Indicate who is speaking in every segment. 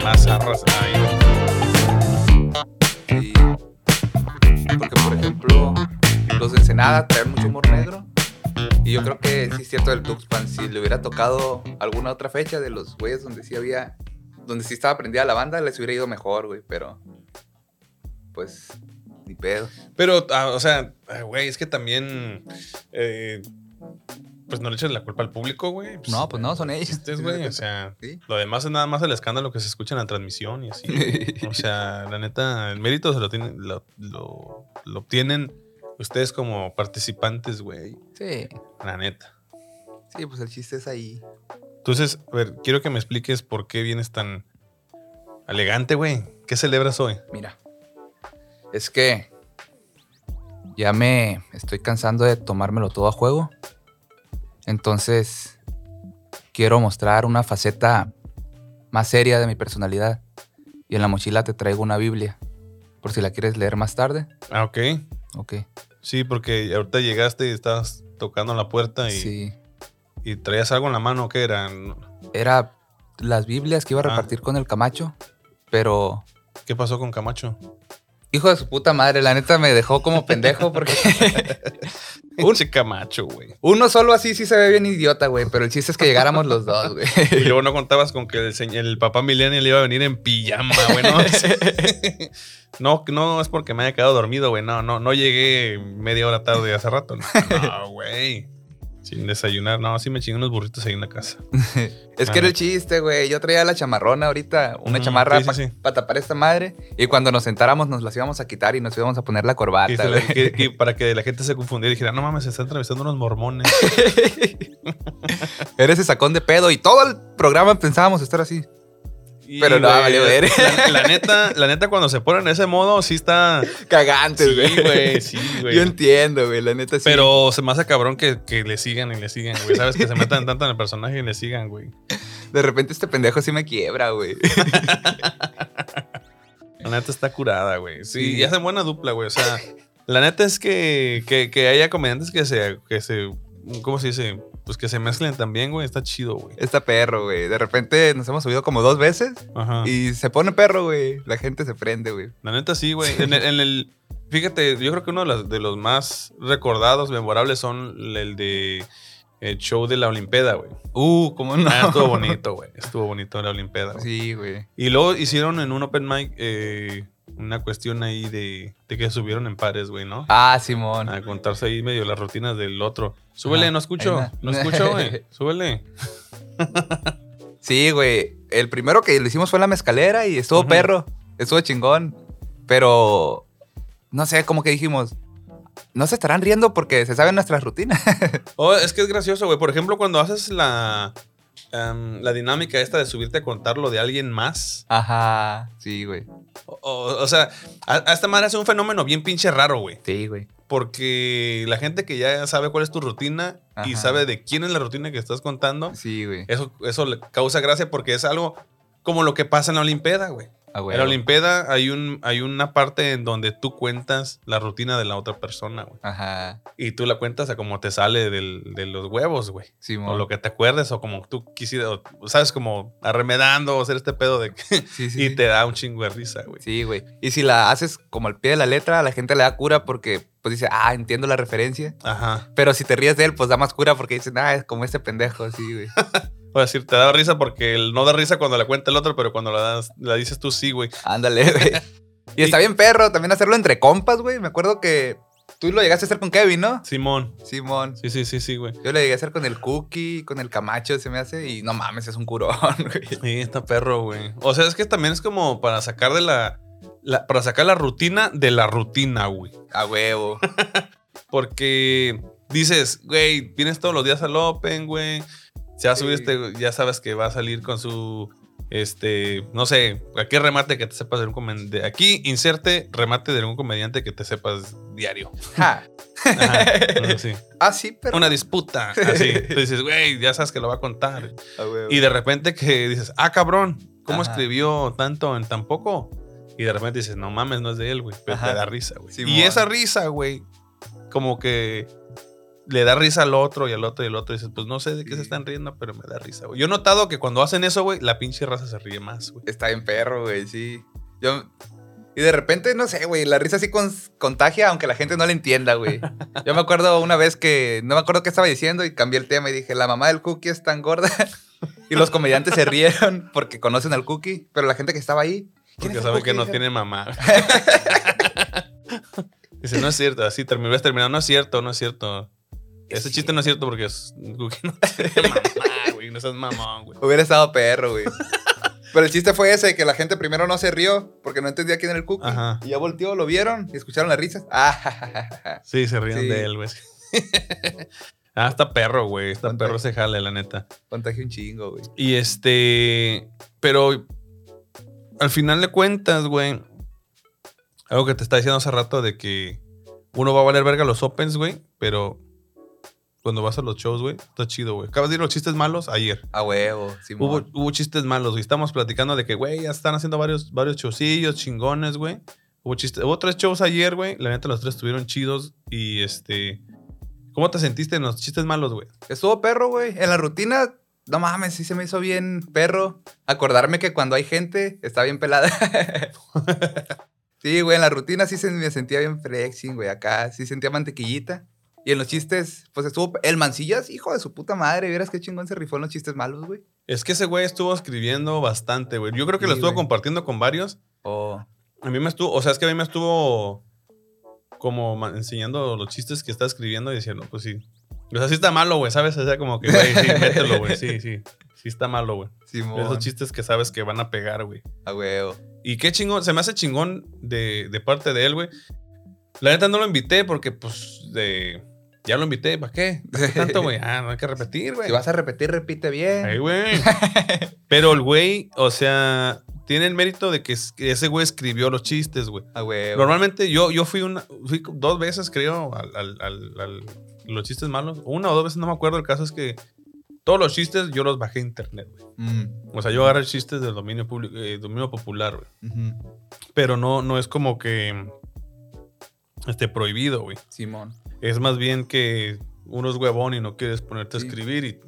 Speaker 1: raza, raza.
Speaker 2: Sí. Porque, por ejemplo, los de Ensenada traen mucho humor negro. Y yo creo que sí es cierto del Tuxpan. Si le hubiera tocado alguna otra fecha de los güeyes donde sí había. Donde sí estaba prendida la banda, les hubiera ido mejor, güey. Pero. Pues. Ni pedo.
Speaker 1: Pero, ah, o sea, ah, güey, es que también. eh, pues no le eches la culpa al público, güey. Pues,
Speaker 2: No, pues no, son ellos.
Speaker 1: chistes, güey. O sea,
Speaker 2: Sí.
Speaker 1: lo demás es nada más el escándalo que se escucha en la transmisión y así. O sea, la neta, el mérito se lo tienen, lo, lo- lo obtienen ustedes como participantes, güey.
Speaker 2: Sí.
Speaker 1: La neta.
Speaker 2: Sí, pues el chiste es ahí.
Speaker 1: Entonces, a ver, quiero que me expliques por qué vienes tan elegante, güey. ¿Qué celebras hoy?
Speaker 2: Mira. Es que. Ya me estoy cansando de tomármelo todo a juego. Entonces. Quiero mostrar una faceta más seria de mi personalidad. Y en la mochila te traigo una Biblia. Por si la quieres leer más tarde.
Speaker 1: Ah, ok.
Speaker 2: Ok.
Speaker 1: Sí, porque ahorita llegaste y estabas tocando la puerta y,
Speaker 2: Sí.
Speaker 1: y traías algo en la mano que era.
Speaker 2: Era las Biblias que iba a
Speaker 1: Ah.
Speaker 2: repartir con el Camacho. Pero
Speaker 1: ¿Qué pasó con Camacho?
Speaker 2: Hijo de su puta madre, la neta me dejó como pendejo porque
Speaker 1: Un Camacho, güey.
Speaker 2: uno solo así sí se ve bien idiota, güey, pero el chiste es que llegáramos los dos, güey.
Speaker 1: Y luego no contabas con que el, señ- el papá Millennial iba a venir en pijama, güey. No, no, no es porque me haya quedado dormido, güey. No, no, no llegué media hora tarde hace rato. No, No, güey. Sin desayunar. No, sí me chingué unos burritos ahí en la casa.
Speaker 2: Es que era el chiste, güey. Yo traía la chamarrona ahorita, una
Speaker 1: Ujú,
Speaker 2: chamarra
Speaker 1: sí, sí, sí.
Speaker 2: para tapar esta madre y cuando nos sentáramos nos las íbamos a quitar y nos íbamos a poner la
Speaker 1: Y
Speaker 2: corbata,
Speaker 1: se
Speaker 2: güey.
Speaker 1: la- que- que para que la gente se confundiera y dijera, no mames, se están atravesando unos mormones.
Speaker 2: Era ese sacón de pedo y todo el programa pensábamos estar así.
Speaker 1: Y,
Speaker 2: Pero no,
Speaker 1: güey,
Speaker 2: valió ver.
Speaker 1: La, la neta, la neta, cuando se ponen de ese modo, sí está.
Speaker 2: Cagantes,
Speaker 1: Sí,
Speaker 2: güey.
Speaker 1: güey, sí, güey.
Speaker 2: Yo entiendo, güey, la neta sí.
Speaker 1: Pero se me hace cabrón que, que le sigan y le sigan, güey. Sabes que se metan tanto en el personaje y le sigan, güey.
Speaker 2: De repente este pendejo sí me quiebra, güey.
Speaker 1: La neta está curada, güey. Sí,
Speaker 2: Sí.
Speaker 1: y hacen buena dupla, güey. O sea, la neta es que, que, que haya comediantes que se, que se. ¿Cómo se dice? Pues que se mezclen también, güey. Está chido, güey.
Speaker 2: Está perro, güey. De repente nos hemos subido como dos veces
Speaker 1: Ajá.
Speaker 2: Y se pone perro, güey. La gente se prende, güey.
Speaker 1: La neta sí, güey. En, el- en el. Fíjate, yo creo que uno de, las- de los más recordados, memorables, son el de. El show de la Olimpiada, güey.
Speaker 2: Uh, ¿cómo no?
Speaker 1: Ah, estuvo bonito, güey. Estuvo bonito la Olimpiada. güey.
Speaker 2: Sí, güey.
Speaker 1: Y luego hicieron en un open mic eh, una cuestión ahí de, de que subieron en pares, güey, ¿no?
Speaker 2: Ah, Simón.
Speaker 1: A contarse ahí medio las rutinas del otro. Súbele,
Speaker 2: Ajá,
Speaker 1: no escucho.
Speaker 2: ahí va.
Speaker 1: No escucho, güey. Súbele.
Speaker 2: Sí, güey. El primero que lo hicimos fue en la mezcalera y estuvo
Speaker 1: Ujú.
Speaker 2: perro. Estuvo chingón. Pero no sé, como que dijimos. No se estarán riendo porque se saben nuestras rutinas.
Speaker 1: Oh, es que es gracioso, güey. Por ejemplo, cuando haces la, em, la dinámica esta de subirte a contar lo de alguien más.
Speaker 2: Ajá. Sí, güey.
Speaker 1: O, o- o sea, a, a esta madre es un fenómeno bien pinche raro, güey.
Speaker 2: Sí, güey.
Speaker 1: Porque la gente que ya sabe cuál es tu rutina y
Speaker 2: Ajá.
Speaker 1: sabe de quién es la rutina que estás contando,
Speaker 2: Sí, güey.
Speaker 1: eso, eso le causa gracia porque es algo como lo que pasa en la Olimpiada, güey.
Speaker 2: Ah, güey.
Speaker 1: En la Olimpiada hay, un, hay una parte en donde tú cuentas la rutina de la otra persona, güey.
Speaker 2: Ajá.
Speaker 1: Y tú la cuentas a como te sale del- de los huevos, güey. O
Speaker 2: Simón.
Speaker 1: lo que te acuerdes, o como tú quisieras, o, sabes, como arremedando, o hacer este pedo de que.
Speaker 2: Sí, sí.
Speaker 1: y
Speaker 2: sí.
Speaker 1: te da un chingo de risa, güey.
Speaker 2: Sí, güey. Y si la haces como al pie de la letra, a la gente le da cura porque pues dice, ah, entiendo la referencia.
Speaker 1: Ajá.
Speaker 2: Pero si te ríes de él, pues da más cura porque dicen, ah, es como este pendejo, sí, güey.
Speaker 1: O decir, te da risa porque él no da risa cuando la cuenta el otro, pero cuando la, das- la dices tú sí, güey.
Speaker 2: Ándale, güey. Y está bien perro también hacerlo entre compas, güey. Me acuerdo que tú lo llegaste a hacer con Kevin, ¿no?
Speaker 1: Simón.
Speaker 2: Simón.
Speaker 1: Sí, sí, sí, sí, güey.
Speaker 2: Yo lo llegué a hacer con el Cookie, con el Camacho, se me hace. Y no mames, es un curón, güey.
Speaker 1: Sí, está perro, güey. O sea, es que también es como para sacar de la- la para sacar la rutina de la rutina, güey.
Speaker 2: A huevo.
Speaker 1: Porque dices, güey, vienes todos los días al Open, güey. Ya
Speaker 2: Sí.
Speaker 1: subiste, este, ya sabes que va a salir con su. Este, no sé, cualquier remate que te sepas de un comediante. Aquí inserte remate de algún comediante que te sepas diario.
Speaker 2: Ja.
Speaker 1: Ajá, sí.
Speaker 2: Ah, sí, pero.
Speaker 1: Una disputa. Así. Tú dices, güey, ya sabes que lo va a contar.
Speaker 2: A huevo.
Speaker 1: Y de repente que dices, ah, cabrón, ¿cómo
Speaker 2: Ajá.
Speaker 1: escribió tanto en tan poco? Y de repente dices, no mames, no es de él, güey. Pero
Speaker 2: Ajá.
Speaker 1: te da risa, güey.
Speaker 2: Simón.
Speaker 1: y esa risa, güey, como que le da risa al otro y al otro y al otro. Y dices, pues no sé de qué se
Speaker 2: Sí.
Speaker 1: están riendo, pero me da risa, güey. Yo he notado que cuando hacen eso, güey, la pinche raza se ríe más, güey.
Speaker 2: Está bien perro, güey, sí. Yo... Y de repente, no sé, güey, la risa sí con- contagia aunque la gente no la entienda, güey. Yo me acuerdo una vez que, no me acuerdo qué estaba diciendo y cambié el tema y dije, la mamá del cookie es tan gorda. Y los comediantes se rieron porque conocen al cookie, pero la gente que estaba ahí... ¿quién
Speaker 1: Porque
Speaker 2: es el
Speaker 1: saben
Speaker 2: Cookie?
Speaker 1: que no
Speaker 2: Dijeron,
Speaker 1: tiene mamá. Dice, no es cierto, así termi- hubieras terminado. No es cierto, no es cierto. Ese
Speaker 2: Sí.
Speaker 1: chiste no es cierto porque es Cookie no tiene mamá, güey. No seas mamón, güey.
Speaker 2: Hubiera estado perro, güey. Pero el chiste fue ese, que la gente primero no se rió porque no entendía quién era el cookie.
Speaker 1: Ajá.
Speaker 2: Y ya volteó, lo vieron y escucharon las risas. Ah, ja, ja, ja, ja.
Speaker 1: Sí, se ríen
Speaker 2: Sí.
Speaker 1: de él, güey. ah, está perro, güey. Está
Speaker 2: Ponte.
Speaker 1: perro se jale, la neta.
Speaker 2: Contagia un chingo, güey.
Speaker 1: Y este. Pero al final de cuentas, güey. Algo que te estaba diciendo hace rato de que uno va a valer verga los opens, güey. Pero cuando vas a los shows, güey, está chido, güey. Acabas de ir los chistes malos ayer.
Speaker 2: A huevo, Simón.
Speaker 1: Hubo, hubo chistes malos, güey. Estamos platicando de que, güey, ya están haciendo varios, varios showcillos chingones, güey. Hubo chistes. Hubo tres shows ayer, güey. La neta, los tres estuvieron chidos. Y este. ¿Cómo te sentiste en los chistes malos, güey?
Speaker 2: Estuvo perro, güey. En la rutina, no mames, sí se me hizo bien perro. Acordarme que cuando hay gente, está bien pelada. sí, güey, en la rutina sí se me sentía bien flexing, güey. Acá sí sentía mantequillita. Y en los chistes, pues estuvo... El Mancillas, hijo de su puta madre. Vieras qué chingón se rifó en los chistes malos, güey.
Speaker 1: Es que ese güey estuvo escribiendo bastante, güey. Yo creo que lo
Speaker 2: Sí,
Speaker 1: estuvo
Speaker 2: güey.
Speaker 1: compartiendo con varios.
Speaker 2: Oh,
Speaker 1: A mí me estuvo, o sea, es que a mí me estuvo como ma- enseñando los chistes que está escribiendo y diciendo, pues sí. O sea, sí está malo, güey, ¿sabes? O sea, como que, güey, sí, mételo, güey. Sí, sí. Sí está malo, güey. Esos
Speaker 2: Simón.
Speaker 1: chistes que sabes que van a pegar, güey.
Speaker 2: A huevo.
Speaker 1: Y qué chingón, se me hace chingón de, de parte de él, güey. La neta no lo invité porque, pues, de, ya lo invité, ¿para qué? ¿Para qué tanto, güey? Ah, no hay que repetir, güey.
Speaker 2: Si vas a repetir, repite bien.
Speaker 1: Ay, güey. Pero el güey, o sea, tiene el mérito de que es- que ese güey escribió los chistes, güey.
Speaker 2: A huevo.
Speaker 1: Normalmente yo, yo fui, una, fui dos veces, creo, al, al- al- al- los chistes malos. Una o dos veces, no me acuerdo. El caso es que todos los chistes yo los bajé a internet, güey.
Speaker 2: Mm,
Speaker 1: O sea, yo agarré chistes del dominio, público, eh, dominio popular, güey.
Speaker 2: ujú.
Speaker 1: Pero no, no es como que esté prohibido, güey.
Speaker 2: Simón.
Speaker 1: Es más bien que uno es huevón y no quieres ponerte a
Speaker 2: Sí.
Speaker 1: escribir y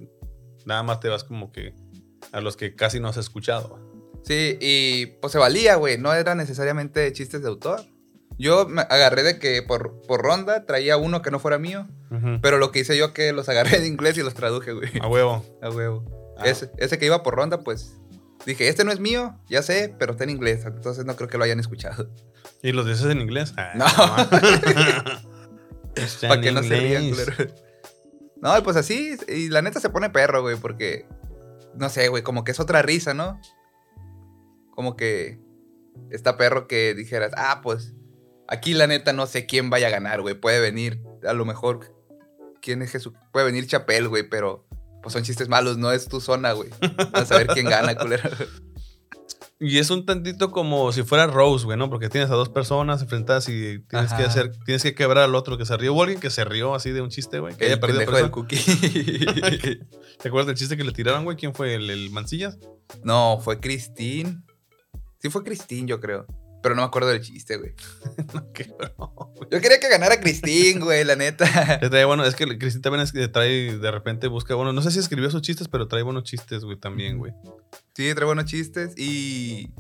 Speaker 1: nada más te vas como que a los que casi no has escuchado.
Speaker 2: Sí, y pues se valía, güey. No era necesariamente chistes de autor. Yo me agarré de que por, por ronda traía uno que no fuera mío. Pero lo que hice yo que los agarré de inglés y los traduje, güey.
Speaker 1: A huevo.
Speaker 2: A huevo.
Speaker 1: Ah.
Speaker 2: Ese, ese que iba por ronda, pues. Dije, este no es mío, ya sé, pero está en inglés. Entonces no creo que lo hayan escuchado.
Speaker 1: ¿Y los dices en inglés? Ah,
Speaker 2: No.
Speaker 1: Está
Speaker 2: Para
Speaker 1: en
Speaker 2: que no se rían,
Speaker 1: inglés.
Speaker 2: culero. No, y pues así, y la neta se pone perro, güey, porque. No sé, güey, como que es otra risa, ¿no? Como que. Está perro que dijeras, ah, pues. Aquí la neta no sé quién vaya a ganar, güey. Puede venir, a lo mejor. ¿Quién es Jesús? Puede venir Chapel, güey, pero. Pues son chistes malos, no es tu zona, güey. Vas a ver quién gana, culero.
Speaker 1: Y es un tantito como si fuera Rose, güey, ¿no? Porque tienes a dos personas enfrentadas y tienes
Speaker 2: Ajá.
Speaker 1: que hacer, tienes que quebrar al otro que se rió. O alguien que se rió así de un chiste, güey. Que
Speaker 2: El
Speaker 1: haya perdido
Speaker 2: pendejo
Speaker 1: por
Speaker 2: del
Speaker 1: eso.
Speaker 2: cookie.
Speaker 1: ¿Te acuerdas del chiste que le tiraron, güey? ¿Quién fue? ¿El, el Mancillas?
Speaker 2: no, fue Christine. Sí, fue Christine, yo creo. Pero no me acuerdo del chiste, güey.
Speaker 1: Qué broma.
Speaker 2: Yo quería que ganara Cristín, güey, la neta.
Speaker 1: Le trae bueno, es que Cristín también es que trae de repente busca bueno, no sé si escribió sus chistes, pero trae buenos chistes, güey, también, güey.
Speaker 2: Sí, trae buenos chistes y...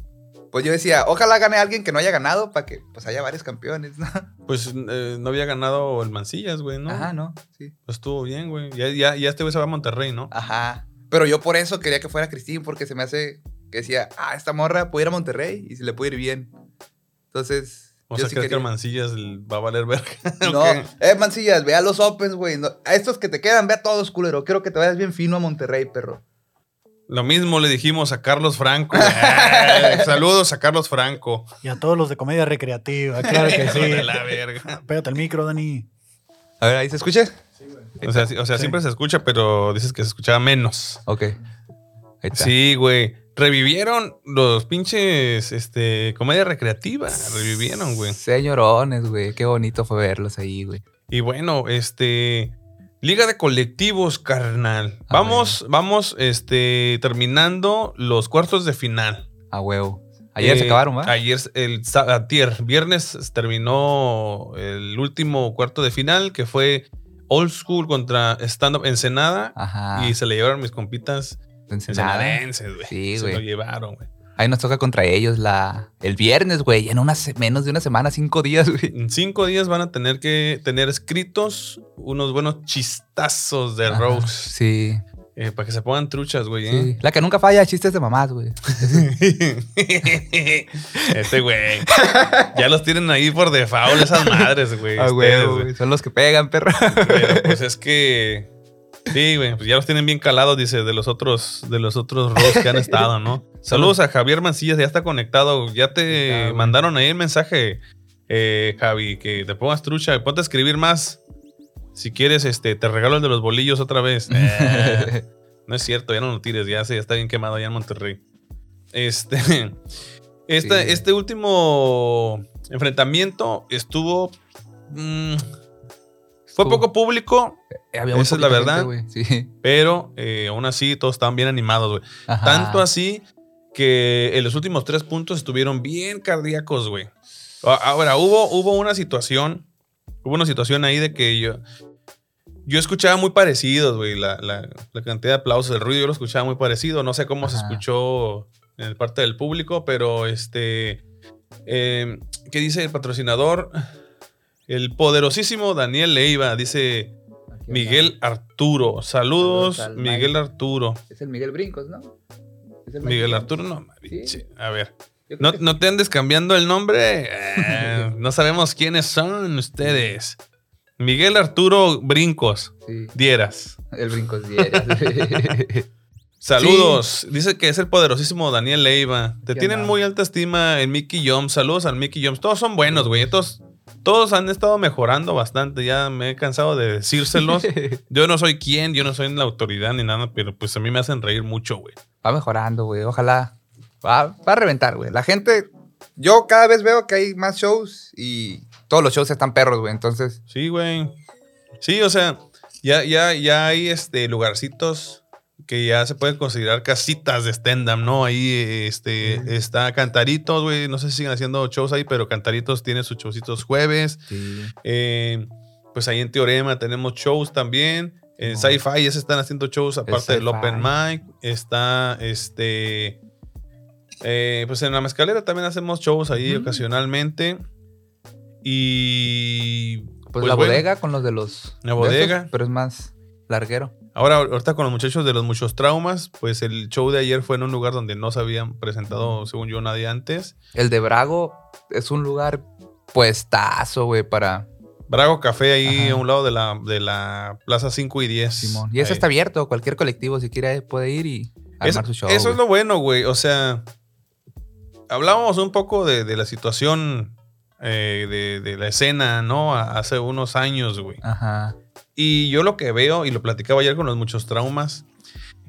Speaker 2: Pues yo decía, ojalá gane alguien que no haya ganado para que pues haya varios campeones, ¿no?
Speaker 1: Pues eh, no había ganado el Mancillas, güey, ¿no?
Speaker 2: Ajá, no, sí.
Speaker 1: Pues estuvo bien, güey. Ya, ya, ya este güey se va a Monterrey, ¿no?
Speaker 2: Ajá. Pero yo por eso quería que fuera Cristín porque se me hace que decía, ah, esta morra puede ir a Monterrey y se le puede ir bien. Entonces...
Speaker 1: o
Speaker 2: yo
Speaker 1: sea,
Speaker 2: sí
Speaker 1: ¿crees que el
Speaker 2: quería-
Speaker 1: Mancillas va a valer verga?
Speaker 2: No,
Speaker 1: Ok.
Speaker 2: eh, mancillas, ve a los Opens, güey. no- a estos que te quedan, ve a todos, culero. Quiero que te vayas bien fino a Monterrey, perro.
Speaker 1: Lo mismo le dijimos a Carlos Franco. Ah, Saludos a Carlos Franco.
Speaker 3: Y a todos los de comedia recreativa, claro que
Speaker 1: Hijo de
Speaker 3: sí.
Speaker 1: la verga.
Speaker 3: Pégate el micro, Dani.
Speaker 2: A ver, ¿ahí se escucha?
Speaker 1: O sea, sí- o sea,
Speaker 3: Sí.
Speaker 1: siempre se escucha, pero dices que se escuchaba menos.
Speaker 2: Ok. Ahí está.
Speaker 1: Sí, güey. Revivieron los pinches, este, comedia recreativa. Revivieron, güey.
Speaker 2: Señorones, güey. Qué bonito fue verlos ahí, güey.
Speaker 1: Y bueno, este. Liga de colectivos, carnal.
Speaker 2: Ah,
Speaker 1: vamos, vamos, este, terminando los cuartos de final.
Speaker 2: A huevo. Ayer se
Speaker 1: Eh,
Speaker 2: acabaron, ¿va?
Speaker 1: Ayer, el sa- antier, viernes terminó el último cuarto de final, que fue Old School contra Stand Up Ensenada.
Speaker 2: Ajá.
Speaker 1: Y se le llevaron mis compitas ensenadenses, güey.
Speaker 2: Sí,
Speaker 1: se
Speaker 2: güey.
Speaker 1: lo llevaron, güey.
Speaker 2: Ahí nos toca contra ellos la, el viernes, güey. En una se- menos de una semana, cinco días, güey.
Speaker 1: En cinco días van a tener que tener escritos unos buenos chistazos de
Speaker 2: Ajá,
Speaker 1: Rose.
Speaker 2: Ah,
Speaker 1: eh,
Speaker 2: Sí.
Speaker 1: para que se pongan truchas, güey.
Speaker 2: sí. La que nunca falla, chistes de mamás, güey.
Speaker 1: ¿eh? este güey. Ya los tienen ahí por default esas madres, güey.
Speaker 2: Ah, güey,
Speaker 1: ustedes,
Speaker 2: güey. Son los que pegan, perro.
Speaker 1: Pero pues es que. Sí, güey, pues ya los tienen bien calados, dice, de los otros, de los otros roles que han estado, ¿no? Saludos a Javier Mancillas, ya está conectado. Ya te
Speaker 2: Está, güey.
Speaker 1: mandaron ahí el mensaje, eh, Javi, que te pongas trucha, ponte a escribir más. Si quieres, este, te regalo el de los bolillos otra vez. Eh, no es cierto, ya no lo tires, ya se está bien quemado allá en Monterrey. Este, esta-
Speaker 2: Sí.
Speaker 1: este último enfrentamiento estuvo. mm, fue
Speaker 2: Estuvo-
Speaker 1: poco público,
Speaker 2: Había muy
Speaker 1: Esa es la
Speaker 2: poquita
Speaker 1: verdad.
Speaker 2: gente, güey. Sí.
Speaker 1: pero eh, aún así todos estaban bien animados, güey.
Speaker 2: Ajá.
Speaker 1: Tanto así que en los últimos tres puntos estuvieron bien cardíacos, güey. A- Ahora, hubo, hubo una situación, hubo una situación ahí de que yo, yo escuchaba muy parecidos, güey, la, la- la cantidad de aplausos, el ruido yo lo escuchaba muy parecido, no sé cómo se
Speaker 2: Ajá.
Speaker 1: escuchó en parte del público, pero este, eh, ¿qué dice el patrocinador? El poderosísimo Daniel Leiva, dice
Speaker 2: Aquí está.
Speaker 1: Miguel Arturo. Saludos,
Speaker 2: Saludos al
Speaker 1: Miguel
Speaker 2: Mike.
Speaker 1: Arturo.
Speaker 2: Es el Miguel Brincos, ¿no? Es
Speaker 1: Miguel
Speaker 2: el mexicano.
Speaker 1: Arturo, no,
Speaker 2: Sí.
Speaker 1: sí, a ver.
Speaker 2: Yo creo
Speaker 1: No,
Speaker 2: que
Speaker 1: no te andes cambiando el nombre. Eh, no sabemos quiénes son ustedes. Miguel Arturo Brincos,
Speaker 2: sí.
Speaker 1: Dieras.
Speaker 2: El Brincos 10.
Speaker 1: Saludos. Dice que es el poderosísimo Daniel Leiva. Te
Speaker 2: ¿Qué
Speaker 1: tienen
Speaker 2: onda?
Speaker 1: muy alta estima en Mickey Jones. Saludos al Mickey Jones. Todos son buenos, güey. Todos, todos han estado mejorando bastante. Ya me he cansado de decírselos. Yo no soy quien, yo no soy la autoridad ni nada, pero pues a mí me hacen reír mucho, güey.
Speaker 2: va mejorando, güey. Ojalá. Va, va a reventar, güey. La gente. Yo cada vez veo que hay más shows y todos los shows están perros, güey. Entonces.
Speaker 1: Sí, güey. Sí, o sea, ya, ya, ya hay este lugarcitos que ya se pueden considerar casitas de stand-up, ¿no? Ahí eh, este,
Speaker 2: Ujú.
Speaker 1: está Cantaritos, güey. No sé si siguen haciendo shows ahí, pero Cantaritos tiene sus showcitos jueves.
Speaker 2: Sí.
Speaker 1: Eh, pues ahí en Teorema tenemos shows también. En
Speaker 2: Simón.
Speaker 1: Sci-Fi ya se están haciendo shows aparte del
Speaker 2: Sci-Fi.
Speaker 1: Open Mic. Está este. eh, pues en la mezcalera también hacemos shows ahí
Speaker 2: Ujú.
Speaker 1: ocasionalmente. Y.
Speaker 2: Pues,
Speaker 1: pues
Speaker 2: la
Speaker 1: bueno,
Speaker 2: bodega con los de los.
Speaker 1: La
Speaker 2: de
Speaker 1: bodega.
Speaker 2: esos, pero es más larguero.
Speaker 1: Ahora, ahorita con los muchachos de los muchos traumas, pues el show de ayer fue en un lugar donde no se habían presentado, según yo, nadie antes.
Speaker 2: El de Brago es un lugar puestazo, güey, para
Speaker 1: Brago Café ahí
Speaker 2: Ajá.
Speaker 1: a un lado de la, de la Plaza 5 y 10.
Speaker 2: Simón. Y eso
Speaker 1: Ahí.
Speaker 2: está abierto. Cualquier colectivo, si quiere, puede ir y armar
Speaker 1: Eso-
Speaker 2: su show.
Speaker 1: Eso es
Speaker 2: güey.
Speaker 1: lo bueno, güey. O sea, hablábamos un poco de, de la situación eh, de, de la escena, ¿no? A- hace unos años, güey.
Speaker 2: Ajá.
Speaker 1: Y yo lo que veo, y lo platicaba ayer con los muchos traumas,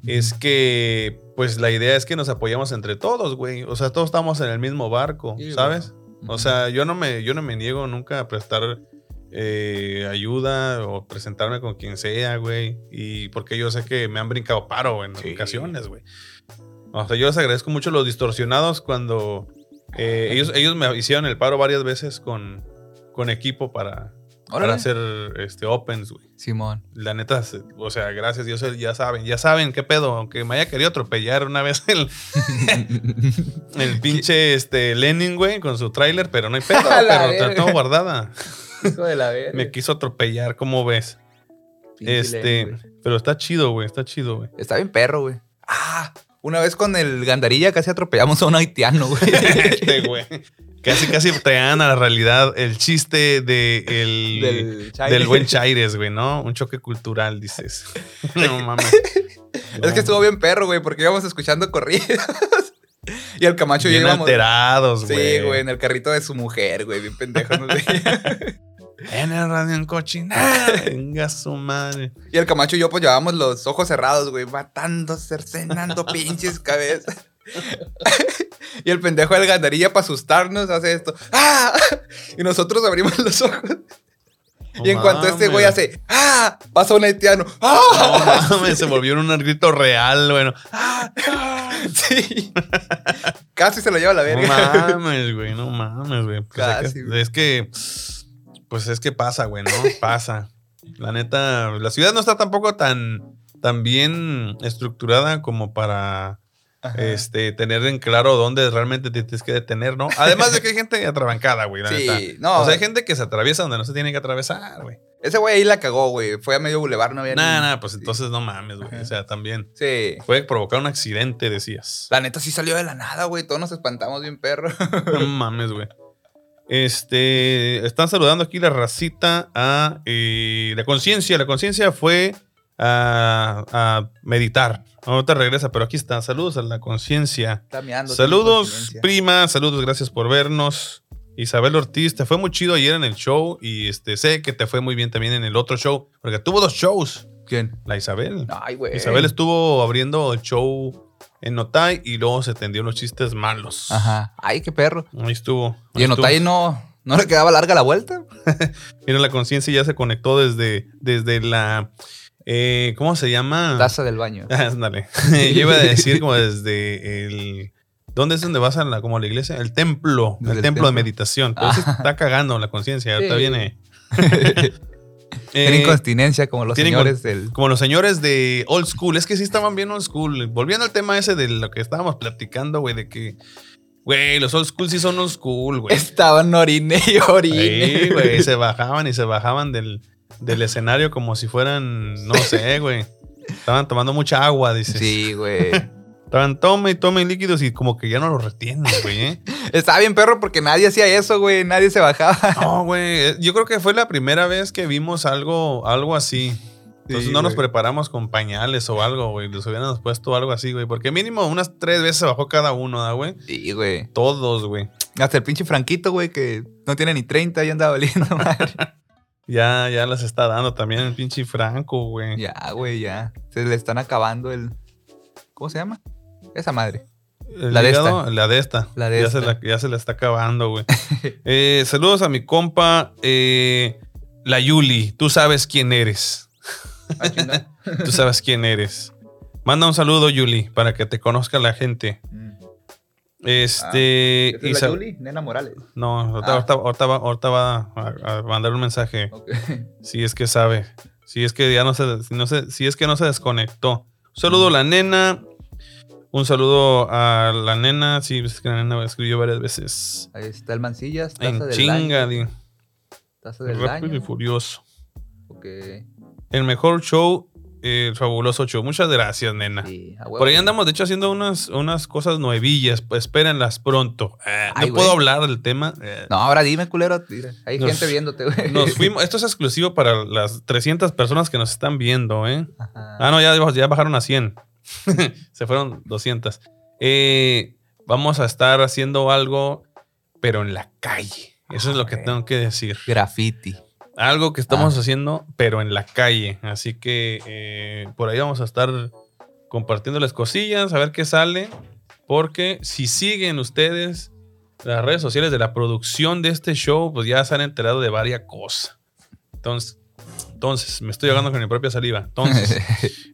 Speaker 1: es que, pues la idea es que nos apoyamos entre todos, güey. O sea, todos estamos en el mismo barco,
Speaker 2: Sí,
Speaker 1: ¿sabes?
Speaker 2: Ujú.
Speaker 1: O sea, yo no me, yo no me niego nunca a prestar eh, ayuda o presentarme con quien sea, güey. Y porque yo sé que me han brincado paro en
Speaker 2: Sí.
Speaker 1: ocasiones, güey. O sea, yo les agradezco mucho a los distorsionados cuando eh, ellos, ellos me hicieron el paro varias veces con, con equipo para, para
Speaker 2: Órale.
Speaker 1: hacer este, opens, güey.
Speaker 2: Simón.
Speaker 1: La neta, se- o sea, gracias Dios, ya saben, ya saben qué pedo, aunque me haya querido atropellar una vez el, el pinche este, Lenin, güey, con su tráiler, pero no hay pedo,
Speaker 2: A
Speaker 1: pero
Speaker 2: la
Speaker 1: la
Speaker 2: verga.
Speaker 1: tengo guardada.
Speaker 2: Hijo de la verga.
Speaker 1: Me quiso atropellar, ¿cómo ves?
Speaker 2: Pinche
Speaker 1: este,
Speaker 2: Lenin, güey.
Speaker 1: pero está chido, güey, está chido, güey.
Speaker 2: Está bien perro, güey. Ah, una vez con el gandarilla casi atropellamos a un haitiano, güey.
Speaker 1: Este, güey. Casi, casi te dan a la realidad el chiste de el- del,
Speaker 2: Chaire.
Speaker 1: buen Chaires, güey, ¿no? Un choque cultural, dices. No mames.
Speaker 2: Es que estuvo bien perro, güey, porque íbamos escuchando corridas. y el Camacho y yo
Speaker 1: bien
Speaker 2: íbamos.
Speaker 1: alterados, güey.
Speaker 2: Sí, güey, en el carrito de su mujer, güey, bien pendejo. ¿no?
Speaker 1: En el radio en cochina. Venga su madre.
Speaker 2: Y el Camacho y yo, pues llevábamos los ojos cerrados, güey, matando, cercenando pinches cabezas. y el pendejo del gandarilla, para asustarnos, hace esto. ¡Ah! Y nosotros abrimos los ojos. y en cuanto este güey hace. ¡Ah! Pasa un haitiano. ¡Ah!
Speaker 1: No mames, se volvió un grito real, bueno.
Speaker 2: Sí. Casi se lo lleva a la
Speaker 1: No
Speaker 2: verga.
Speaker 1: mames, güey, no mames, güey. Pues
Speaker 2: Casi,
Speaker 1: es que-
Speaker 2: güey.
Speaker 1: es que, pues es que pasa, güey, ¿no? Pasa. La neta, la ciudad no está tampoco tan, tan bien estructurada como para
Speaker 4: Ajá.
Speaker 1: este, tener en claro dónde realmente te tienes que detener, ¿no? Además de que hay gente atrabancada, güey, la neta.
Speaker 4: sí, no.
Speaker 1: o sea, hay gente que se atraviesa donde no se tiene que atravesar, güey.
Speaker 4: Ese güey ahí la cagó, güey. Fue a medio bulevar, no había
Speaker 1: Nada,
Speaker 4: ni-
Speaker 1: nada, pues entonces no mames, güey.
Speaker 4: Ajá.
Speaker 1: O sea, también
Speaker 4: Sí.
Speaker 1: puede provocar un accidente, decías.
Speaker 4: La neta sí salió de la nada, güey. Todos nos espantamos bien, perro.
Speaker 1: No mames, güey. Este, están saludando aquí la racita a eh, la conciencia. La conciencia fue a, a meditar. No te regresa, pero aquí está. Saludos a la conciencia.
Speaker 4: Está meando, tiene
Speaker 1: Saludos,
Speaker 4: conciencia.
Speaker 1: prima. Saludos, gracias por vernos. Isabel Ortiz, te fue muy chido ayer en el show y este, sé que te fue muy bien también en el otro show, porque tuvo dos shows,
Speaker 2: ¿Quién?
Speaker 1: la Isabel.
Speaker 2: Ah,
Speaker 4: Ay, güey.
Speaker 1: Isabel estuvo abriendo el show en Notay y luego se tendió unos chistes malos.
Speaker 2: Ajá. Ay, qué perro.
Speaker 1: Ahí estuvo.
Speaker 2: Y en
Speaker 1: Estuvo. Ah.
Speaker 2: Otay Pues no, no le quedaba larga la vuelta.
Speaker 1: Mira, la conciencia ya se conectó desde, desde la. eh, ¿Cómo se llama?
Speaker 2: Taza del baño.
Speaker 1: Eh, Ándale. Yo iba a decir como desde el. ¿Dónde es donde vas a la, como a la iglesia? El templo.
Speaker 2: Desde
Speaker 1: el templo de
Speaker 2: el templo. Ah.
Speaker 1: meditación. Pero se está cagando la conciencia. Ahorita
Speaker 2: Sí.
Speaker 1: viene. Eh,
Speaker 2: Tiene incontinencia como los
Speaker 1: tiene
Speaker 2: señores del.
Speaker 1: como los señores de old school. Es que sí estaban bien old school. Volviendo al tema ese de lo que estábamos platicando, güey, de que. Güey, los old school sí son old school, güey.
Speaker 2: Estaban orine y orine.
Speaker 1: Sí, güey, se bajaban y se bajaban del, del escenario como si fueran, no sé, güey. Estaban tomando mucha agua, dices.
Speaker 2: Sí, güey.
Speaker 1: Estaban tome y tome líquidos y como que ya no los retienen, güey. ¿eh?
Speaker 2: Estaba bien perro porque nadie hacía eso, güey. Nadie se bajaba.
Speaker 1: No, güey. eh, Yo creo que fue la primera vez que vimos algo, algo así. Entonces
Speaker 2: Sí,
Speaker 1: no nos
Speaker 2: güey.
Speaker 1: preparamos con pañales o algo, güey. Les hubiéramos puesto algo así, güey. Porque mínimo unas tres veces se bajó cada uno, ¿da, güey?
Speaker 2: Sí, güey.
Speaker 1: Todos, güey.
Speaker 2: Hasta el pinche Franquito, güey, que no tiene ni 30 y anda valiendo madre.
Speaker 1: Ya, ya las está dando también el pinche Franco, güey.
Speaker 2: ya, güey, ya. Se le están acabando el. ¿Cómo se llama? Esa madre.
Speaker 1: El
Speaker 2: La de
Speaker 1: hígado, La de esta.
Speaker 2: La de
Speaker 1: ya,
Speaker 2: esta.
Speaker 1: Se la, ya se la está acabando, güey. Eh, saludos a mi compa, eh, la Yuli. Tú sabes quién eres.
Speaker 4: Ah, chinga.
Speaker 1: Tú sabes quién eres. Manda un saludo, Yuli, para que te conozca la gente.
Speaker 4: Mm.
Speaker 1: Este.
Speaker 2: Ah,
Speaker 4: ¿Esa es
Speaker 1: Isa-
Speaker 4: la Yuli? Nena Morales.
Speaker 1: No, ahorita,
Speaker 4: Ah.
Speaker 1: ahorita- ahorita va, ahorita va a, a mandar un mensaje.
Speaker 4: Ok.
Speaker 1: Si es que sabe. Si es que ya no se, si no se- si es que no se desconectó. Un saludo a la nena. Un saludo a la nena. Sí, es que la nena me escribió varias veces.
Speaker 2: Ahí está el Mancillas, taza
Speaker 1: En
Speaker 2: del año.
Speaker 1: chinga, di.
Speaker 2: Taza del
Speaker 1: Rápido y
Speaker 2: año.
Speaker 1: furioso.
Speaker 2: Ok.
Speaker 1: El mejor show, eh, el fabuloso show. Muchas gracias, nena.
Speaker 2: Sí, a huevo.
Speaker 1: Por ahí andamos, de hecho, haciendo unas, unas cosas nuevillas. Pues, espérenlas pronto. Eh,
Speaker 2: Ay,
Speaker 1: no puedo
Speaker 2: güey.
Speaker 1: hablar del tema. eh.
Speaker 2: No, ahora dime, culero. Mira, Hay
Speaker 1: Nos-
Speaker 2: gente viéndote, güey.
Speaker 1: Nos fuimos. Esto es exclusivo para las 300 personas que nos están viendo, ¿eh?
Speaker 2: Ajá.
Speaker 1: Ah, no, ya, ya bajaron a 100. Se fueron 200. Eh, vamos a estar haciendo algo, pero en la calle. Eso es lo que
Speaker 2: Ok.
Speaker 1: tengo que decir.
Speaker 2: Graffiti.
Speaker 1: Algo que estamos
Speaker 2: Ah.
Speaker 1: haciendo, pero en la calle. Así que eh, por ahí vamos a estar compartiendo las cosillas, a ver qué sale. Porque si siguen ustedes las redes sociales de la producción de este show, pues ya se han enterado de varias cosas. Entonces, entonces me estoy ahogando con mi propia saliva. Entonces,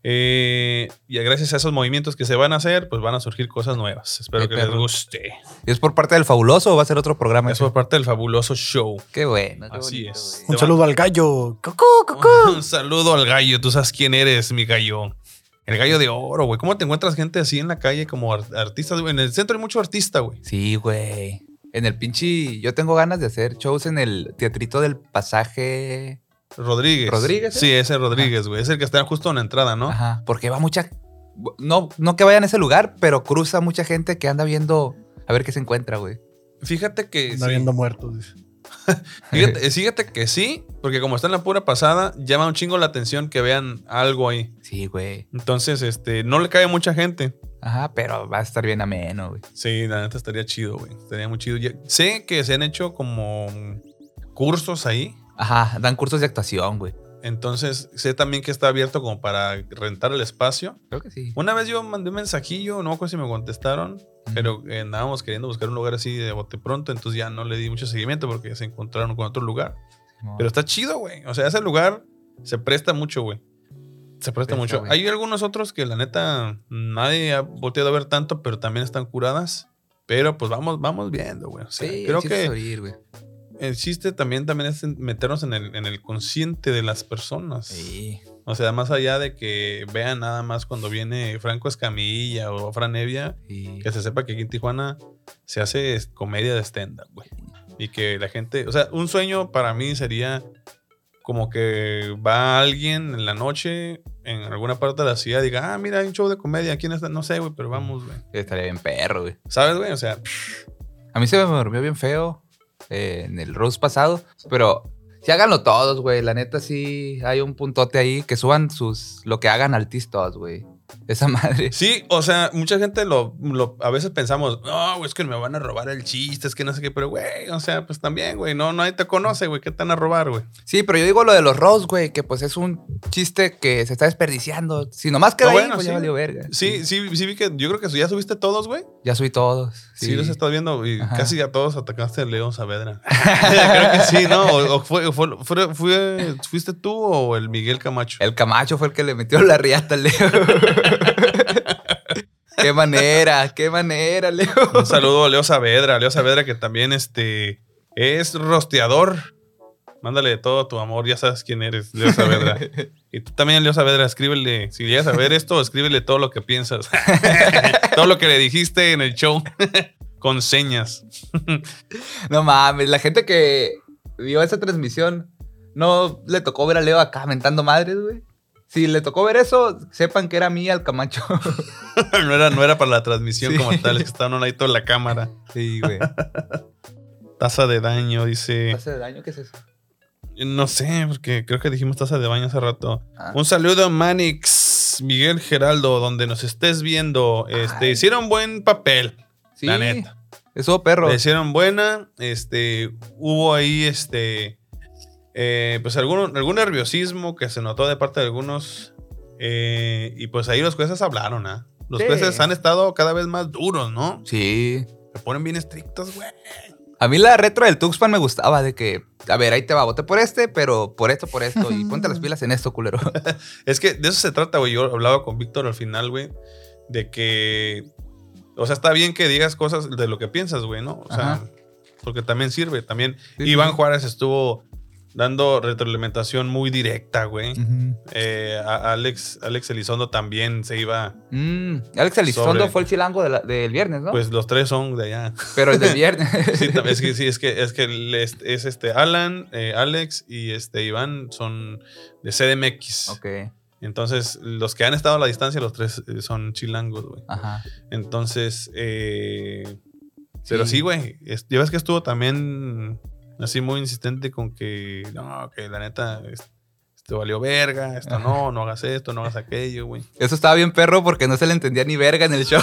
Speaker 1: eh, y gracias a esos movimientos que se van a hacer, pues van a surgir cosas nuevas. Espero
Speaker 2: Qué
Speaker 1: que les
Speaker 2: perro.
Speaker 1: guste.
Speaker 2: ¿Y ¿Es por parte del fabuloso o va a ser otro programa?
Speaker 1: Eso es parte del fabuloso show.
Speaker 2: Qué bueno. Qué
Speaker 1: Así
Speaker 2: bonito,
Speaker 1: es.
Speaker 2: güey.
Speaker 1: Te
Speaker 3: Un
Speaker 1: va-
Speaker 3: saludo al gallo. Cucú, cucú.
Speaker 1: Un saludo al gallo. Tú sabes quién eres, mi gallo. El gallo de oro, güey. ¿Cómo te encuentras gente así en la calle como ar- artistas? güey? En el centro hay mucho artista, güey.
Speaker 2: Sí, güey. En el pinche. Yo tengo ganas de hacer shows en el teatrito del pasaje.
Speaker 1: Rodríguez.
Speaker 2: ¿Rodríguez, eh?
Speaker 1: Sí, ese Rodríguez, güey. Es el que está justo en la entrada, ¿no?
Speaker 2: Ajá. Porque va mucha. No, no que vayan a ese lugar, pero cruza mucha gente que anda viendo a ver qué se encuentra, güey.
Speaker 1: Fíjate que
Speaker 3: Está
Speaker 1: sí.
Speaker 3: viendo muertos. dice.
Speaker 1: Fíjate, eh, fíjate que sí, porque como está en la pura pasada, llama un chingo la atención que vean algo ahí.
Speaker 2: Sí, güey.
Speaker 1: Entonces, este, no le cae a mucha gente.
Speaker 2: Ajá, pero va a estar bien ameno, güey.
Speaker 1: Sí, la neta estaría chido, güey. Estaría muy chido. Ya- sé que se han hecho como mm, cursos ahí.
Speaker 2: Ajá, dan cursos de actuación, güey.
Speaker 1: Entonces, sé también que está abierto como para rentar el espacio.
Speaker 2: Creo que sí.
Speaker 1: Una vez yo mandé un mensajillo, no me acuerdo si me contestaron, pero eh, andábamos queriendo buscar un lugar así de bote pronto, entonces ya no le di mucho seguimiento porque se encontraron con otro lugar.
Speaker 2: Simón.
Speaker 1: Pero está chido, güey. O sea, ese lugar se presta mucho, güey. Se presta
Speaker 2: Presta,
Speaker 1: mucho.
Speaker 2: güey.
Speaker 1: Hay algunos otros que la neta nadie ha volteado a ver tanto, pero también están curadas. Pero pues vamos, vamos viendo, güey. O sea,
Speaker 2: sí,
Speaker 1: creo
Speaker 2: el chiste es
Speaker 1: que
Speaker 2: abrir, güey.
Speaker 1: el chiste también, también es en- meternos en el, en el consciente de las personas.
Speaker 2: Sí.
Speaker 1: O sea, más allá de que vean nada más cuando viene Franco Escamilla o Fran Evia,
Speaker 2: sí.
Speaker 1: que se sepa que aquí en Tijuana se hace es- comedia de stand-up, güey. Y que la gente, o sea, un sueño para mí sería como que va alguien en la noche en alguna parte de la ciudad y diga, ah, mira, hay un show de comedia, ¿quién está? No sé, güey, pero vamos, güey.
Speaker 2: Estaría bien perro, güey.
Speaker 1: ¿Sabes, güey? O sea,
Speaker 2: A mí se me durmió bien feo eh, en el roast pasado, pero si háganlo todos, güey. La neta sí hay un puntote ahí que suban sus lo que hagan al todos, güey. Esa madre.
Speaker 1: Sí, o sea, mucha gente lo, lo- a veces pensamos, no, güey, es que me van a robar el chiste, es que no sé qué, pero güey, o sea, pues también, güey, no, nadie te conoce, güey, ¿qué te van a robar, güey?
Speaker 2: Sí, pero yo digo lo de los roast, güey, que pues es un chiste que se está desperdiciando. Si nomás queda
Speaker 1: Ah,
Speaker 2: ahí,
Speaker 1: bueno,
Speaker 2: pues
Speaker 1: sí.
Speaker 2: ya valió verga.
Speaker 1: Sí, sí, sí vi que, yo creo que ya subiste todos, güey.
Speaker 2: Ya subí todos.
Speaker 1: Sí, los estás viendo y
Speaker 2: Ajá.
Speaker 1: casi a todos atacaste a León Saavedra. creo que sí, ¿no? O, o fue, fue- fue- fue- ¿Fuiste tú o el Miguel Camacho?
Speaker 2: El Camacho fue el que le metió la riata al Leo. qué manera, qué manera, Leo.
Speaker 1: Un saludo a Leo Saavedra, Leo Saavedra que también este, es rosteador. Mándale todo tu amor, ya sabes quién eres, Leo Saavedra. Y tú también, Leo Saavedra, escríbele. Si llegas a ver esto, escríbele todo lo que piensas. todo lo que le dijiste en el show. Con señas.
Speaker 2: No mames, la gente que vio esa transmisión no le tocó ver a Leo acá mentando madres, güey. Si le tocó ver eso, sepan que era mía el Camacho.
Speaker 1: no, era, no era para la transmisión
Speaker 2: Sí.
Speaker 1: como tal, es que estaban a un ladito de la cámara.
Speaker 2: Sí, güey.
Speaker 1: Tasa de daño, dice.
Speaker 2: ¿Hace daño? ¿Qué es eso?
Speaker 1: No sé, porque creo que dijimos tasa de baño hace rato.
Speaker 2: Ah.
Speaker 1: Un saludo a Manix, Miguel Geraldo, donde nos estés viendo. Este,
Speaker 2: Ay.
Speaker 1: hicieron buen papel,
Speaker 2: Sí,
Speaker 1: la neta.
Speaker 2: Eso, perro.
Speaker 1: Le hicieron buena. Este, hubo ahí este. eh, pues algún, algún nerviosismo que se notó de parte de algunos. eh, y pues ahí los jueces hablaron, ¿ah? Los
Speaker 2: Sí.
Speaker 1: jueces han estado cada vez más duros, ¿no?
Speaker 2: Sí.
Speaker 1: Se ponen bien estrictos, güey.
Speaker 2: A mí la retro del Tuxpan me gustaba de que, a ver, ahí te va, voté por este, pero por esto, por esto, y ponte las pilas en esto, culero.
Speaker 1: Es que de eso se trata, güey. Yo hablaba con Víctor al final, güey, de que. O sea, está bien que digas cosas de lo que piensas, güey, ¿no? O sea,
Speaker 2: Ajá.
Speaker 1: porque también sirve. También
Speaker 2: Sí,
Speaker 1: Iván
Speaker 2: sí.
Speaker 1: Juárez estuvo dando retroalimentación muy directa, güey.
Speaker 2: Ujú.
Speaker 1: Eh, a- Alex, Alex Elizondo también se iba.
Speaker 2: Mm, Alex Elizondo
Speaker 1: Sobre-
Speaker 2: fue el chilango de la- del viernes, ¿no?
Speaker 1: Pues los tres son de allá.
Speaker 2: pero el del viernes.
Speaker 1: Sí, tam- es que sí, es que, es que el- es, es este Alan, eh, Alex y este Iván son de CDMX.
Speaker 2: ok,
Speaker 1: Entonces, los que han estado a la distancia, los tres eh, son chilangos, güey.
Speaker 2: ajá.
Speaker 1: Entonces, eh, pero sí, güey. es- Ya ves que estuvo también así muy insistente con que, no, que la neta, es- esto valió verga, esto
Speaker 2: Ajá.
Speaker 1: no, no hagas esto, no hagas aquello, güey.
Speaker 2: Eso estaba bien perro porque no se le entendía ni verga en el show.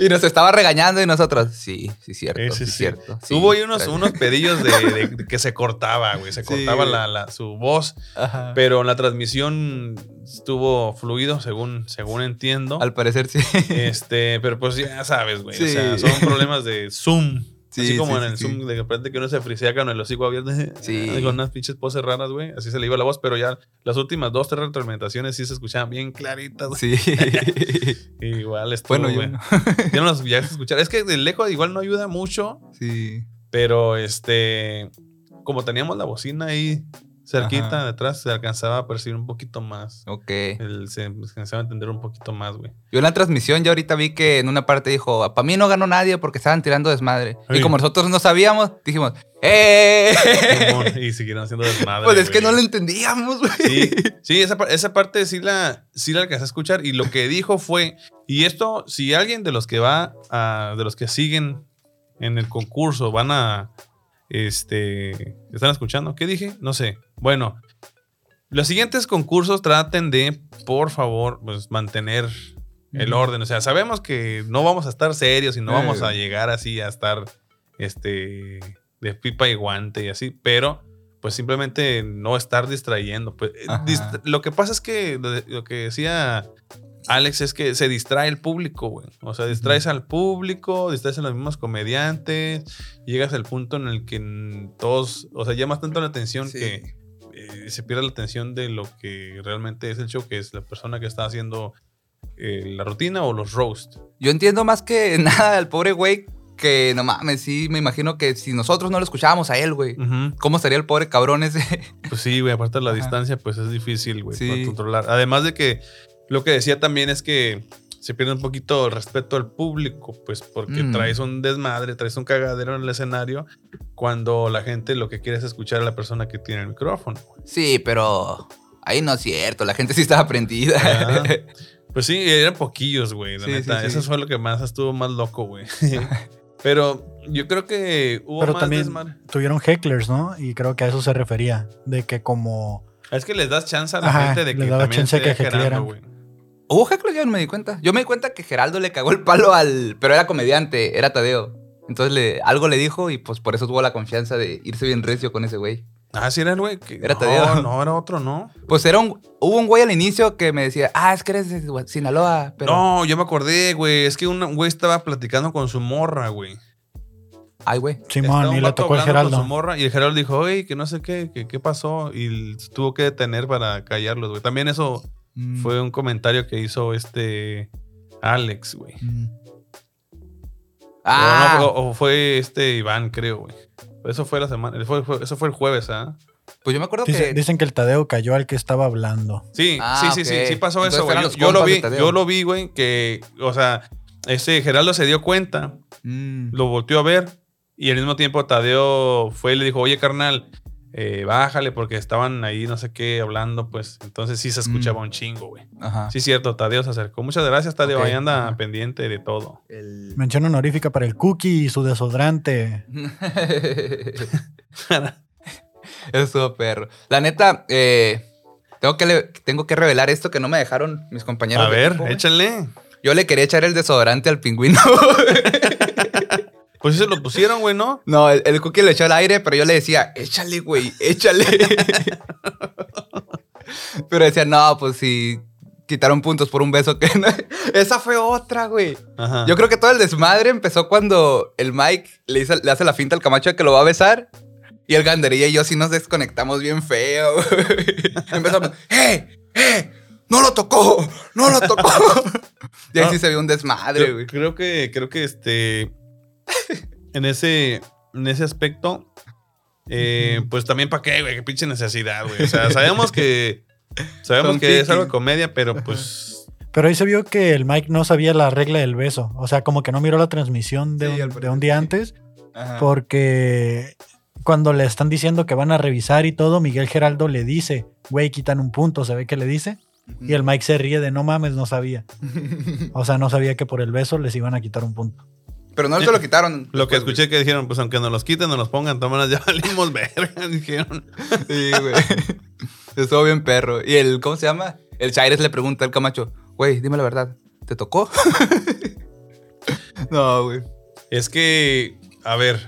Speaker 2: y nos estaba regañando y nosotros, sí, sí, cierto,
Speaker 1: Sí, sí,
Speaker 2: sí,
Speaker 1: sí.
Speaker 2: cierto. sí,
Speaker 1: Hubo ahí unos,
Speaker 2: gracias".
Speaker 1: unos pedillos de, de- de que se cortaba, güey. Se
Speaker 2: Sí,
Speaker 1: cortaba
Speaker 2: güey.
Speaker 1: la- la- su voz,
Speaker 2: Ajá.
Speaker 1: pero en la transmisión estuvo fluido, según, según entiendo.
Speaker 2: Al parecer sí.
Speaker 1: Este, pero pues ya sabes, güey. O
Speaker 2: Sí.
Speaker 1: sea, son problemas de Zoom.
Speaker 2: Sí,
Speaker 1: así como
Speaker 2: sí,
Speaker 1: en
Speaker 2: sí,
Speaker 1: el
Speaker 2: sí.
Speaker 1: Zoom, de repente que uno se frisea con el hocico abierto.
Speaker 2: Sí.
Speaker 1: Con unas pinches poses raras, güey. Así se le iba la voz, pero ya las últimas dos, tres retroalimentaciones sí se escuchaban bien claritas. güey.
Speaker 2: sí.
Speaker 1: Igual estuvo,
Speaker 2: bueno, yo
Speaker 1: güey.
Speaker 2: no.
Speaker 1: Ya no las llegaste a escuchar. Es que de lejos igual no ayuda mucho.
Speaker 2: Sí.
Speaker 1: Pero este, como teníamos la bocina ahí cerquita
Speaker 2: Ajá.
Speaker 1: detrás, se alcanzaba a percibir un poquito más.
Speaker 2: Ok.
Speaker 1: El- se se alcanzaba a entender un poquito más, güey.
Speaker 2: Yo en la transmisión ya ahorita vi que en una parte dijo, para mí no ganó nadie porque estaban tirando desmadre.
Speaker 1: Sí.
Speaker 2: Y como nosotros no sabíamos, dijimos, ¡eh!
Speaker 1: Simón, y siguieron haciendo desmadre.
Speaker 2: pues es que
Speaker 1: güey.
Speaker 2: no lo entendíamos, güey.
Speaker 1: Sí, sí esa, par- esa parte sí la, sí la alcancé a escuchar. Y lo que dijo fue, y esto, si alguien de los que va, a- de los que siguen en el concurso van a, este, están escuchando, ¿qué dije? No sé. Bueno, los siguientes concursos traten de, por favor, pues mantener el
Speaker 2: Ujú.
Speaker 1: orden. O sea, sabemos que no vamos a estar serios y no
Speaker 2: Eh.
Speaker 1: vamos a llegar así a estar, este, de pipa y guante y así, pero pues simplemente no estar distrayendo. Pues, eh,
Speaker 2: Ajá.
Speaker 1: dist- lo que pasa es que lo, de- lo que decía Alex es que se distrae el público, güey. O sea, distraes al público, distraes a los mismos comediantes, llegas al punto en el que mm, todos, o sea, llamas tanto la atención
Speaker 2: Sí.
Speaker 1: que eh, se pierde la atención de lo que realmente es el show, que es la persona que está haciendo eh, la rutina o los roast.
Speaker 2: Yo entiendo más que nada al pobre güey que no mames, sí, me imagino que si nosotros no lo escuchábamos a él, güey,
Speaker 1: Ujú.
Speaker 2: ¿cómo estaría el pobre cabrón ese?
Speaker 1: Pues sí, güey, aparte de la
Speaker 2: Ajá.
Speaker 1: distancia, pues es difícil, güey,
Speaker 2: Sí.
Speaker 1: para controlar. Además de que lo que decía también es que se pierde un poquito el respeto al público, pues porque
Speaker 2: Mm.
Speaker 1: traes un desmadre, traes un cagadero en el escenario, cuando la gente lo que quiere es escuchar a la persona que tiene el micrófono. güey.
Speaker 2: Sí, pero ahí no es cierto, la gente sí estaba prendida.
Speaker 1: Ah. Pues sí, eran poquillos, güey, la
Speaker 2: Sí, sí,
Speaker 1: neta.
Speaker 2: sí.
Speaker 1: Eso fue lo que más estuvo más loco, güey. Pero yo creo que hubo
Speaker 3: Pero
Speaker 1: más
Speaker 3: también
Speaker 1: desmadre.
Speaker 3: tuvieron hecklers, ¿no? Y creo que a eso se refería. De que como.
Speaker 1: Es que les das chance a la
Speaker 3: Ajá,
Speaker 1: gente de que
Speaker 3: les daba
Speaker 1: también
Speaker 3: chance
Speaker 1: esté
Speaker 3: que
Speaker 1: gerando,
Speaker 3: heclearan.
Speaker 1: güey.
Speaker 2: Hubo heckler, yo no me di cuenta. Yo me di cuenta que Geraldo le cagó el palo al. Pero era comediante, era Tadeo. Entonces le, algo le dijo y pues por eso tuvo la confianza de irse bien recio con ese güey.
Speaker 1: Ah, sí, era el güey. que-
Speaker 2: Era
Speaker 1: no,
Speaker 2: Tadeo.
Speaker 1: no, era otro, ¿no?
Speaker 2: Pues era un, hubo un güey al inicio que me decía, ah, es que eres de Gua- Sinaloa, pero.
Speaker 1: No, yo me acordé, güey. Es que un güey estaba platicando con su morra, güey.
Speaker 2: Ay, güey.
Speaker 1: Estaba
Speaker 3: Simón,
Speaker 1: un
Speaker 3: y le
Speaker 1: vato
Speaker 3: tocó el
Speaker 1: hablando Con su
Speaker 3: Geraldo.
Speaker 1: morra, y el Geraldo dijo, oye, que no sé qué, que qué pasó. Y tuvo que detener para callarlos, güey. También eso
Speaker 2: Mm,
Speaker 1: fue un comentario que hizo este Alex, güey.
Speaker 2: mm.
Speaker 1: Ah.
Speaker 2: Ah,
Speaker 1: o, o fue este Iván, creo, güey. Eso fue la semana, fue- fue- eso fue el jueves, ¿ah?
Speaker 2: pues yo me acuerdo
Speaker 3: Dice-
Speaker 2: que.
Speaker 3: dicen que el Tadeo cayó al que estaba hablando.
Speaker 1: Sí,
Speaker 2: Ah,
Speaker 1: sí, sí,
Speaker 2: ok.
Speaker 1: sí, sí pasó
Speaker 2: Entonces
Speaker 1: eso, güey.
Speaker 2: eran
Speaker 1: Yo,
Speaker 2: los
Speaker 1: yo lo
Speaker 2: compas de
Speaker 1: vi,
Speaker 2: Tadeo.
Speaker 1: yo lo vi, güey, que, o sea, este Geraldo se dio cuenta,
Speaker 2: Mm.
Speaker 1: lo volteó a ver y al mismo tiempo Tadeo fue y le dijo, oye, carnal, eh, bájale porque estaban ahí no sé qué hablando, pues entonces sí se escuchaba
Speaker 2: Mm.
Speaker 1: un chingo, güey.
Speaker 2: Ajá.
Speaker 1: Sí, cierto, Tadeo se acercó. Muchas gracias, Tadeo,
Speaker 2: Ok.
Speaker 1: ahí anda
Speaker 2: Ajá.
Speaker 1: pendiente de todo.
Speaker 2: El-
Speaker 3: Mención honorífica para el Cookie y su desodorante.
Speaker 2: Eso estuvo perro. La neta, eh, tengo, que le- tengo que revelar esto que no me dejaron mis compañeros.
Speaker 1: a
Speaker 2: de
Speaker 1: ver,
Speaker 2: equipo, güey.
Speaker 1: échale.
Speaker 2: Yo le quería echar el desodorante al pingüino.
Speaker 1: Pues eso lo pusieron, güey, ¿no?
Speaker 2: no, el, el cookie lo echó al aire, pero yo le decía, échale, güey, échale. pero decía, no, pues si quitaron puntos por un beso que no. Esa fue otra, güey.
Speaker 1: Ajá.
Speaker 2: Yo creo que todo el desmadre empezó cuando el Mike le, hizo- le hace la finta al Camacho de que lo va a besar. Y el Ganderilla y yo sí nos desconectamos bien feo. güey. Empezamos, ¡eh! ¡eh! ¡No lo tocó! ¡No lo tocó! y ahí sí se vio un desmadre,
Speaker 1: creo,
Speaker 2: güey.
Speaker 1: creo que creo que este en ese en ese aspecto eh, pues también para qué güey qué pinche necesidad güey o sea sabemos que sabemos
Speaker 2: Son
Speaker 1: que es
Speaker 2: piquis.
Speaker 1: algo de comedia pero pues
Speaker 3: Pero ahí se vio que el Mike no sabía la regla del beso. O sea, como que no miró la transmisión
Speaker 2: Sí,
Speaker 3: de,
Speaker 2: al
Speaker 3: un, de
Speaker 2: parecer
Speaker 3: un día
Speaker 2: sí.
Speaker 3: antes.
Speaker 2: Ajá.
Speaker 3: Porque cuando le están diciendo que van a revisar y todo, Miguel Geraldo le dice, güey, quitan un punto, se ve que le dice. Y el Mike se ríe de, no mames, no sabía. O sea, no sabía que por el beso les iban a quitar un punto.
Speaker 2: Pero no se lo quitaron.
Speaker 1: lo que
Speaker 2: después,
Speaker 1: escuché que dijeron pues aunque nos los quiten nos los pongan toman ya valimos verga dijeron
Speaker 2: güey. Sí, güey. Estuvo bien perro. Y el, ¿cómo se llama? El Chaires le pregunta al Camacho, güey, dime la verdad, ¿te tocó? no, güey.
Speaker 1: es que a ver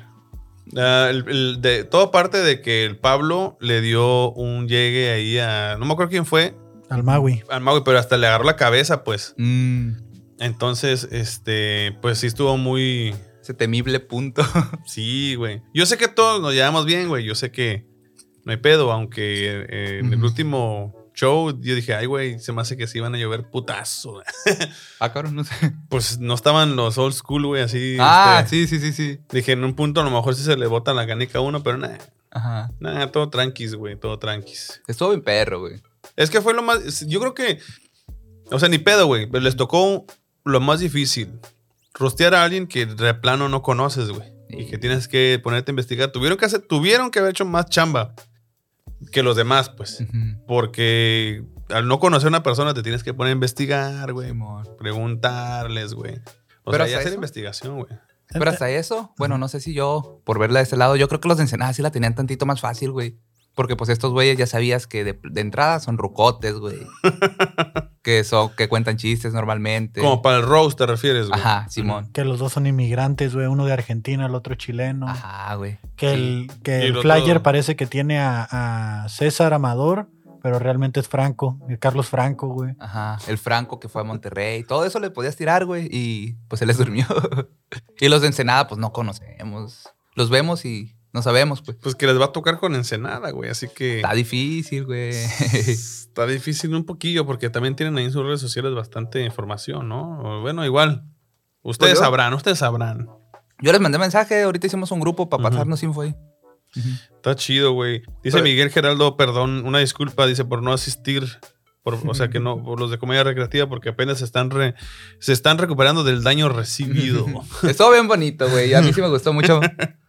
Speaker 1: ah, el- el de, todo parte de que el Pablo le dio un llegue ahí a no me acuerdo quién fue
Speaker 3: Al Maui.
Speaker 1: al Maui pero hasta le agarró la cabeza pues
Speaker 2: Mm,
Speaker 1: Entonces, este, pues sí estuvo muy.
Speaker 2: ese temible punto.
Speaker 1: Sí, güey. Yo sé que todos nos llevamos bien, güey. Yo sé que no hay pedo, aunque eh, en el
Speaker 2: Ujú.
Speaker 1: último show yo dije, ay, güey, se me hace que se iban a llover putazo.
Speaker 2: Ah, cabrón, no sé.
Speaker 1: Pues no estaban los old school, güey, así.
Speaker 2: ah,
Speaker 1: este,
Speaker 2: sí, sí, sí, sí.
Speaker 1: Dije, en un punto a lo mejor sí se le bota la canica a uno, pero nada,
Speaker 2: Ajá.
Speaker 1: nada, todo tranquis, güey, todo tranquis.
Speaker 2: Estuvo bien perro, güey.
Speaker 1: Es que fue lo más. Yo creo que. O sea, ni pedo, güey, pero les tocó lo más difícil. Rostear a alguien que de plano no conoces, güey. Y que tienes que ponerte a investigar. Tuvieron que, hacer, tuvieron que haber hecho más chamba que los demás, pues.
Speaker 2: Ujú.
Speaker 1: Porque al no conocer a una persona te tienes que poner a investigar, güey.
Speaker 2: Simón.
Speaker 1: Preguntarles, güey. O
Speaker 2: Pero
Speaker 1: sea, y
Speaker 2: hasta
Speaker 1: hacer
Speaker 2: eso-
Speaker 1: investigación, güey.
Speaker 2: Pero hasta eso, bueno, no sé si yo, por verla de ese lado, yo creo que los de Ensenada sí la tenían tantito más fácil, güey. Porque pues estos güeyes ya sabías que de, de entrada son rucotes, güey. que son, que cuentan chistes normalmente.
Speaker 1: Como para el roast te refieres, güey.
Speaker 2: Ajá, Simón.
Speaker 3: Que los dos son inmigrantes, güey. Uno de Argentina, el otro chileno.
Speaker 2: Ajá, güey.
Speaker 3: Que el,
Speaker 1: Y
Speaker 3: que el
Speaker 1: el otro-
Speaker 3: flyer parece que tiene a, a César Amador, pero realmente es Franco. el Carlos Franco, güey.
Speaker 2: Ajá. El Franco que fue a Monterrey. Todo eso le podías tirar, güey. Y pues se les durmió. y los de Ensenada, pues no conocemos. Los vemos y no sabemos, pues.
Speaker 1: Pues que les va a tocar con Ensenada, güey. Así que
Speaker 2: Está difícil, güey.
Speaker 1: está difícil un poquillo porque también tienen ahí en sus redes sociales bastante información, ¿no? Bueno, igual. Ustedes
Speaker 2: Pues yo-
Speaker 1: sabrán, ustedes sabrán.
Speaker 2: Yo les mandé mensaje, ahorita hicimos un grupo para
Speaker 1: Ujú.
Speaker 2: pasarnos info ahí.
Speaker 1: Está chido, güey. Dice
Speaker 2: Pues
Speaker 5: Pero-
Speaker 1: Miguel Geraldo, perdón, una disculpa, dice por no asistir. Por, o sea que no, por los de comedia recreativa, porque apenas se están re- se están recuperando del daño recibido.
Speaker 2: Estuvo bien bonito, güey. A mí sí me gustó mucho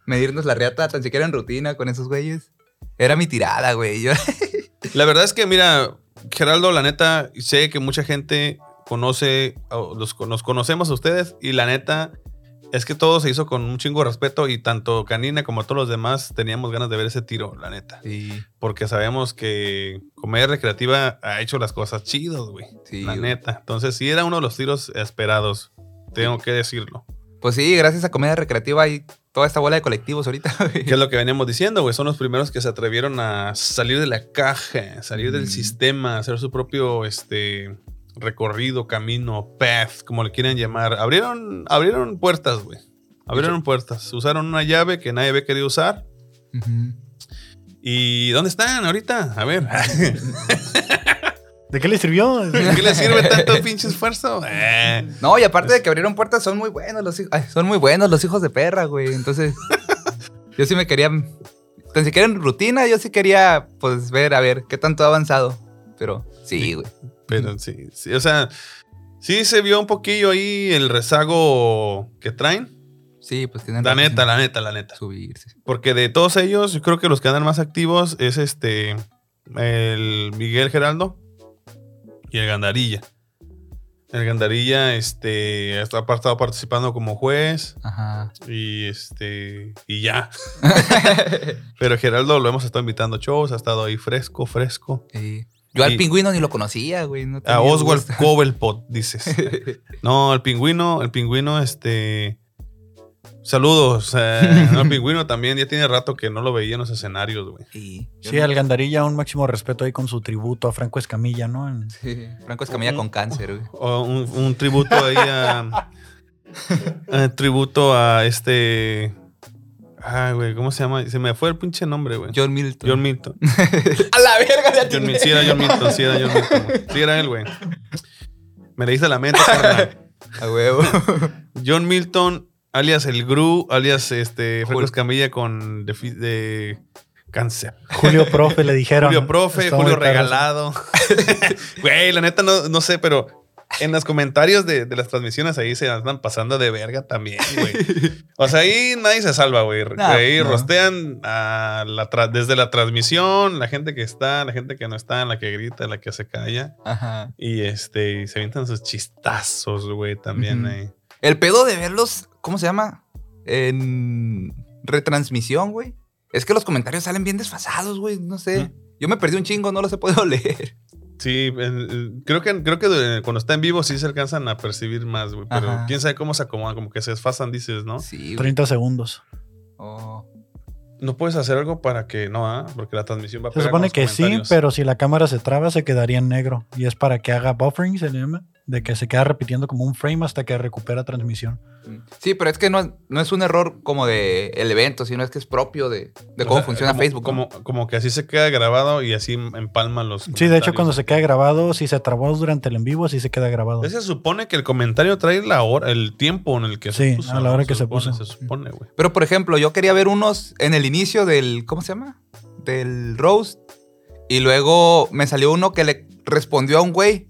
Speaker 2: medirnos la reata, tan siquiera en rutina con esos güeyes. Era mi tirada, güey. Yo-
Speaker 1: La verdad es que, mira, Geraldo, la neta, sé que mucha gente conoce, o los, nos conocemos a ustedes, y la neta, es que todo se hizo con un chingo de respeto, y tanto Canina como todos los demás teníamos ganas de ver ese tiro, la neta.
Speaker 2: Sí,
Speaker 1: Porque sabemos que Comedia Recreativa ha hecho las cosas chidas, güey.
Speaker 2: sí.
Speaker 1: la
Speaker 2: güey.
Speaker 1: neta. Entonces, sí era uno de los tiros esperados, tengo que decirlo.
Speaker 2: Pues sí, gracias a Comedia Recreativa y toda esta bola de colectivos ahorita, güey.
Speaker 1: Que es lo que veníamos diciendo, güey. Son los primeros que se atrevieron a salir de la caja, salir del
Speaker 2: Mm.
Speaker 1: sistema, hacer su propio este, recorrido, camino, path, como le quieran llamar. Abrieron, abrieron puertas, güey. Abrieron puertas. Usaron una llave que nadie había querido usar.
Speaker 2: Ujú.
Speaker 1: ¿Y dónde están ahorita? A ver.
Speaker 3: ¿De qué le sirvió?
Speaker 1: ¿De qué les sirve tanto pinche esfuerzo? Eh.
Speaker 2: No, y aparte de que abrieron puertas, son muy buenos los hijos. Son muy buenos los hijos de perra, güey. Entonces, yo sí me quería. Tan siquiera en rutina, yo sí quería, pues, ver, a ver, qué tanto ha avanzado. Pero sí, güey.
Speaker 1: Pero sí, sí, o sea, sí se vio un poquillo ahí el rezago que traen.
Speaker 2: Sí, pues tienen
Speaker 1: La
Speaker 2: razón.
Speaker 1: neta, la neta, la neta.
Speaker 2: subirse.
Speaker 1: Porque de todos ellos, yo creo que los que andan más activos es este. El Miguel Geraldo y el Gandarilla. El Gandarilla, este. Está ha estado participando como juez
Speaker 2: Ajá.
Speaker 1: y este. Y ya. Pero Geraldo lo hemos estado invitando a shows, ha estado ahí fresco, fresco.
Speaker 2: Sí. eh, Yo al
Speaker 1: Y-
Speaker 2: pingüino ni lo conocía, güey. no tenía
Speaker 1: A Oswald
Speaker 2: gusto.
Speaker 1: Cobblepot, dices. No, el pingüino, el pingüino, este. Saludos. eh, no, el pingüino también ya tiene rato que no lo veía en los escenarios, güey.
Speaker 2: Sí. yo
Speaker 3: Sí,
Speaker 2: no-
Speaker 3: al Gandarilla un máximo respeto ahí con su tributo a Franco Escamilla, ¿no? En-
Speaker 2: Sí, Franco Escamilla con cáncer, güey.
Speaker 1: O un, un tributo ahí a. a- tributo a este. Ay, güey, ¿cómo se llama? Se me fue el pinche nombre, güey.
Speaker 2: John Milton.
Speaker 1: John Milton.
Speaker 2: A la verga, le
Speaker 1: John
Speaker 2: atiné.
Speaker 1: Milton. Sí, era John Milton, sí era John Milton. güey. Sí era él, güey. Me leíste la mente, carnal.
Speaker 2: A huevo.
Speaker 1: John Milton, alias el Gru, alias este. Franco
Speaker 2: Jul-
Speaker 1: Escamilla con. defi- de cáncer.
Speaker 3: Julio Profe le dijeron.
Speaker 1: Julio Profe,
Speaker 3: Está
Speaker 1: Julio
Speaker 3: muy caro.
Speaker 1: Regalado. Güey, la neta no, no sé, pero en los comentarios de, de las transmisiones ahí se andan pasando de verga también, güey. O sea, ahí nadie se salva, güey.
Speaker 2: No,
Speaker 1: ahí
Speaker 2: Ah, no.
Speaker 1: rostean a la tra- desde la transmisión, la gente que está, la gente que no está, la que grita, la que se calla.
Speaker 2: Ajá.
Speaker 1: Y este, y se avientan sus chistazos, güey, también
Speaker 2: Ujú.
Speaker 1: ahí.
Speaker 2: El pedo de verlos, ¿cómo se llama? En retransmisión, güey. Es que los comentarios salen bien desfasados, güey. No sé. Yo me perdí un chingo, no los he podido leer.
Speaker 1: Sí, el- el- creo que, creo que eh, cuando está en vivo sí se alcanzan a percibir más, güey. Pero
Speaker 2: Ajá.
Speaker 1: quién sabe cómo se acomodan, como que se desfasan, dices, ¿no?
Speaker 2: Sí, güey.
Speaker 3: 30 segundos.
Speaker 2: Oh.
Speaker 1: No puedes hacer algo para que no, ¿ah? porque la transmisión va a
Speaker 3: Se
Speaker 1: pegar con
Speaker 3: supone
Speaker 1: los
Speaker 3: que sí,
Speaker 1: comentarios.
Speaker 3: pero si la cámara se traba, se quedaría en negro. Y es para que haga buffering, se le llama. De que se queda repitiendo como un frame hasta que recupera transmisión.
Speaker 2: Sí, pero es que no, es- no es un error como de el evento, sino es que es propio de, de
Speaker 1: O
Speaker 2: cómo
Speaker 1: sea,
Speaker 2: funciona
Speaker 1: como-
Speaker 2: Facebook. ¿no?
Speaker 1: Como, como que así se queda grabado y así empalman los.
Speaker 3: Sí, de hecho, cuando
Speaker 1: comentarios.
Speaker 3: se queda grabado, si se trabó durante el en vivo, sí se queda grabado.
Speaker 1: Se supone que el comentario trae la hora, el tiempo en el que
Speaker 3: Sí,
Speaker 1: se puso.
Speaker 3: a la
Speaker 1: ¿no?
Speaker 3: hora que se
Speaker 1: supone, Se
Speaker 3: puso.
Speaker 1: supone, güey.
Speaker 2: Pero por ejemplo, yo quería ver unos en el inicio del. ¿Cómo se llama? Del roast. Y luego me salió uno que le respondió a un güey.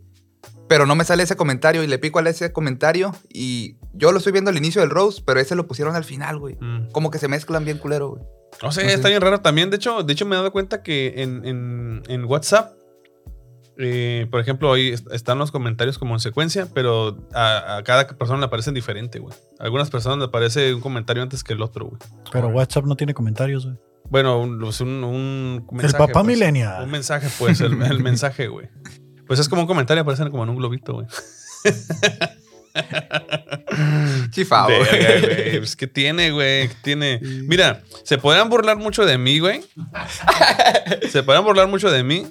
Speaker 2: Pero no me sale ese comentario. Y le pico a ese comentario. Y yo lo estoy viendo al inicio del roast. Pero ese lo pusieron al final, güey.
Speaker 1: Mm.
Speaker 2: Como que se mezclan bien culero, güey.
Speaker 1: O sea,
Speaker 2: No sé.
Speaker 1: está bien raro también. De hecho, de hecho me he dado cuenta que en, en- en WhatsApp, eh, por ejemplo, ahí est- están los comentarios como en secuencia, pero a, a cada persona le aparecen diferente, güey. A algunas personas le aparece un comentario antes que el otro, güey.
Speaker 3: pero WhatsApp no tiene comentarios, güey.
Speaker 1: Bueno, un, pues, un- un
Speaker 3: El
Speaker 1: mensaje,
Speaker 3: papá
Speaker 1: pues.
Speaker 3: millennial.
Speaker 1: Un mensaje, pues, el, el mensaje, güey. Pues es como un comentario, aparecen como en un globito, güey.
Speaker 2: Chifado,
Speaker 1: Verga,
Speaker 2: Ah, güey.
Speaker 1: güey. Pues, ¿Qué tiene, güey? ¿Qué tiene? Mira, se podrán burlar mucho de mí, güey. Se podrán burlar mucho de mí,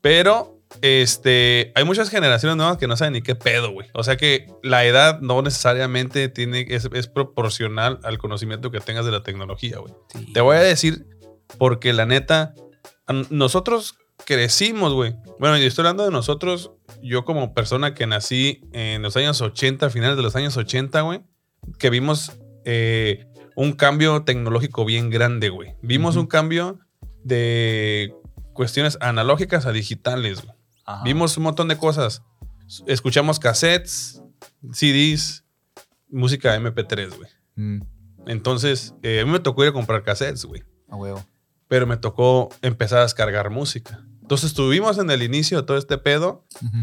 Speaker 1: pero este, hay muchas generaciones nuevas que no saben ni qué pedo, güey. O sea que la edad no necesariamente tiene, es, es proporcional al conocimiento que tengas de la tecnología, güey.
Speaker 2: Sí.
Speaker 1: Te voy a decir, porque la neta, a n- nosotros crecimos, güey. Bueno, yo estoy hablando de nosotros, yo como persona que nací en los años 80, finales de los años 80, güey, que vimos eh, un cambio tecnológico bien grande, güey. Vimos
Speaker 3: Ujú.
Speaker 1: un cambio de cuestiones analógicas a digitales, güey.
Speaker 2: Ajá.
Speaker 1: Vimos un montón de cosas. Escuchamos cassettes, CDs, música MP3, güey.
Speaker 2: Mm,
Speaker 1: Entonces, eh, a mí me tocó ir a comprar cassettes, güey.
Speaker 2: a huevo.
Speaker 1: Pero me tocó empezar a descargar música. Entonces, estuvimos en el inicio de todo este pedo
Speaker 2: Ujú.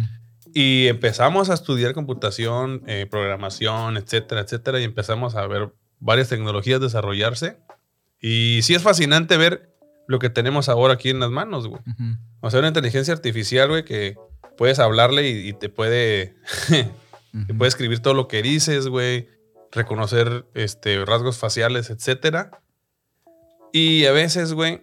Speaker 1: y empezamos a estudiar computación, eh, programación, etcétera, etcétera. Y empezamos a ver varias tecnologías desarrollarse. Y sí es fascinante ver lo que tenemos ahora aquí en las manos, güey.
Speaker 2: Ujú.
Speaker 1: O sea, una inteligencia artificial, güey, que puedes hablarle y, y te puede, te
Speaker 2: Ujú.
Speaker 1: puede escribir todo lo que dices, güey, reconocer este, rasgos faciales, etcétera. Y a veces, güey,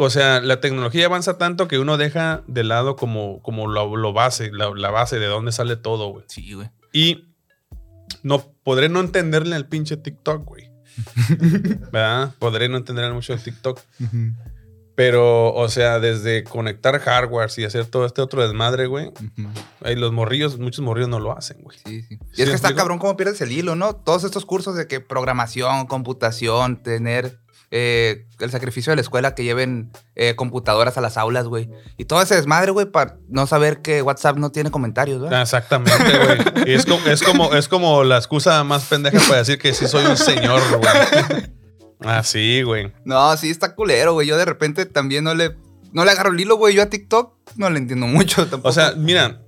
Speaker 1: o sea, la tecnología avanza tanto que uno deja de lado como, como lo, lo base, la, la base de dónde sale todo, güey.
Speaker 2: Sí, güey.
Speaker 1: Y no, podré no entenderle al pinche TikTok, güey. ¿Verdad? Podré no entenderle mucho al TikTok.
Speaker 2: Ujú.
Speaker 1: Pero, o sea, desde conectar hardwares y hacer todo este otro desmadre, güey.
Speaker 2: Ujú.
Speaker 1: ahí los morrillos, muchos morrillos no lo hacen, güey.
Speaker 2: Sí,
Speaker 1: ¿Sí
Speaker 2: sí. Y es
Speaker 1: me
Speaker 2: que está
Speaker 1: explico?
Speaker 2: cabrón cómo pierdes el hilo, ¿no? Todos estos cursos de que programación, computación, tener eh, el sacrificio de la escuela que lleven eh, computadoras a las aulas, güey. Y todo ese desmadre, güey, para no saber que WhatsApp no tiene comentarios,
Speaker 1: Ah,
Speaker 2: ¿verdad?
Speaker 1: Exactamente, güey. Y es, co- es como, es como la excusa más pendeja para decir que sí soy un señor, güey. Ah, sí, güey.
Speaker 2: No, sí, está culero, güey. Yo de repente también no le, no le agarro el hilo, güey. Yo a TikTok no le entiendo mucho tampoco.
Speaker 1: O sea, mira,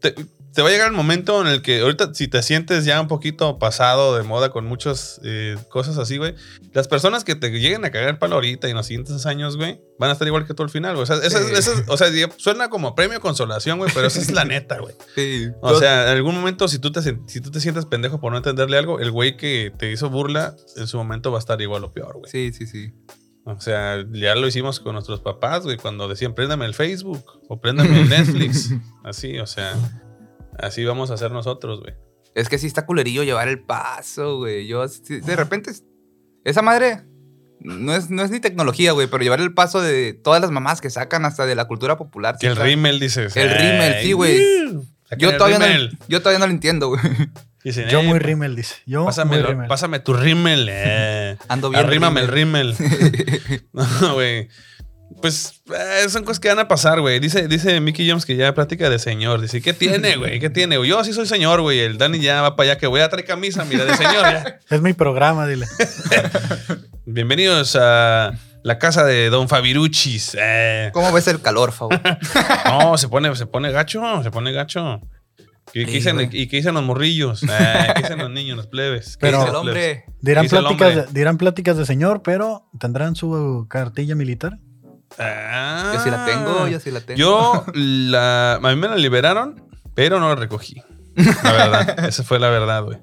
Speaker 1: te, te va a llegar el momento en el que ahorita si te sientes ya un poquito pasado de moda con muchas eh, cosas así, güey, las personas que te lleguen a cagar el palo ahorita y en los siguientes años, güey, van a estar igual que tú al final, güey. O sea, esa-
Speaker 2: Sí.
Speaker 1: esa- o sea, suena como premio consolación, güey, pero esa es la neta, güey.
Speaker 2: Sí.
Speaker 1: O sea, en algún momento, si tú, te, sen- si tú te sientes pendejo por no entenderle algo, el güey que te hizo burla, en su momento va a estar igual o peor, güey.
Speaker 2: Sí, sí, sí.
Speaker 1: O sea, ya lo hicimos con nuestros papás, güey, cuando decían, préndame el Facebook o préndame el Netflix. Así, o sea, así vamos a hacer nosotros, güey.
Speaker 2: Es que sí está culerillo llevar el paso, güey. Yo sí- de repente esa madre no es, no es ni tecnología, güey, pero llevar el paso de todas las mamás que sacan hasta de la cultura popular. sí
Speaker 1: Que el
Speaker 2: está-
Speaker 1: rímel, dices.
Speaker 2: El rímel, sí,
Speaker 1: "Ay,
Speaker 2: güey.
Speaker 1: saquen
Speaker 2: Yo
Speaker 1: el
Speaker 2: todavía, no,
Speaker 1: rímel".
Speaker 2: yo todavía no lo entiendo, güey.
Speaker 1: Dicen,
Speaker 3: Yo
Speaker 1: "Eh,
Speaker 3: muy rímel, dice. Yo muy
Speaker 1: pásamelo-
Speaker 3: rímel.
Speaker 1: Pásame tu rímel. eh".
Speaker 2: Ando bien.
Speaker 1: Arrímame
Speaker 2: rímel.
Speaker 1: el rímel. no, güey. Pues eh, son cosas que van a pasar, güey. Dice, dice Mickey Jones que ya platica de señor. Dice, ¿qué tiene, güey? ¿Qué tiene? Yo sí soy señor, güey. El Dani ya va para allá que voy a traer camisa, mira, de señor. ya.
Speaker 3: Es mi programa, dile.
Speaker 1: Bienvenidos a la casa de Don Fabiruchis. Eh,
Speaker 2: ¿Cómo ves el calor, favor?
Speaker 1: no, se pone, se pone gacho, se pone gacho. ¿Y qué
Speaker 2: Sí,
Speaker 1: dicen,
Speaker 2: güey.
Speaker 1: y qué dicen los morrillos? Eh, ¿Qué dicen los niños, los plebes? ¿Qué
Speaker 3: Pero-
Speaker 1: dicen
Speaker 2: el
Speaker 1: los plebes?
Speaker 2: hombre.
Speaker 3: Dirán
Speaker 1: Dice el
Speaker 3: pláticas,
Speaker 1: hombre.
Speaker 3: de, dirán pláticas de señor, pero ¿tendrán su cartilla militar?
Speaker 1: Ah.
Speaker 2: Yo sí la tengo, yo sí la tengo.
Speaker 1: Yo la. A mí me la liberaron, pero no la recogí. La verdad. Esa fue la verdad, güey.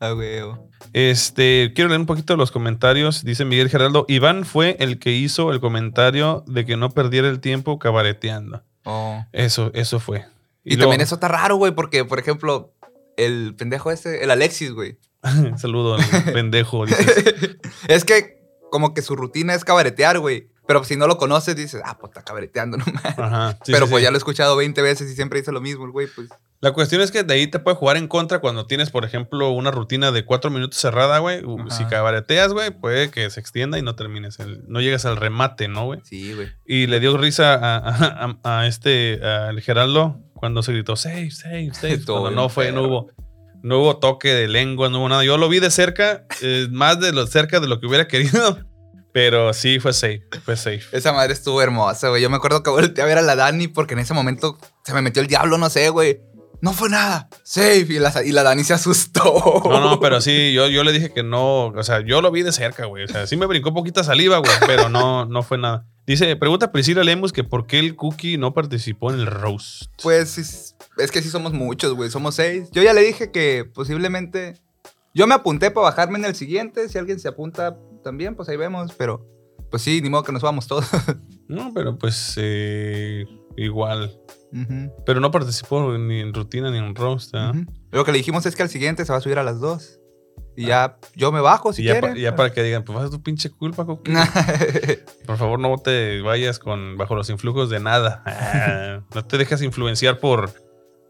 Speaker 2: Ah, güey. oh.
Speaker 1: Este, quiero leer un poquito los comentarios. Dice Miguel Geraldo. Iván fue el que hizo el comentario de que no perdiera el tiempo cabareteando.
Speaker 2: Oh.
Speaker 1: Eso, eso fue.
Speaker 2: Y,
Speaker 1: luego-
Speaker 2: también eso está raro, güey, porque, por ejemplo, el pendejo ese, el Alexis, güey.
Speaker 1: Saludo al pendejo. dices.
Speaker 2: es que como que su rutina es cabaretear, güey. Pero si no lo conoces, dices, ah, pues está cabareteando nomás.
Speaker 1: Ajá. Sí,
Speaker 2: pero
Speaker 1: sí,
Speaker 2: pues
Speaker 1: sí.
Speaker 2: ya lo he escuchado 20 veces y siempre dice lo mismo el güey, pues.
Speaker 1: La cuestión es que de ahí te puede jugar en contra cuando tienes, por ejemplo, una rutina de cuatro minutos cerrada, güey. U-
Speaker 2: Ajá.
Speaker 1: Si cabareteas, güey, puede que se extienda y no termines. el- no llegas al remate, ¿no, güey?
Speaker 2: Sí, güey.
Speaker 1: Y le dio risa a, a- a- a este, al Geraldo, cuando se gritó, save, save, save.
Speaker 2: Todo
Speaker 1: Cuando
Speaker 2: bien
Speaker 1: no fue, no
Speaker 2: perro.
Speaker 1: hubo, no hubo toque de lengua, no hubo nada. Yo lo vi de cerca, eh, más de lo cerca de lo que hubiera querido, pero sí fue safe, fue safe.
Speaker 2: Esa madre estuvo hermosa, güey. Yo me acuerdo que volteé a ver a la Dani porque en ese momento se me metió el diablo, no sé, güey. No fue nada. Safe. Y la, y la Dani se asustó.
Speaker 1: No, no, pero sí, yo, yo le dije que no, o sea, yo lo vi de cerca, güey. O sea, sí me brincó poquita saliva, güey, pero no, no fue nada. Dice, pregunta Priscila Lemus que por qué el cookie no participó en el roast.
Speaker 2: Pues es, es que sí somos muchos, güey. Somos seis. Yo ya le dije que posiblemente. Yo me apunté para bajarme en el siguiente. Si alguien se apunta también, pues ahí vemos. Pero pues sí, ni modo que nos vamos todos.
Speaker 1: No, pero pues eh, igual.
Speaker 2: Ujú,
Speaker 1: Pero no participó ni en rutina ni en roast, ¿ah?
Speaker 2: ujú. Lo que le dijimos es que al siguiente se va a subir a las dos. Y ya yo me bajo si
Speaker 1: Y ya,
Speaker 2: quiere.
Speaker 1: pa- ya para que digan, pues vas a tu pinche culpa, Cookie. Por favor, no te vayas con bajo los influjos de nada. Ah, no te dejas influenciar por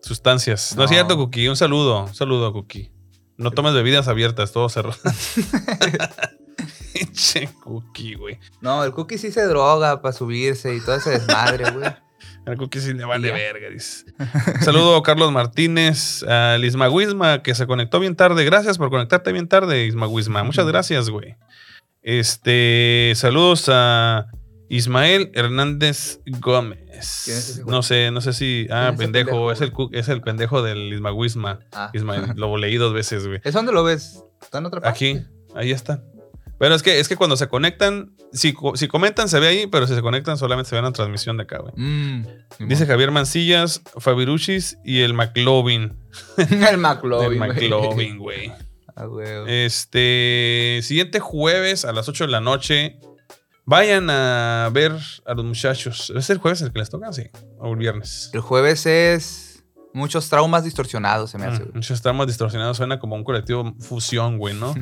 Speaker 1: sustancias. No, es
Speaker 2: No.
Speaker 1: cierto, Cookie. Un saludo, un saludo, Cookie. No tomes bebidas abiertas, todo cerrado. Pinche cookie, güey.
Speaker 2: No, el cookie sí se droga para subirse y todo ese desmadre, güey.
Speaker 1: Al cookie sí le
Speaker 2: Y
Speaker 1: vale
Speaker 2: ya.
Speaker 1: verga, dice. Saludo a Carlos Martínez, a Isma Guisma, que se conectó bien tarde. Gracias por conectarte bien tarde, Isma Guisma. Muchas gracias, güey. Este, saludos a Ismael Hernández Gómez.
Speaker 2: ¿Quién es ese güey?
Speaker 1: no sé, no sé si.
Speaker 2: es
Speaker 1: Ah,
Speaker 2: ese
Speaker 1: pendejo,
Speaker 2: pendejo,
Speaker 1: es, el, cu- es el pendejo del Isma Guisma.
Speaker 2: Ah.
Speaker 1: Ismael, lo leí dos veces, güey.
Speaker 2: ¿Es donde lo ves? ¿Está en otra parte?
Speaker 1: Aquí, ahí está. Pero es que, es que cuando se conectan, si, co- si comentan se ve ahí, pero si se conectan solamente se ve en la transmisión de acá, güey.
Speaker 2: Mm,
Speaker 1: Dice Javier Mancillas, Fabiruchis y el McLovin.
Speaker 2: el
Speaker 1: El
Speaker 2: McLovin. güey.
Speaker 1: McLovin, Eh. güey.
Speaker 2: Ah, güey.
Speaker 1: Este, siguiente jueves a las 8 de la noche, vayan a ver a los muchachos. ¿Es el jueves el que les toca? Sí. O el viernes.
Speaker 2: El jueves es muchos traumas distorsionados, se me hace,
Speaker 1: Mm,
Speaker 2: güey.
Speaker 1: Muchos estamos distorsionados, suena como un colectivo fusión, güey, ¿no?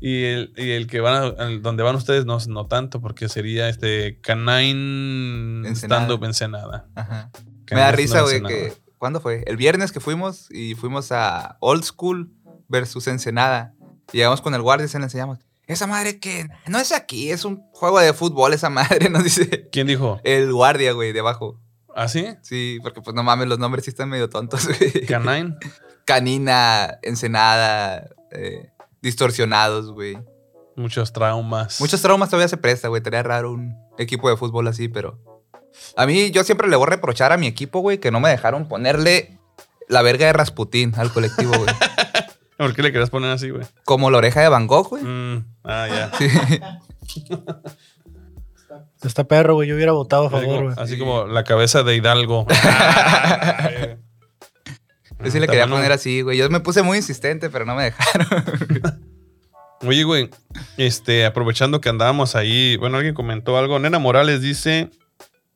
Speaker 1: y, el, y el que van a- al- donde van ustedes no, no tanto, porque sería este Canine
Speaker 2: Ensenada.
Speaker 1: Stand Up Ensenada.
Speaker 2: Ajá. Me
Speaker 1: Canine
Speaker 2: da
Speaker 1: Stand Up
Speaker 2: risa, güey,
Speaker 1: Ensenada.
Speaker 2: que... ¿Cuándo fue? El viernes que fuimos y fuimos a Old School versus Ensenada. Y llegamos con el guardia y se le enseñamos. Esa madre que no es aquí, es un juego de fútbol esa madre, nos dice
Speaker 1: ¿Quién dijo?
Speaker 2: el guardia, güey, de abajo.
Speaker 1: ¿Ah, sí?
Speaker 2: Sí, porque pues no mames, los nombres sí están medio tontos, güey.
Speaker 1: Canine.
Speaker 2: Canina, Ensenada, eh, distorsionados, güey.
Speaker 1: Muchos traumas.
Speaker 2: Muchos traumas todavía se presta, güey. Estaría raro un equipo de fútbol así, pero. A mí, yo siempre le voy a reprochar a mi equipo, güey, que no me dejaron ponerle la verga de Rasputín al colectivo, güey.
Speaker 1: ¿Por qué le querías poner así, güey?
Speaker 2: Como la oreja de Van Gogh, güey.
Speaker 1: Mm, ah, ya.
Speaker 2: Sí.
Speaker 3: Está perro, güey. Yo hubiera votado a
Speaker 1: Pues Así
Speaker 3: favor,
Speaker 1: como,
Speaker 3: güey.
Speaker 1: así como la cabeza de Hidalgo. Ah, Mm,
Speaker 2: Yo sí le quería poner así, güey. Yo me puse muy insistente, pero no me dejaron.
Speaker 1: Oye, güey, este, aprovechando que andábamos ahí, bueno, alguien comentó algo. Nena Morales dice: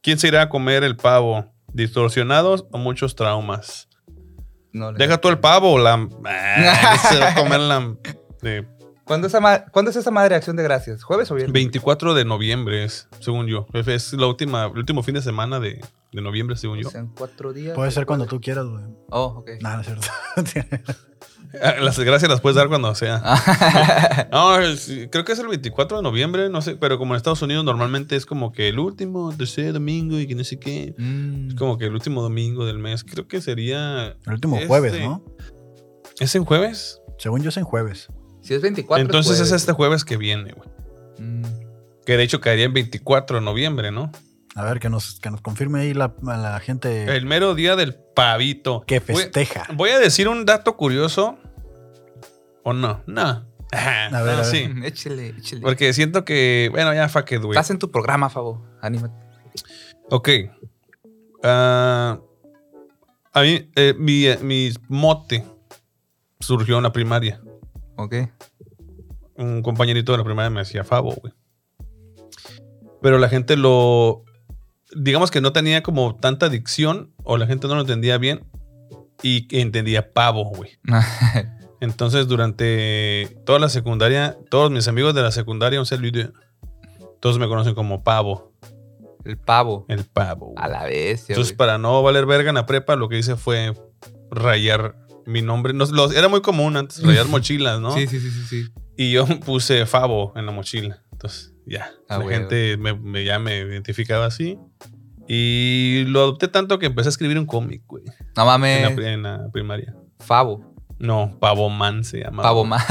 Speaker 1: ¿Quién se irá a comer el pavo? ¿Distorsionados o muchos traumas?
Speaker 2: No, le-
Speaker 1: Deja tú el pavo, la. Ah, se va a comer la. de
Speaker 2: ¿Cuándo, esa ma- ¿Cuándo es esa madre de acción de gracias? ¿Jueves o viernes?
Speaker 1: 24 de noviembre, es, según yo. Es la última, el último fin de semana de, de noviembre, según yo.
Speaker 2: O sea, en cuatro días.
Speaker 3: Puede ser cuando tú quieras, güey.
Speaker 2: Oh, ok.
Speaker 3: No, no es cierto.
Speaker 1: Ah, Las gracias las puedes dar cuando sea. No, es- creo que es el 24 de noviembre, no sé, pero como en Estados Unidos normalmente es como que el último, tercer domingo y que no sé qué.
Speaker 2: Mm.
Speaker 1: Es como que el último domingo del mes. Creo que sería.
Speaker 3: El último
Speaker 1: Este-
Speaker 3: jueves, ¿no?
Speaker 1: ¿Es en jueves?
Speaker 3: Según yo es en jueves.
Speaker 2: Si es 24.
Speaker 1: Entonces
Speaker 2: jueves.
Speaker 1: es este jueves que viene, güey.
Speaker 2: Mm.
Speaker 1: Que de hecho caería en 24 de noviembre, ¿no?
Speaker 3: A ver, que nos, que nos confirme ahí la, a la gente
Speaker 1: El mero día del pavito.
Speaker 3: que
Speaker 1: Voy-
Speaker 3: festeja.
Speaker 1: Voy, a decir un dato curioso. ¿O no? No. A
Speaker 3: ver, a ver.
Speaker 1: sí.
Speaker 2: Échale, échale.
Speaker 1: Porque siento que. Bueno, ya fuck it, güey.
Speaker 2: Estás en tu programa, Fabo. Anímate.
Speaker 1: Ok. Ah, a mí, eh, mi, eh, mi mote surgió en la primaria.
Speaker 2: Ok.
Speaker 1: Un compañerito de la primaria me decía Fabo, güey. Pero la gente lo. Digamos que no tenía como tanta dicción o la gente no lo entendía bien y que entendía pavo, güey. Entonces, durante toda la secundaria, todos mis amigos de la secundaria, un saludo, todos me conocen como pavo,
Speaker 2: El pavo.
Speaker 1: el pavo. güey.
Speaker 2: A la bestia.
Speaker 1: Entonces,
Speaker 2: güey.
Speaker 1: para no valer verga en la prepa, lo que hice fue rayar mi nombre. No, los- era muy común antes rayar mochilas, ¿no?
Speaker 2: Sí, sí, sí, sí, sí.
Speaker 1: Y yo puse Fabo en la mochila. Entonces, ya.
Speaker 2: Ah,
Speaker 1: la
Speaker 2: güey,
Speaker 1: gente me, me- ya me identificaba así. Y lo adopté tanto que empecé a escribir un cómic, güey.
Speaker 2: No
Speaker 1: En, la,
Speaker 2: mames.
Speaker 1: pri- en la primaria.
Speaker 2: Favo.
Speaker 1: No, Pavoman se llamaba.
Speaker 2: Pavo más.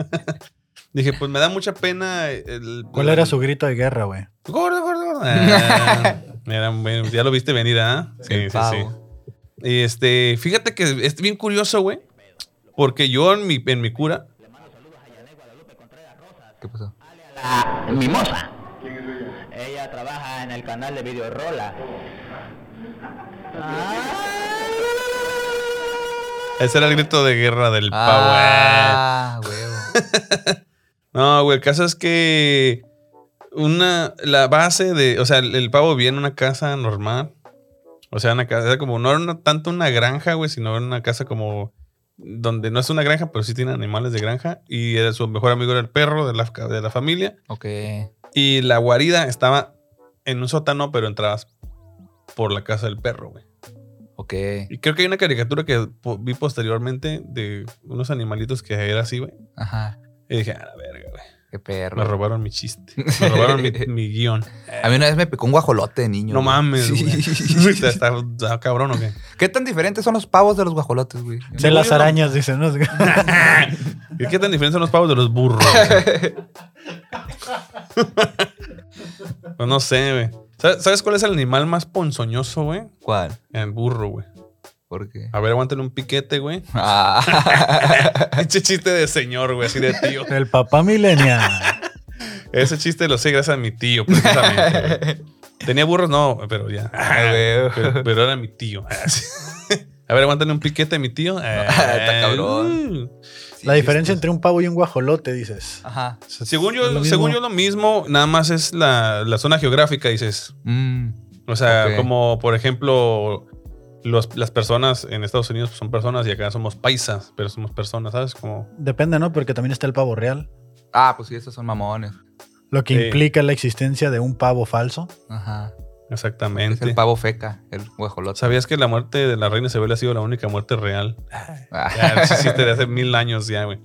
Speaker 1: Dije, pues me da mucha pena. el-
Speaker 3: ¿Cuál era su grito de guerra, güey?
Speaker 1: Gordo, gordo, gordo. Ah, era bueno, ya lo viste venir, ¿ah?
Speaker 2: El pavo.
Speaker 1: Y este, fíjate que es bien curioso, güey. Porque yo en mi, en mi cura,
Speaker 2: ¿Qué pasó?
Speaker 6: la mimosa. Ella trabaja en el canal de Video Rola.
Speaker 1: ese era el grito de guerra del pavo.
Speaker 2: Ah, huevo.
Speaker 1: No, güey, el caso es que una, la base de, o sea, el, el pavo vivía en una casa normal. O sea, una casa, era como, no era una- tanto una granja, güey, sino era una casa como, donde no es una granja, pero sí tiene animales de granja. Y era, su mejor amigo era el perro de la, ca- de la familia.
Speaker 2: Ok.
Speaker 1: Y la guarida estaba en un sótano, pero entrabas por la casa del perro, güey.
Speaker 2: Ok.
Speaker 1: Y creo que hay una caricatura que po- vi posteriormente de unos animalitos que era así, güey.
Speaker 2: Ajá.
Speaker 1: Y dije, a la verga, güey.
Speaker 2: Qué
Speaker 1: Me
Speaker 2: perro.
Speaker 1: robaron mi chiste. Me robaron mi, mi guión.
Speaker 2: A mí una vez me picó un guajolote de niño.
Speaker 1: No
Speaker 2: güey.
Speaker 1: mames,
Speaker 2: Sí.
Speaker 1: güey. ¿Está, está- está cabrón o qué?
Speaker 2: ¿Qué tan diferentes son los pavos de los guajolotes, güey?
Speaker 3: De las arañas, dicen. ¿no?
Speaker 1: ¿Y ¿Qué tan diferentes son los pavos de los burros? güey? pues no sé, güey. ¿Sabes- ¿Sabes cuál es el animal más ponzoñoso, güey?
Speaker 2: ¿Cuál?
Speaker 1: El burro, güey.
Speaker 2: ¿Por qué?
Speaker 1: A ver, aguántale un piquete, güey.
Speaker 2: Ah.
Speaker 1: Ese chiste de señor, güey, así de tío.
Speaker 3: El papá milenial.
Speaker 1: Ese chiste lo sé gracias a mi tío, precisamente. güey. Tenía burros, no, pero ya.
Speaker 2: Ah, güey.
Speaker 1: pero, pero era mi tío. A ver, aguántale un piquete a mi tío. Eh, mm.
Speaker 2: Está cabrón.
Speaker 3: La diferencia entre un pavo y un guajolote, dices.
Speaker 2: Ajá.
Speaker 1: Según
Speaker 3: Es lo
Speaker 1: yo, según yo
Speaker 3: mismo.
Speaker 1: lo mismo, nada más es la, la zona geográfica, dices.
Speaker 2: Mm,
Speaker 1: O sea,
Speaker 2: Ok.
Speaker 1: como por ejemplo, los- las personas en Estados Unidos pues, son personas y acá somos paisas, pero somos personas, ¿sabes? Como
Speaker 3: Depende, ¿no? Porque también está el pavo real.
Speaker 2: Ah, pues sí, esos son mamones.
Speaker 3: Lo que
Speaker 1: Sí.
Speaker 3: implica la existencia de un pavo falso.
Speaker 2: Ajá. Es
Speaker 1: exactamente.
Speaker 2: el pavo feca, el guajolote.
Speaker 1: ¿Sabías que la muerte de la reina Isabel ha sido la única muerte real?
Speaker 2: Ah,
Speaker 1: Ya, ese chiste de hace mil años ya, güey.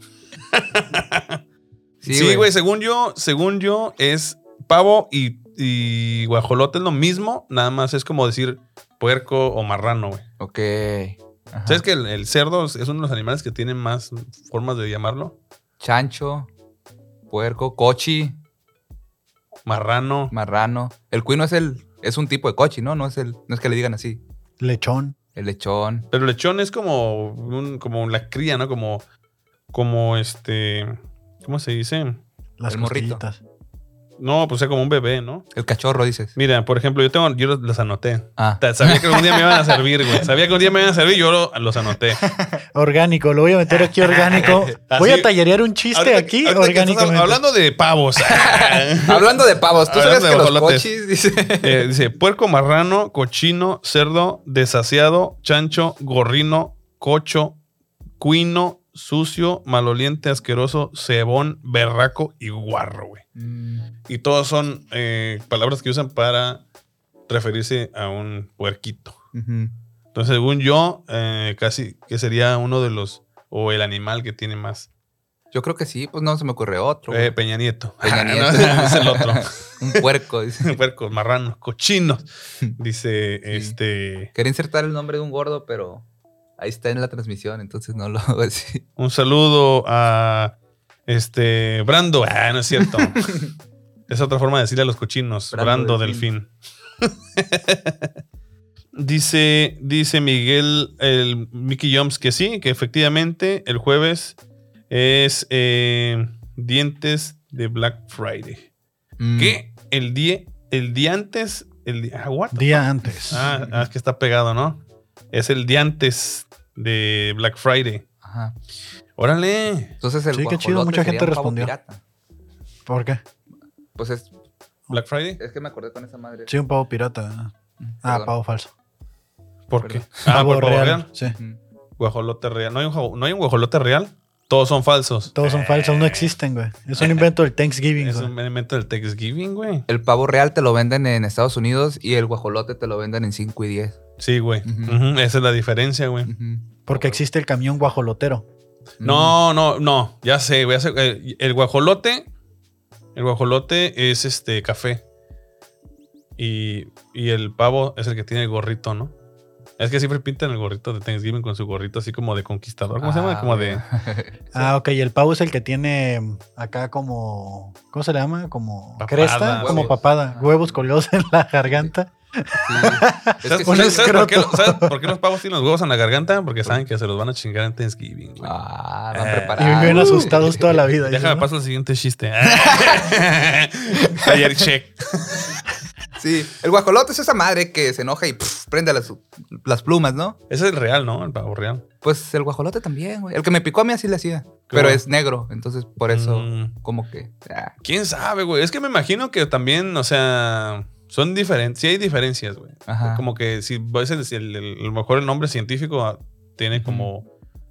Speaker 1: Sí, güey, según yo, según yo, es pavo y, y guajolote es lo mismo, nada más es como decir puerco o marrano, güey.
Speaker 2: Ok. Ajá.
Speaker 1: ¿Sabes que el, el cerdo es uno de los animales que tienen más formas de llamarlo?
Speaker 2: Chancho, puerco, cochi,
Speaker 1: Marrano.
Speaker 2: marrano. El cuino es el es un tipo de cochi, ¿no? No es el no es que le digan así.
Speaker 3: Lechón.
Speaker 2: El lechón.
Speaker 1: Pero lechón es como un, como la cría, ¿no? Como, como este, ¿cómo se dice?
Speaker 3: Las
Speaker 2: El morrito.
Speaker 3: costillitas.
Speaker 1: No, pues es como un bebé, ¿no?
Speaker 2: El cachorro dices.
Speaker 1: Mira, por ejemplo, yo tengo, yo los- los anoté.
Speaker 2: Ah.
Speaker 1: Ta- Sabía que algún día me iban a servir, güey. Sabía que un día me iban a servir, yo lo- los anoté.
Speaker 3: Orgánico. Lo voy a meter aquí orgánico. Voy
Speaker 1: Así-
Speaker 3: a tallerear un chiste
Speaker 1: Ahorita-
Speaker 3: aquí
Speaker 1: ahorita que
Speaker 3: orgánicamente.
Speaker 1: estás Hablando de pavos.
Speaker 2: Hablando de pavos, ¿tú
Speaker 1: Hablando de
Speaker 2: sabes que los
Speaker 1: guajolotes.
Speaker 2: cochis dice
Speaker 1: Eh, dice, puerco marrano, cochino, cerdo, desasiado, chancho, gorrino, cocho, cuino, sucio, maloliente, asqueroso, cebón, berraco y guarro, güey.
Speaker 2: Mm,
Speaker 1: Y todos son eh, palabras que usan para referirse a un puerquito.
Speaker 2: Ujú.
Speaker 1: Entonces, según yo, eh, casi que sería uno de los, o el animal que tiene más.
Speaker 2: Yo creo que sí, pues no se me ocurre otro.
Speaker 1: Eh,
Speaker 2: güey.
Speaker 1: Peña Nieto.
Speaker 2: Peña
Speaker 1: No,
Speaker 2: Nieto.
Speaker 1: es el otro.
Speaker 2: un puerco dice.
Speaker 1: Puercos, marranos, cochinos. Dice, este...
Speaker 2: Quería insertar el nombre de un gordo, pero ahí está en la transmisión, entonces no lo hago así.
Speaker 1: Un saludo a este Brando. Ah, no es cierto. es otra forma de decirle a los cochinos. Brando,
Speaker 2: Brando
Speaker 1: Delfín. dice, dice Miguel el Mickey Joms que sí, que efectivamente el jueves es eh, dientes de Black Friday.
Speaker 2: Mm.
Speaker 1: Que el día, el día antes, el día, ah, what?
Speaker 3: Día antes.
Speaker 1: Ah, ah, es que está pegado, ¿no? Es el día antes de Black Friday.
Speaker 2: Mm, Ajá.
Speaker 1: Órale.
Speaker 2: Entonces el
Speaker 3: Sí, qué chido,
Speaker 2: guajolote
Speaker 3: mucha
Speaker 2: sería
Speaker 3: gente
Speaker 2: un pavo
Speaker 3: respondió.
Speaker 2: pirata.
Speaker 3: ¿Por qué?
Speaker 2: Pues es,
Speaker 1: Black Friday.
Speaker 2: es que me acordé con esa madre.
Speaker 3: Sí, un pavo pirata. Ah,
Speaker 2: Perdón.
Speaker 3: pavo falso.
Speaker 1: ¿Por
Speaker 2: Perdón.
Speaker 1: qué? Ah,
Speaker 3: pavo
Speaker 1: por favor, real.
Speaker 3: Sí.
Speaker 2: Mm.
Speaker 1: Guajolote real. ¿No hay, un, jao- no hay un guajolote real? Todos son falsos.
Speaker 3: Todos son falsos, no existen, güey. Es un invento del Thanksgiving,
Speaker 1: Eh. Es
Speaker 3: güey.
Speaker 1: un elemento del Thanksgiving, güey.
Speaker 2: El pavo real te lo venden en Estados Unidos y el guajolote te lo venden en 5 y 10.
Speaker 1: Sí, güey.
Speaker 2: Ujú.
Speaker 1: Ujú, Esa es la diferencia, güey.
Speaker 3: Porque existe el camión guajolotero.
Speaker 1: No, no, no. Ya sé, güey. ya sé. El, eh, el guajolote. El guajolote es este café. Y, y el pavo es el que tiene el gorrito, ¿no? Es que siempre pintan el gorrito de Thanksgiving con su gorrito así como de conquistador. ¿Cómo se llama? Como de.
Speaker 3: Ah, ok. Y el pavo es el que tiene mm, acá como. ¿Cómo se le llama? Como
Speaker 1: Papada,
Speaker 3: cresta, como
Speaker 2: huevos.
Speaker 3: papada.
Speaker 2: Ah.
Speaker 3: Huevos colgados en la garganta.
Speaker 2: Es que
Speaker 1: ¿Sabes, por,
Speaker 2: sí-
Speaker 3: un
Speaker 1: qué- sabes por qué,
Speaker 3: escroto.
Speaker 1: sabes por qué los pavos tienen los huevos en la garganta? Porque saben que se los van a chingar en Thanksgiving. güey.
Speaker 2: Ah, van
Speaker 1: Eh,
Speaker 2: preparados.
Speaker 3: Y viven asustados toda la vida.
Speaker 1: Déjame
Speaker 3: dices, ¿no?
Speaker 1: paso al siguiente chiste. Ayer check.
Speaker 2: Sí, el guajolote es esa madre que se enoja y pff, prende las, las plumas, ¿no?
Speaker 1: Ese es el real, ¿no? El pavo real.
Speaker 2: Pues el guajolote también, güey. El que me picó a mí así le hacía. Pero
Speaker 1: bueno.
Speaker 2: es negro, entonces por eso,
Speaker 1: Mm.
Speaker 2: como que. ah,
Speaker 1: ¿Quién sabe, güey? Es que me imagino que también, o sea, son diferentes. Sí hay diferencias, güey.
Speaker 2: Ajá.
Speaker 1: Como que si ves el, el- el- a lo mejor el nombre científico ah, tiene como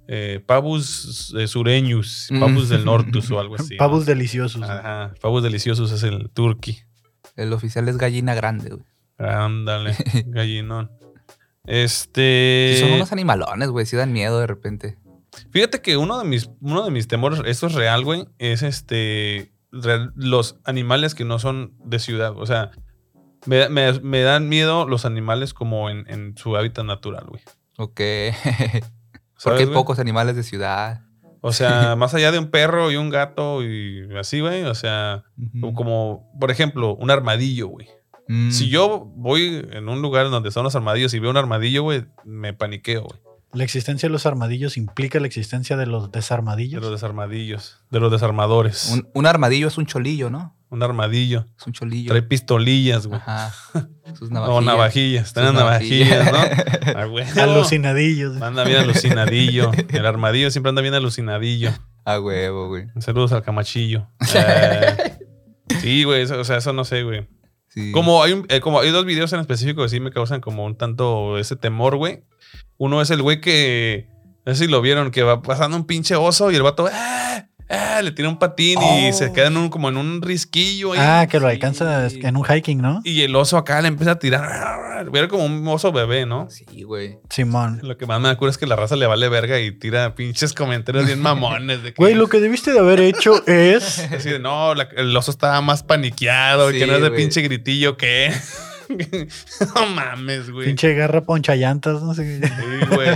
Speaker 1: eh, pavus eh, sureñus,
Speaker 2: Mm.
Speaker 1: pavus del nortus o algo así. ¿no?
Speaker 3: Pavos deliciosos. güey.
Speaker 1: Ajá, pavus deliciosos es el turqui.
Speaker 2: El oficial es gallina grande, güey.
Speaker 1: Ándale, gallinón. Este. Eh,
Speaker 2: Sí, son unos animalones, güey. Sí dan miedo de repente.
Speaker 1: Fíjate que uno de mis, uno de mis temores, esto es real, güey, es este. re- los animales que no son de ciudad. O sea, me, da- me- me dan miedo los animales como en, en su hábitat natural, güey.
Speaker 2: Ok.
Speaker 1: ¿Sabes,
Speaker 2: Porque hay
Speaker 1: güey?
Speaker 2: pocos animales de ciudad.
Speaker 1: O sea, más allá de un perro y un gato y así, güey. O sea,
Speaker 2: Ujú.
Speaker 1: como, por ejemplo, un armadillo, güey.
Speaker 2: Mm.
Speaker 1: Si yo voy en un lugar donde están los armadillos y veo un armadillo, güey, me paniqueo, güey.
Speaker 3: La existencia de los armadillos implica la existencia de los
Speaker 1: De
Speaker 3: desarmadillos.
Speaker 1: los desarmadillos, de los desarmadores. Un,
Speaker 2: Un, un armadillo es un cholillo, ¿no?
Speaker 1: armadillo.
Speaker 2: Es un cholillo.
Speaker 1: Trae pistolillas, güey.
Speaker 2: Ajá. Sus
Speaker 1: O
Speaker 2: navajillas.
Speaker 1: navajillas. Tienen
Speaker 2: Sus
Speaker 1: navajillas,
Speaker 2: navajillas.
Speaker 1: ¿no? Ah, güey.
Speaker 3: Alucinadillos.
Speaker 1: Anda bien alucinadillo. El armadillo siempre anda bien alucinadillo.
Speaker 2: A Ah, huevo, güey.
Speaker 1: Saludos al camachillo. Eh, sí, güey. eso- O sea, eso no sé, güey.
Speaker 2: Sí.
Speaker 1: Como hay, un- eh, como hay dos videos en específico que sí me causan como un tanto ese temor, güey. Uno es el güey que, no sé si lo vieron, que va pasando un pinche oso y el vato ¡ah! ¡ah! le tira un patín y
Speaker 3: Oh.
Speaker 1: se queda en un, como en un risquillo. ahí.
Speaker 3: Ah, que lo
Speaker 2: sí.
Speaker 3: alcanza en un hiking, ¿no?
Speaker 1: Y el oso acá le empieza a tirar. Era como un oso bebé, ¿no?
Speaker 2: Sí, güey.
Speaker 3: Simón.
Speaker 1: Lo que más me da cura es que la raza le vale verga y tira pinches comentarios bien mamones. De que,
Speaker 3: Güey, lo que debiste de haber hecho es.
Speaker 1: Así de, no, la- el oso estaba más paniqueado,
Speaker 2: Sí,
Speaker 1: que no es de
Speaker 2: güey.
Speaker 1: pinche gritillo que... no mames, güey.
Speaker 3: Pinche garra poncha llantas, no sé qué.
Speaker 1: Sí, güey.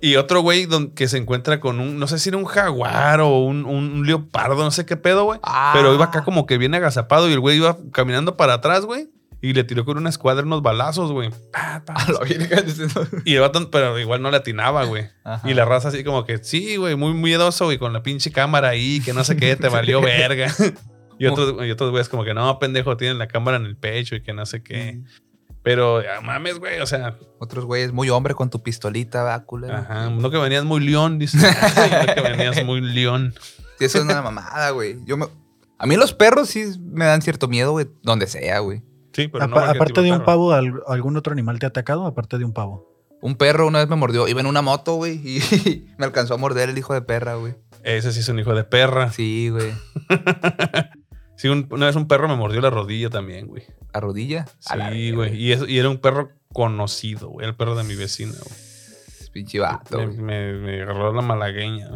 Speaker 1: Y otro güey don- que se encuentra con un, no sé si era un jaguar o un, un- un leopardo, no sé qué pedo, güey.
Speaker 2: Ah.
Speaker 1: Pero iba acá como que bien agazapado y el güey iba caminando para atrás, güey. Y le tiró con una escuadra unos balazos, güey. Pa, pa.
Speaker 2: A la verga, dice, no.
Speaker 1: Y el vato, pero igual no le atinaba, güey.
Speaker 2: Ajá.
Speaker 1: Y la raza así como que, sí, güey, muy miedoso, güey, con la pinche cámara ahí, que no sé qué, te valió verga. Y otros, y otros güeyes como que, no, pendejo, tienen la cámara en el pecho y que no sé qué. Pero, ah, mames, güey, o sea,
Speaker 2: Otros güeyes muy hombre con tu pistolita, va, culero.
Speaker 1: Ajá, no que venías muy león, dice. no que venías muy león.
Speaker 2: Sí, eso es una mamada, güey. Yo me... A mí los perros sí me dan cierto miedo, güey. Donde sea, güey.
Speaker 1: Sí, pero no
Speaker 3: Apa-
Speaker 1: cualquier tipo
Speaker 3: aparte de un
Speaker 1: perro.
Speaker 3: pavo, ¿al- ¿algún otro animal te ha atacado? Aparte de un pavo.
Speaker 2: Un perro una vez me mordió. Iba en una moto, güey. Y me alcanzó a morder el hijo de perra, güey.
Speaker 1: Ese sí es un hijo de perra. Sí,
Speaker 2: Sí, güey.
Speaker 1: un- una vez un perro me mordió la rodilla también, güey.
Speaker 2: ¿A rodilla? A la
Speaker 1: Sí,
Speaker 2: verga,
Speaker 1: güey. Y, eso- y era un perro conocido, güey. El perro de mi vecina, güey.
Speaker 2: Pinche vato,
Speaker 1: Me,
Speaker 2: güey.
Speaker 1: me- me agarró la malagueña.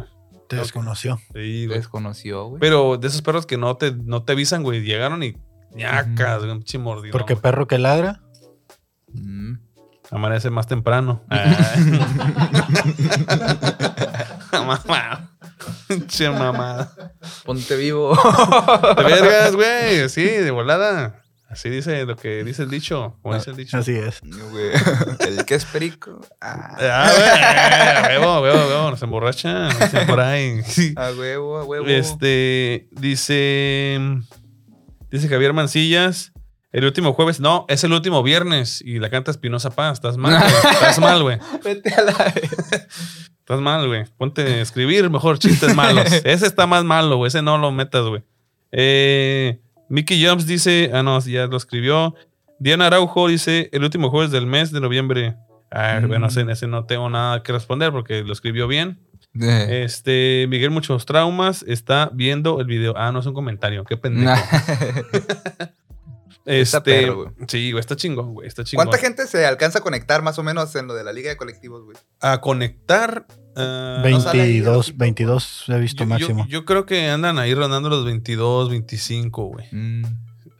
Speaker 3: Te
Speaker 1: Ok.
Speaker 3: desconoció.
Speaker 1: Sí, güey.
Speaker 2: Desconoció, güey.
Speaker 1: Pero de esos perros que no te, no te avisan, güey. Llegaron y ñacas, güey. Un pinche mordido.
Speaker 3: Porque perro que ladra.
Speaker 2: Mm.
Speaker 1: Amanece más temprano. Ah. Mamá. Pinche mamada.
Speaker 2: Ponte vivo.
Speaker 1: Te vergas, güey. Sí, de volada. Así dice lo que dice el dicho. Como dice el dicho.
Speaker 3: Así es.
Speaker 2: Güey. el que es perico. Ah,
Speaker 1: Ah, güey. Veo, veo, veo. Nos emborrachan. dicen por ahí.
Speaker 2: a huevo, a huevo.
Speaker 1: Este. Dice. Dice Javier Mancillas. El último jueves. No, es el último viernes. Y la canta Espinosa Paz. Estás mal, güey. Estás mal, güey.
Speaker 2: Vete a la...
Speaker 1: Estás mal, güey. Ponte a escribir mejor chistes malos. Ese está más malo, güey. Ese no lo metas, güey. Eh, Mickey Jumps dice. Ah, no, ya lo escribió. Diana Araujo dice: el último jueves del mes de noviembre. Ah,
Speaker 2: Mm.
Speaker 1: bueno, ese, ese no tengo nada que responder porque lo escribió bien.
Speaker 2: Eh,
Speaker 1: Este, Miguel Muchos Traumas está viendo el video. Ah, no es un comentario. Qué pendejo.
Speaker 2: nah.
Speaker 1: Este,
Speaker 2: Está perro, güey.
Speaker 1: Sí, güey, está chingón, güey. Está chingón.
Speaker 2: ¿Cuánta gente se alcanza a conectar más o menos en lo de la liga de colectivos, güey?
Speaker 1: A conectar. ah, no sé,
Speaker 7: sale ahí,
Speaker 3: 22,
Speaker 7: ¿no?
Speaker 3: 22 he visto
Speaker 1: yo- yo-
Speaker 3: máximo.
Speaker 1: yo creo que andan ahí rondando los 22, 25, güey.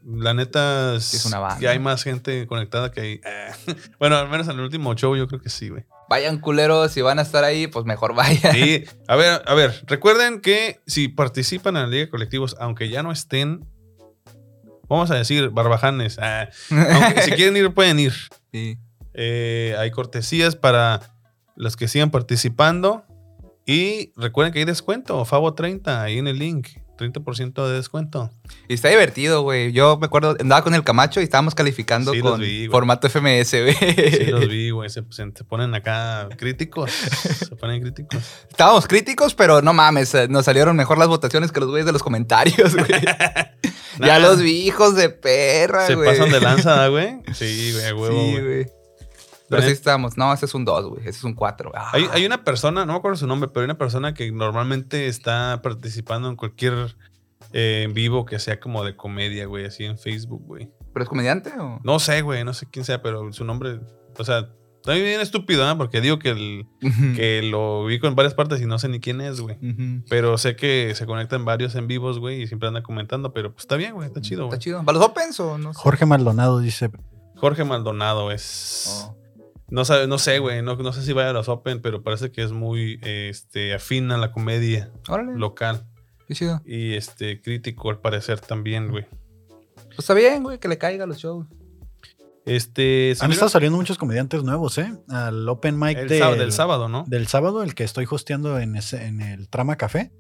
Speaker 1: La neta
Speaker 2: Sí, es una banda.
Speaker 1: Ya hay más gente conectada que ahí. bueno, al menos en el último show yo creo que sí, güey.
Speaker 2: Vayan culeros, si van a estar ahí, pues mejor vayan.
Speaker 1: Sí. A ver, a ver, recuerden que si participan en la Liga de Colectivos, aunque ya no estén, vamos a decir, barbajanes. ah, aunque si quieren ir, pueden ir.
Speaker 2: Sí.
Speaker 1: Eh, hay cortesías para los que sigan participando. Y recuerden que hay descuento, Favo 30, ahí en el link. 30% de descuento.
Speaker 2: Y está divertido, güey. Yo me acuerdo, andaba con el Camacho y estábamos calificando
Speaker 1: Sí, los
Speaker 2: con
Speaker 1: vi, güey.
Speaker 2: formato FMS, güey.
Speaker 1: Sí, los vi, güey. Se, se ponen acá críticos. Se ponen críticos.
Speaker 2: Estábamos críticos, pero no mames, eh, nos salieron mejor las votaciones que los güeyes de los comentarios, güey.
Speaker 1: Nah.
Speaker 2: ya los vi, hijos de perra,
Speaker 1: Se
Speaker 2: güey.
Speaker 1: pasan de lanza, güey. Sí, güey, a huevo.
Speaker 2: Sí,
Speaker 1: güey.
Speaker 2: güey. Pero
Speaker 1: La
Speaker 2: sí
Speaker 1: neta-
Speaker 2: estábamos. No, ese es un 2, güey. Ese es un Ah. 4.
Speaker 1: Hay, hay una persona, no me acuerdo su nombre, pero hay una persona que normalmente está participando en cualquier eh, en vivo que sea como de comedia, güey, así en Facebook, güey.
Speaker 2: ¿Pero es comediante o...?
Speaker 1: No sé, güey, no sé quién sea, pero su nombre, o sea, Estoy bien estúpido, ¿ah? Porque digo que, el,
Speaker 2: Mm.
Speaker 1: que lo ubico en varias partes y no sé ni quién es, güey.
Speaker 2: Ujú.
Speaker 1: Pero sé que se conectan varios en vivos, güey, y siempre andan comentando, pero pues está bien, güey, está chido,
Speaker 2: Mm, Está
Speaker 1: güey.
Speaker 2: chido. ¿Para los Opens o no? sé?
Speaker 3: Jorge Maldonado dice,
Speaker 1: Jorge Maldonado es...
Speaker 2: Oh.
Speaker 1: No, sabe, no sé, güey, no, no sé si vaya a los Open, pero parece que es muy este, afín a la comedia
Speaker 2: Órale.
Speaker 1: local
Speaker 2: Qué chido.
Speaker 1: y este crítico al parecer también, güey.
Speaker 2: Pues está bien, güey, que le caiga a los shows.
Speaker 1: Este,
Speaker 3: han
Speaker 1: salieron
Speaker 3: estado saliendo muchos comediantes nuevos, ¿eh? Al open mic
Speaker 1: el
Speaker 3: del,
Speaker 1: sábado, del sábado, ¿no?
Speaker 3: del sábado, el que estoy hosteando en, ese- en el Trama Café.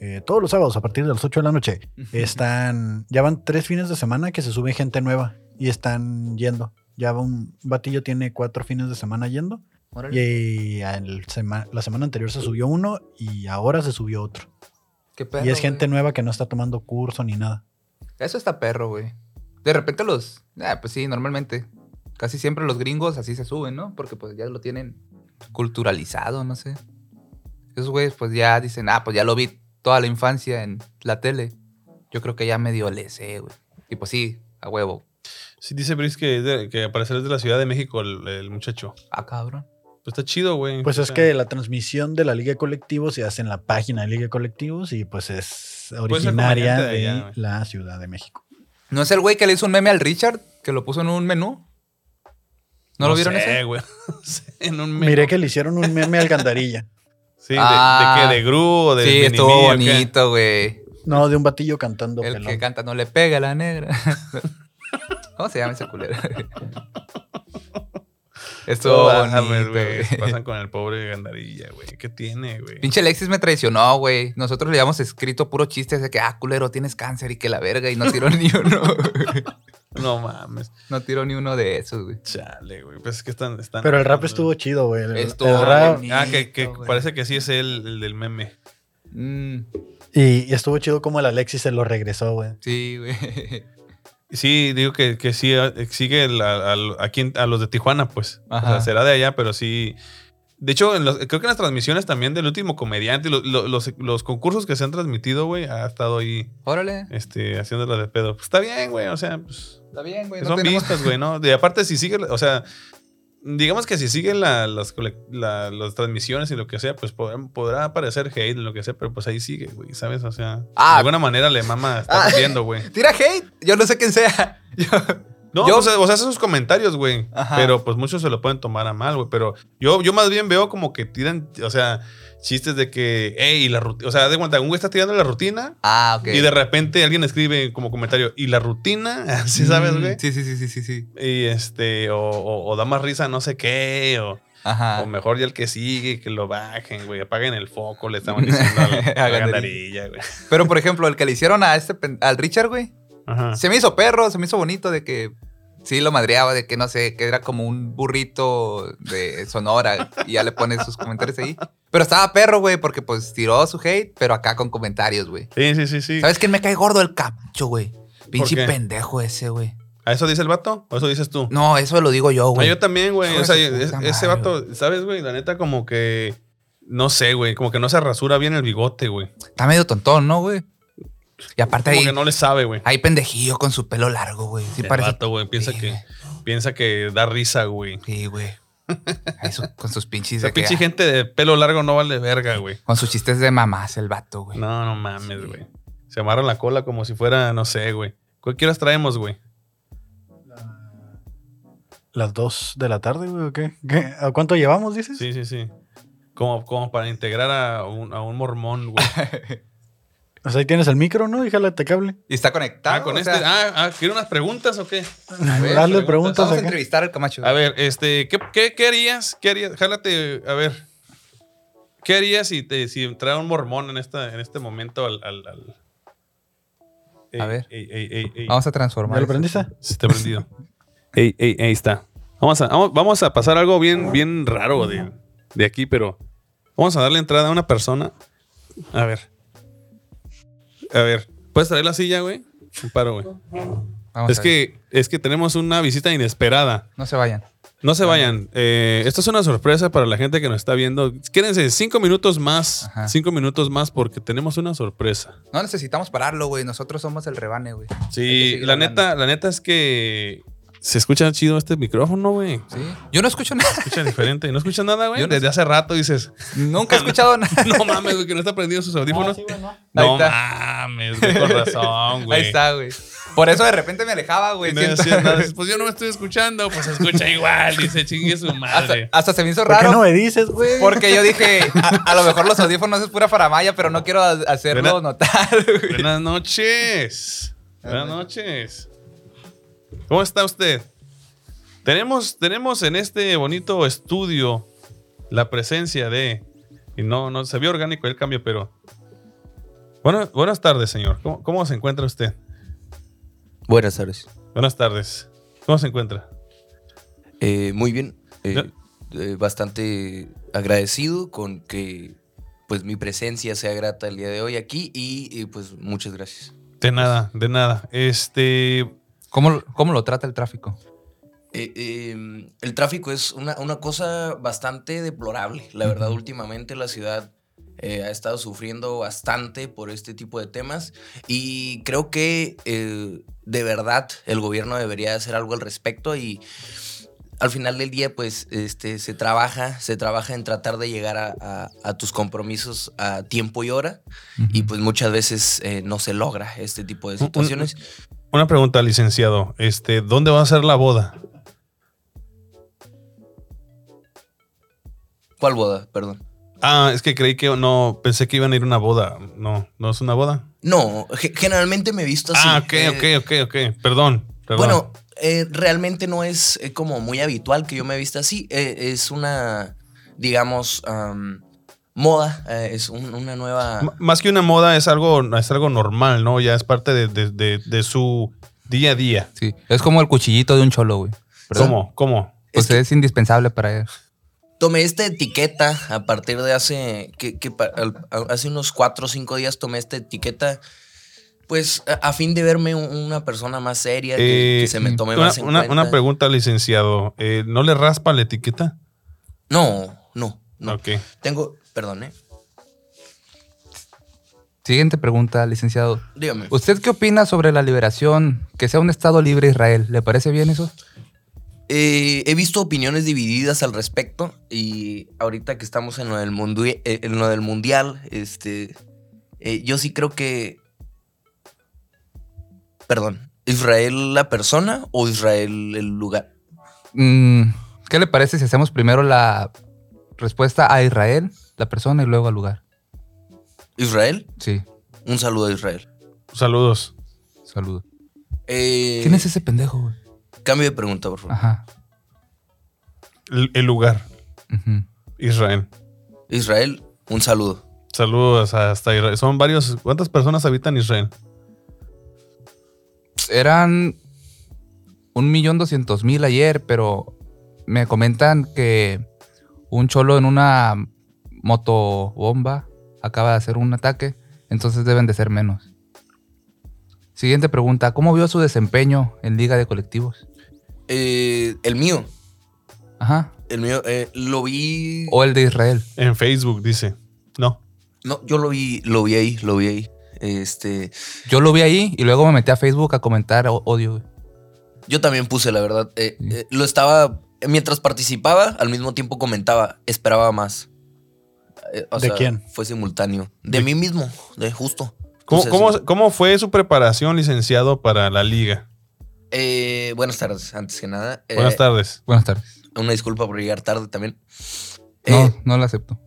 Speaker 3: eh, todos los sábados a partir de las 8 de la noche. Están, ya van tres fines de semana que se sube gente nueva y están yendo. Ya va un batillo tiene cuatro fines de semana yendo
Speaker 2: Órale.
Speaker 3: y al sema- la semana anterior se subió uno y ahora se subió otro.
Speaker 2: Qué perro,
Speaker 3: y es
Speaker 2: güey.
Speaker 3: gente nueva que no está tomando curso ni nada.
Speaker 2: Eso está perro, güey. De repente los. Ah, pues sí, normalmente. Casi siempre los gringos así se suben, ¿no? Porque pues ya lo tienen culturalizado, no sé. Esos güeyes pues ya dicen, ah, pues ya lo vi toda la infancia en la tele. Yo creo que ya medio le sé, güey. Y pues sí, a huevo.
Speaker 1: Sí, dice Brice que, es de- que al parecer es de la Ciudad de México el, el muchacho.
Speaker 2: Ah, cabrón.
Speaker 1: Pues está chido, güey.
Speaker 3: Pues
Speaker 1: O
Speaker 3: es
Speaker 1: sea,
Speaker 3: que la transmisión de la Liga de Colectivos se hace en la página de Liga de Colectivos y pues es
Speaker 1: Pues el
Speaker 3: originaria
Speaker 1: comediante
Speaker 3: de,
Speaker 1: de allá, güey.
Speaker 3: la Ciudad de México.
Speaker 2: ¿No es el güey que le hizo un meme al Richard? Que lo puso en un menú. ¿No, lo vieron
Speaker 1: sé,
Speaker 2: ese?
Speaker 1: güey. No sé, en un mes.
Speaker 3: Miré que le hicieron un meme al Gandarilla.
Speaker 1: Sí, de-
Speaker 2: Ah.
Speaker 1: de, que de Gru o de
Speaker 2: sí,
Speaker 1: Mini
Speaker 2: estuvo
Speaker 1: Me, ¿o qué?
Speaker 2: bonito, güey.
Speaker 3: No, de un batillo cantando.
Speaker 2: El que
Speaker 3: pelón.
Speaker 2: canta no le pega a la negra. ¿Cómo se llama ese culero? Estuvo
Speaker 1: Todo vas a
Speaker 2: bonito,
Speaker 1: ver, güey.
Speaker 2: güey.
Speaker 1: Pasan con el pobre Gandarilla, güey. ¿Qué tiene, güey?
Speaker 2: Pinche Alexis me traicionó, güey. Nosotros le habíamos escrito puro chiste de que, ah, culero, tienes cáncer y que la verga. Y no tiró ni uno.
Speaker 1: No mames.
Speaker 2: no tiró ni uno de esos, güey.
Speaker 1: Chale, güey. Pues es que están. están
Speaker 3: Pero el rap estuvo chido, güey. El-
Speaker 2: Estuvo
Speaker 3: el rap-
Speaker 2: bien.
Speaker 1: Ah, que, que
Speaker 2: Bonito, güey.
Speaker 1: parece que sí es él, el del meme.
Speaker 2: Mm,
Speaker 3: Y, y estuvo chido como el Alexis se lo regresó, güey.
Speaker 2: sí, güey.
Speaker 1: Sí, digo que, que sí eh, sigue el- a, a- a quien- a los de Tijuana, pues. O
Speaker 2: Ajá.
Speaker 1: sea, será de allá, pero sí. De hecho, en los- creo que en las transmisiones también del último comediante, lo- lo- los, los concursos que se han transmitido, güey, ha estado ahí
Speaker 2: Órale.
Speaker 1: este, haciéndola de pedo. Pues está bien, güey, o sea, pues.
Speaker 2: Está bien, güey.
Speaker 1: Que
Speaker 2: no
Speaker 1: son
Speaker 2: tenemos-
Speaker 1: vistas, güey, ¿no? De aparte, si sigue, o sea, digamos que si siguen la- las, colec- la- las transmisiones y lo que sea, pues podrá, podrá aparecer hate, lo que sea, pero pues ahí sigue, güey, ¿sabes? O sea,
Speaker 2: Ah.
Speaker 1: de alguna manera le mama estar
Speaker 2: Ah.
Speaker 1: viendo, güey.
Speaker 2: Tira hate. Yo no sé quién sea. Yo-
Speaker 1: No,
Speaker 2: Yo-
Speaker 1: o sea, o sea, hace sus comentarios, güey.
Speaker 2: pues, Ajá.
Speaker 1: Pero pues muchos se lo pueden tomar a mal, güey. Pero yo, yo más bien veo como que tiran, o sea, chistes de que, hey, la rutina. O sea, haz de cuenta, un güey está tirando la rutina
Speaker 2: Ah, ok.
Speaker 1: y de repente alguien escribe como comentario, y la rutina, así sabes,
Speaker 2: Mm,
Speaker 1: güey.
Speaker 2: Sí, sí, sí, sí, sí, sí.
Speaker 1: Y este, o, o- o da más risa, no sé qué, o,
Speaker 2: Ajá.
Speaker 1: o mejor ya el que sigue, que lo bajen, güey, apaguen el foco, le estaban diciendo a la,
Speaker 2: A
Speaker 1: a
Speaker 2: Gandarilla.
Speaker 1: Gandarilla, güey.
Speaker 2: Pero por ejemplo, el que le hicieron a este pen- al Richard, güey,
Speaker 1: Ajá.
Speaker 2: se me hizo perro, se me hizo bonito de que sí lo madreaba, de que no sé, que era como un burrito de Sonora y ya le pone sus comentarios ahí. Pero estaba perro, güey, porque pues tiró su hate, pero acá con comentarios, güey.
Speaker 1: Sí, sí, sí, sí.
Speaker 2: ¿Sabes quién me cae gordo? El capucho, güey. Pinche
Speaker 1: qué?
Speaker 2: pendejo ese, güey.
Speaker 1: ¿A eso dice el vato? ¿O eso dices tú?
Speaker 2: No, eso lo digo yo,
Speaker 1: Ah,
Speaker 2: güey.
Speaker 1: yo también, güey.
Speaker 2: Hijo
Speaker 1: O
Speaker 2: de
Speaker 1: sea,
Speaker 2: su
Speaker 1: es-
Speaker 2: puta
Speaker 1: ese
Speaker 2: madre,
Speaker 1: vato, ¿sabes, güey? La neta, como que. No sé, güey. Como que no se rasura bien el bigote, güey.
Speaker 2: Está medio tontón, ¿no, güey? Y aparte
Speaker 1: Como
Speaker 2: ahí,
Speaker 1: que no le sabe, güey.
Speaker 2: ahí pendejillo con su pelo largo, güey. Ah, Sí
Speaker 1: el
Speaker 2: parece.
Speaker 1: vato, güey. Piensa
Speaker 2: Sí,
Speaker 1: que.
Speaker 2: güey.
Speaker 1: Piensa que da risa, güey.
Speaker 2: Sí, güey. Ahí su- con sus pinches
Speaker 1: Esa
Speaker 2: de que- ah.
Speaker 1: pinche gente de pelo largo no vale verga, güey.
Speaker 2: Con sus chistes de mamás, el vato, güey.
Speaker 1: No, no mames, güey. Se amarran la cola como si fuera, no sé, güey. ¿Cu- ¿Qué horas traemos, güey?
Speaker 3: Las 2 de la tarde, güey, ¿o qué? ¿Qué? ¿A cuánto llevamos, dices?
Speaker 1: Sí, sí, sí. Como, como para integrar a un, a un mormón, güey.
Speaker 3: O sea, ahí tienes el micro, ¿no? Déjale te cable.
Speaker 2: Y está conectado.
Speaker 1: Ah, con
Speaker 2: o
Speaker 1: este.
Speaker 2: sea,
Speaker 1: Ah, ah, ¿quiere unas preguntas o qué?
Speaker 2: ver,
Speaker 3: Hazle
Speaker 1: preguntas.
Speaker 3: preguntas
Speaker 2: vamos a
Speaker 3: acá.
Speaker 2: entrevistar al Camacho.
Speaker 1: A ver, este, ¿qué, qué, qué harías? ¿Qué harías? Jálate, a ver. ¿Qué harías si, te, si entrara un mormón en, esta, en este momento al. al- al- Ey,
Speaker 2: A ver.
Speaker 1: ey, ey, ey, ey.
Speaker 2: Vamos a
Speaker 3: ¿Ya
Speaker 2: transformar.
Speaker 3: lo prendiste?
Speaker 1: Se te ha prendido. ey, ey, ahí está. Vamos a, vamos, vamos a pasar algo bien, bien raro de, de aquí, pero vamos a darle entrada a una persona. A ver. A ver. ¿Puedes traer la silla, güey? Un paro, güey.
Speaker 2: Vamos
Speaker 1: Es
Speaker 2: a ver.
Speaker 1: que, es que tenemos una visita inesperada.
Speaker 2: No se vayan.
Speaker 1: No se vayan. Eh, esto es una sorpresa para la gente que nos está viendo. Quédense cinco minutos más.
Speaker 2: Ajá.
Speaker 1: Cinco minutos más porque tenemos una sorpresa.
Speaker 2: No necesitamos pararlo, güey. Nosotros somos el rebane, güey. Hay
Speaker 1: Sí,
Speaker 2: que seguir
Speaker 1: la
Speaker 2: hablando.
Speaker 1: neta, la neta es que Se escucha chido este micrófono, güey.
Speaker 8: Sí. Yo no escucho nada.
Speaker 1: Se Escucha diferente. No escuchas nada, güey.
Speaker 8: Yo no-
Speaker 1: Desde hace rato dices,
Speaker 8: Nunca he escuchado nada.
Speaker 1: no mames, güey, que no está prendido sus audífonos.
Speaker 8: Ahí
Speaker 1: no
Speaker 8: está.
Speaker 1: mames, güey, con razón, güey.
Speaker 8: Ahí está, güey. Por eso de repente me alejaba, güey.
Speaker 1: No
Speaker 8: siento-
Speaker 1: decía nada. Pues yo no me estoy escuchando, pues se escucha igual. Dice, chingue su
Speaker 8: hasta,
Speaker 1: madre.
Speaker 8: hasta se me hizo
Speaker 3: ¿Por qué
Speaker 8: raro.
Speaker 3: no me dices, güey?
Speaker 8: Porque yo dije, a, a lo mejor los audífonos es pura faramaya, pero no quiero ha- hacerlo
Speaker 1: Buena-
Speaker 8: notar, güey.
Speaker 1: Buenas noches. Buenas noches. ¿Cómo está usted? Tenemos, tenemos en este bonito estudio la presencia de. Y no, no se vio orgánico el cambio, pero. Bueno, buenas tardes, señor. ¿Cómo, cómo se encuentra usted?
Speaker 2: Buenas tardes.
Speaker 1: Buenas tardes. ¿Cómo se encuentra?
Speaker 2: Eh, muy bien. eh, eh, bastante agradecido con que pues mi presencia sea grata el día de hoy aquí y, y, pues muchas gracias.
Speaker 1: De nada, de nada. Este.
Speaker 8: ¿Cómo, ¿Cómo lo trata el tráfico?
Speaker 2: Eh, eh, el tráfico es una, una cosa bastante deplorable. La verdad, últimamente la ciudad eh, ha estado sufriendo bastante por este tipo de temas y creo que eh, de verdad el gobierno debería hacer algo al respecto y al final del día pues este, se trabaja, se trabaja en tratar de llegar a, a- a tus compromisos a tiempo y hora y pues muchas veces eh, no se logra este tipo de
Speaker 1: Un- un-
Speaker 2: situaciones.
Speaker 1: Una pregunta, licenciado. Este, ¿dónde va a ser la boda?
Speaker 2: ¿Cuál boda? Perdón.
Speaker 1: Ah, es que creí que no, pensé que iban a ir a una boda. No, no es una boda.
Speaker 2: No, ge- generalmente me he visto así.
Speaker 1: Ah, ok,
Speaker 2: eh,
Speaker 1: ok, ok, ok. Perdón. perdón.
Speaker 2: Bueno, eh, realmente no es eh, como muy habitual que yo me vista así. Eh, es una, digamos, am, moda. eh, es un- una nueva.
Speaker 1: M- más que una moda es algo, es algo normal, ¿no? Ya es parte de, de- de- de su día a día.
Speaker 8: Sí. Es como el cuchillito de un cholo, güey. ¿Verdad?
Speaker 1: ¿Cómo? ¿Cómo?
Speaker 8: Pues es, indispensable para él.
Speaker 2: Tomé esta etiqueta a partir de hace. Que, que pa- al- a- hace unos cuatro o cinco días tomé esta etiqueta. Pues a, a fin de verme un- una persona más seria, que,
Speaker 1: Eh,
Speaker 2: que se me tome
Speaker 1: Una,
Speaker 2: más en
Speaker 1: una-
Speaker 2: cuenta.
Speaker 1: una pregunta, licenciado. Eh, ¿No le raspa la etiqueta?
Speaker 2: No, no, no.
Speaker 1: Ok.
Speaker 2: Tengo. Perdón, ¿eh?
Speaker 8: Siguiente pregunta, licenciado.
Speaker 2: Dígame.
Speaker 8: ¿Usted qué opina sobre la liberación? Que sea un Estado libre Israel. ¿Le parece bien eso?
Speaker 2: Eh, he visto opiniones divididas al respecto y ahorita que estamos en lo del, mundu- eh, en lo del mundial, este, eh, yo sí creo que, perdón, Israel la persona o Israel el lugar.
Speaker 8: Mm, ¿Qué le parece si hacemos primero la respuesta a Israel, la persona, y luego al lugar?
Speaker 2: Israel,
Speaker 8: Sí,
Speaker 2: un saludo a Israel.
Speaker 1: Saludos.
Speaker 8: saludo.
Speaker 2: Eh,
Speaker 8: ¿Quién es ese pendejo, güey?
Speaker 2: Cambio de pregunta, por favor.
Speaker 8: Ajá.
Speaker 1: El, el lugar,
Speaker 8: ujú.
Speaker 1: Israel.
Speaker 8: Ah.
Speaker 2: Israel, un saludo.
Speaker 1: Saludos hasta Israel. Son varios. ¿Cuántas personas habitan Israel?
Speaker 8: Eran un millón doscientos mil ayer, pero me comentan que un cholo en una motobomba acaba de hacer un ataque, entonces deben de ser menos. Siguiente pregunta, ¿cómo vio su desempeño en Liga de Colectivos?
Speaker 2: Eh, el mío,
Speaker 8: Ajá.
Speaker 2: el mío, eh, lo vi...
Speaker 8: ¿O el de Israel?
Speaker 1: En Facebook, dice. No.
Speaker 2: No, yo lo vi, lo vi ahí, lo vi ahí. Este,
Speaker 8: Yo lo vi ahí y luego me metí a Facebook a comentar o- odio. güey.
Speaker 2: Yo también puse, la verdad. Eh,
Speaker 8: Sí.
Speaker 2: eh, lo estaba. Mientras participaba, al mismo tiempo comentaba. Esperaba más. Eh, o
Speaker 3: ¿De
Speaker 2: sea,
Speaker 3: quién?
Speaker 2: Fue simultáneo. De, mí mismo, de justo.
Speaker 1: ¿Cómo,
Speaker 2: Puse eso.
Speaker 1: cómo, cómo fue su preparación, licenciado, para la liga?
Speaker 2: Eh, buenas tardes, antes que nada. Eh,
Speaker 1: Buenas tardes.
Speaker 8: Buenas tardes.
Speaker 2: Una disculpa por llegar tarde también.
Speaker 8: No,
Speaker 2: Eh,
Speaker 8: no lo acepto.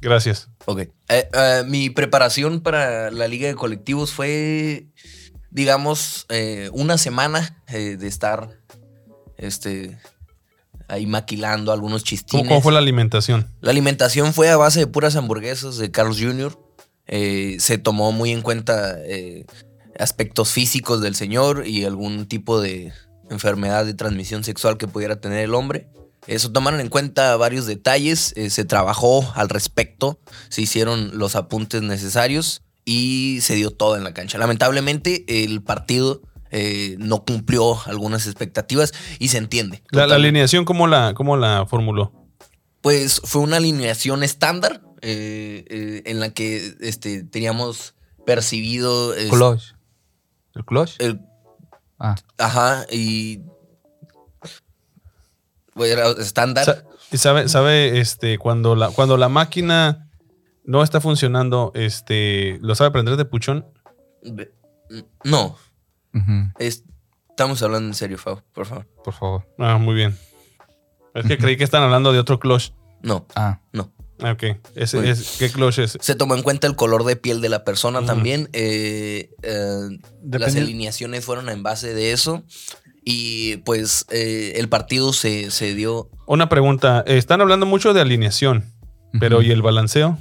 Speaker 1: Gracias.
Speaker 2: Ok. Eh, eh, mi preparación para la Liga de Colectivos fue, digamos, eh, una semana eh, de estar este, ahí maquilando algunos
Speaker 1: ¿Cómo,
Speaker 2: chistines.
Speaker 1: cómo fue la alimentación?
Speaker 2: La alimentación fue a base de puras hamburguesas de Carlos Jr. Eh, se tomó muy en cuenta eh, aspectos físicos del señor y algún tipo de enfermedad de transmisión sexual que pudiera tener el hombre. Eso tomaron en cuenta varios detalles, eh, se trabajó al respecto, se hicieron los apuntes necesarios y se dio todo en la cancha. Lamentablemente el partido eh, no cumplió algunas expectativas y se entiende.
Speaker 1: La, la
Speaker 2: Totalmente.
Speaker 1: alineación, ¿cómo la, cómo la formuló?
Speaker 2: Pues fue una alineación estándar eh, eh, en la que este, teníamos percibido es- Eh,
Speaker 8: Clutch. ¿El clutch?
Speaker 2: el-
Speaker 8: Ah,
Speaker 2: ajá, y güey, era estándar.
Speaker 1: Sa- sabe, sabe, este, cuando la, cuando la máquina no está funcionando, este, ¿lo sabe aprender de puchón?
Speaker 2: Ve- no,
Speaker 8: Ujú,
Speaker 2: es- estamos hablando en serio, Fab, por favor.
Speaker 8: Por favor.
Speaker 1: Ah, muy bien. Es que creí que están hablando de otro clutch.
Speaker 2: No,
Speaker 8: Ah,
Speaker 2: no.
Speaker 1: Ah, ok. Ese
Speaker 2: Oye.
Speaker 1: es- ¿Qué clutch es?
Speaker 2: Se tomó en cuenta el color de piel de la persona
Speaker 1: Ujú.
Speaker 2: también. eh, eh, las
Speaker 3: Depende-
Speaker 2: alineaciones fueron en base de eso. Y pues eh, el partido se, se dio.
Speaker 1: Una pregunta. Están hablando mucho de alineación, pero
Speaker 8: ujú.
Speaker 1: ¿y el balanceo?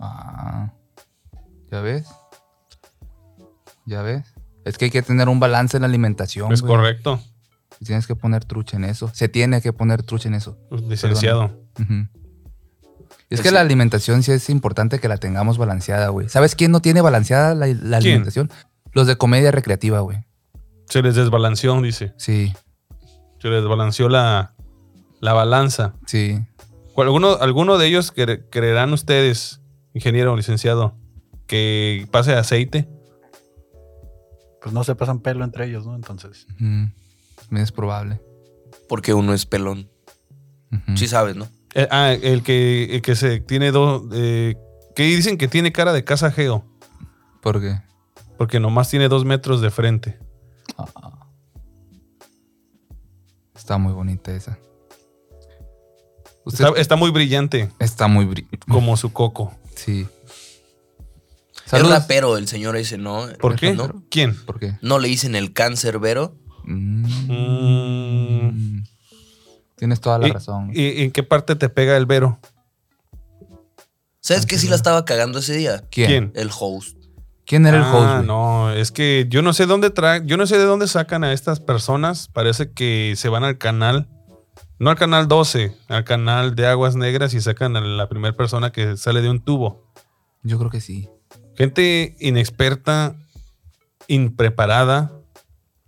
Speaker 8: Ah, ¿Ya ves? ¿Ya ves? Es que hay que tener un balance en la alimentación.
Speaker 1: es
Speaker 8: güey.
Speaker 1: correcto.
Speaker 8: Y Tienes que poner trucha en eso. Se tiene que poner trucha en eso.
Speaker 1: Licenciado.
Speaker 8: Ujú. Y
Speaker 2: Pues
Speaker 8: Es que
Speaker 2: sí.
Speaker 8: la alimentación sí es importante que la tengamos balanceada, güey. ¿Sabes quién no tiene balanceada la, la
Speaker 1: ¿Quién?
Speaker 8: alimentación? Los de comedia recreativa, güey.
Speaker 1: Se les desbalanceó, dice.
Speaker 8: Sí,
Speaker 1: Se les desbalanceó la, la balanza.
Speaker 8: sí.
Speaker 1: ¿Cuál- ¿Alguno, alguno de ellos cre- creerán ustedes, ingeniero, licenciado, que pase aceite?
Speaker 3: Pues no se pasan pelo entre ellos, ¿no? Entonces.
Speaker 8: Ujú. También es probable.
Speaker 2: Porque uno es pelón.
Speaker 8: Ujú.
Speaker 2: Sí sabes, ¿no?
Speaker 1: Eh, ah, el que, el que se tiene dos. eh, que dicen que tiene cara de casa geo,
Speaker 8: ¿Por qué?
Speaker 1: porque nomás tiene dos metros de frente.
Speaker 8: Ah. Está muy bonita esa. Usted
Speaker 1: Está, está muy brillante,
Speaker 8: está muy... bri-
Speaker 1: como su coco.
Speaker 8: Sí.
Speaker 2: Es
Speaker 8: Saludos.
Speaker 2: rapero el señor ese, ¿no?
Speaker 1: ¿Por qué?
Speaker 2: ¿No?
Speaker 1: ¿Quién?
Speaker 8: ¿Por qué?
Speaker 2: No le dicen el cáncer, Vero.
Speaker 8: Mm. Tienes toda la
Speaker 1: ¿Y-
Speaker 8: razón.
Speaker 1: ¿Y, en qué parte te pega el vero?
Speaker 2: ¿Sabes que sí la estaba cagando ese día?
Speaker 8: ¿Quién?
Speaker 1: quién?
Speaker 8: ¿Quién?
Speaker 2: El host.
Speaker 8: era el
Speaker 1: Ah,
Speaker 8: host? güey?
Speaker 1: no, es que yo no sé dónde tra yo no sé de dónde sacan a estas personas. Parece que se van al canal, no al canal 12, al canal de Aguas Negras y sacan a la primera persona que sale de un tubo.
Speaker 8: Yo creo que sí.
Speaker 1: Gente inexperta, impreparada,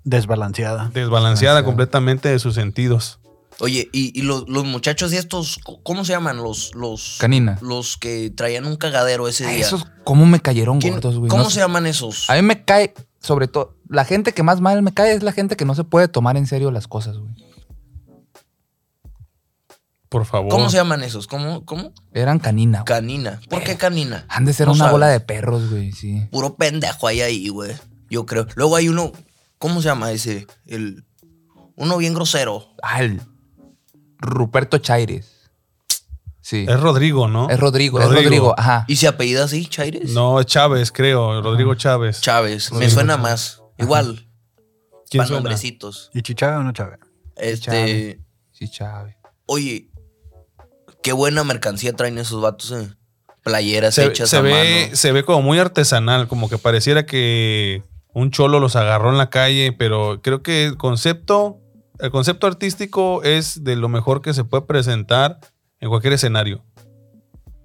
Speaker 3: Desbalanceada.
Speaker 1: desbalanceada
Speaker 8: Desbalanceada.
Speaker 1: completamente de sus sentidos.
Speaker 2: Oye, y, y los, los muchachos de estos, ¿cómo se llaman? Los, los,
Speaker 8: Canina.
Speaker 2: los que traían un cagadero ese
Speaker 8: Ay,
Speaker 2: día.
Speaker 8: esos, ¿cómo me cayeron
Speaker 2: ¿Quién-
Speaker 8: gordos, güey?
Speaker 2: ¿Cómo
Speaker 8: No
Speaker 2: se
Speaker 8: sé.
Speaker 2: llaman esos?
Speaker 8: A mí me cae, sobre todo, la gente que más mal me cae es la gente que no se puede tomar en serio las cosas, güey.
Speaker 1: Por favor.
Speaker 8: oh.
Speaker 2: ¿Cómo se llaman esos? ¿Cómo? ¿Cómo?
Speaker 8: Eran canina. güey.
Speaker 2: Canina. ¿Por qué canina?
Speaker 8: Han de ser
Speaker 2: No
Speaker 8: una
Speaker 2: sabes.
Speaker 8: bola de perros, güey, sí.
Speaker 2: Puro pendejo hay ahí, güey. Yo creo. Luego hay uno, ¿cómo se llama ese? El, uno bien grosero.
Speaker 8: Ah, el Ruperto Chaires. Sí.
Speaker 1: Es Rodrigo, ¿no?
Speaker 8: Es Rodrigo, es Rodrigo, ajá.
Speaker 2: ¿Y se apellida así, Chaires?
Speaker 1: No, es Chávez, creo.
Speaker 8: Ah.
Speaker 1: Rodrigo Chávez.
Speaker 2: Chávez. Me
Speaker 1: Rodrigo
Speaker 2: suena
Speaker 1: Chávez.
Speaker 2: más. Igual.
Speaker 1: ¿Quién
Speaker 2: Para
Speaker 1: suena?
Speaker 2: nombrecitos.
Speaker 3: ¿Y Chichave o no Chave?
Speaker 2: Este.
Speaker 8: Chávez. Sí, Chávez.
Speaker 2: Oye, qué buena mercancía traen esos vatos, eh. Playeras
Speaker 1: se,
Speaker 2: hechas
Speaker 1: se
Speaker 2: a
Speaker 1: ve,
Speaker 2: mano.
Speaker 1: se ve como muy artesanal, como que pareciera que un cholo los agarró en la calle, pero creo que el concepto, el concepto artístico es de lo mejor que se puede presentar en cualquier escenario.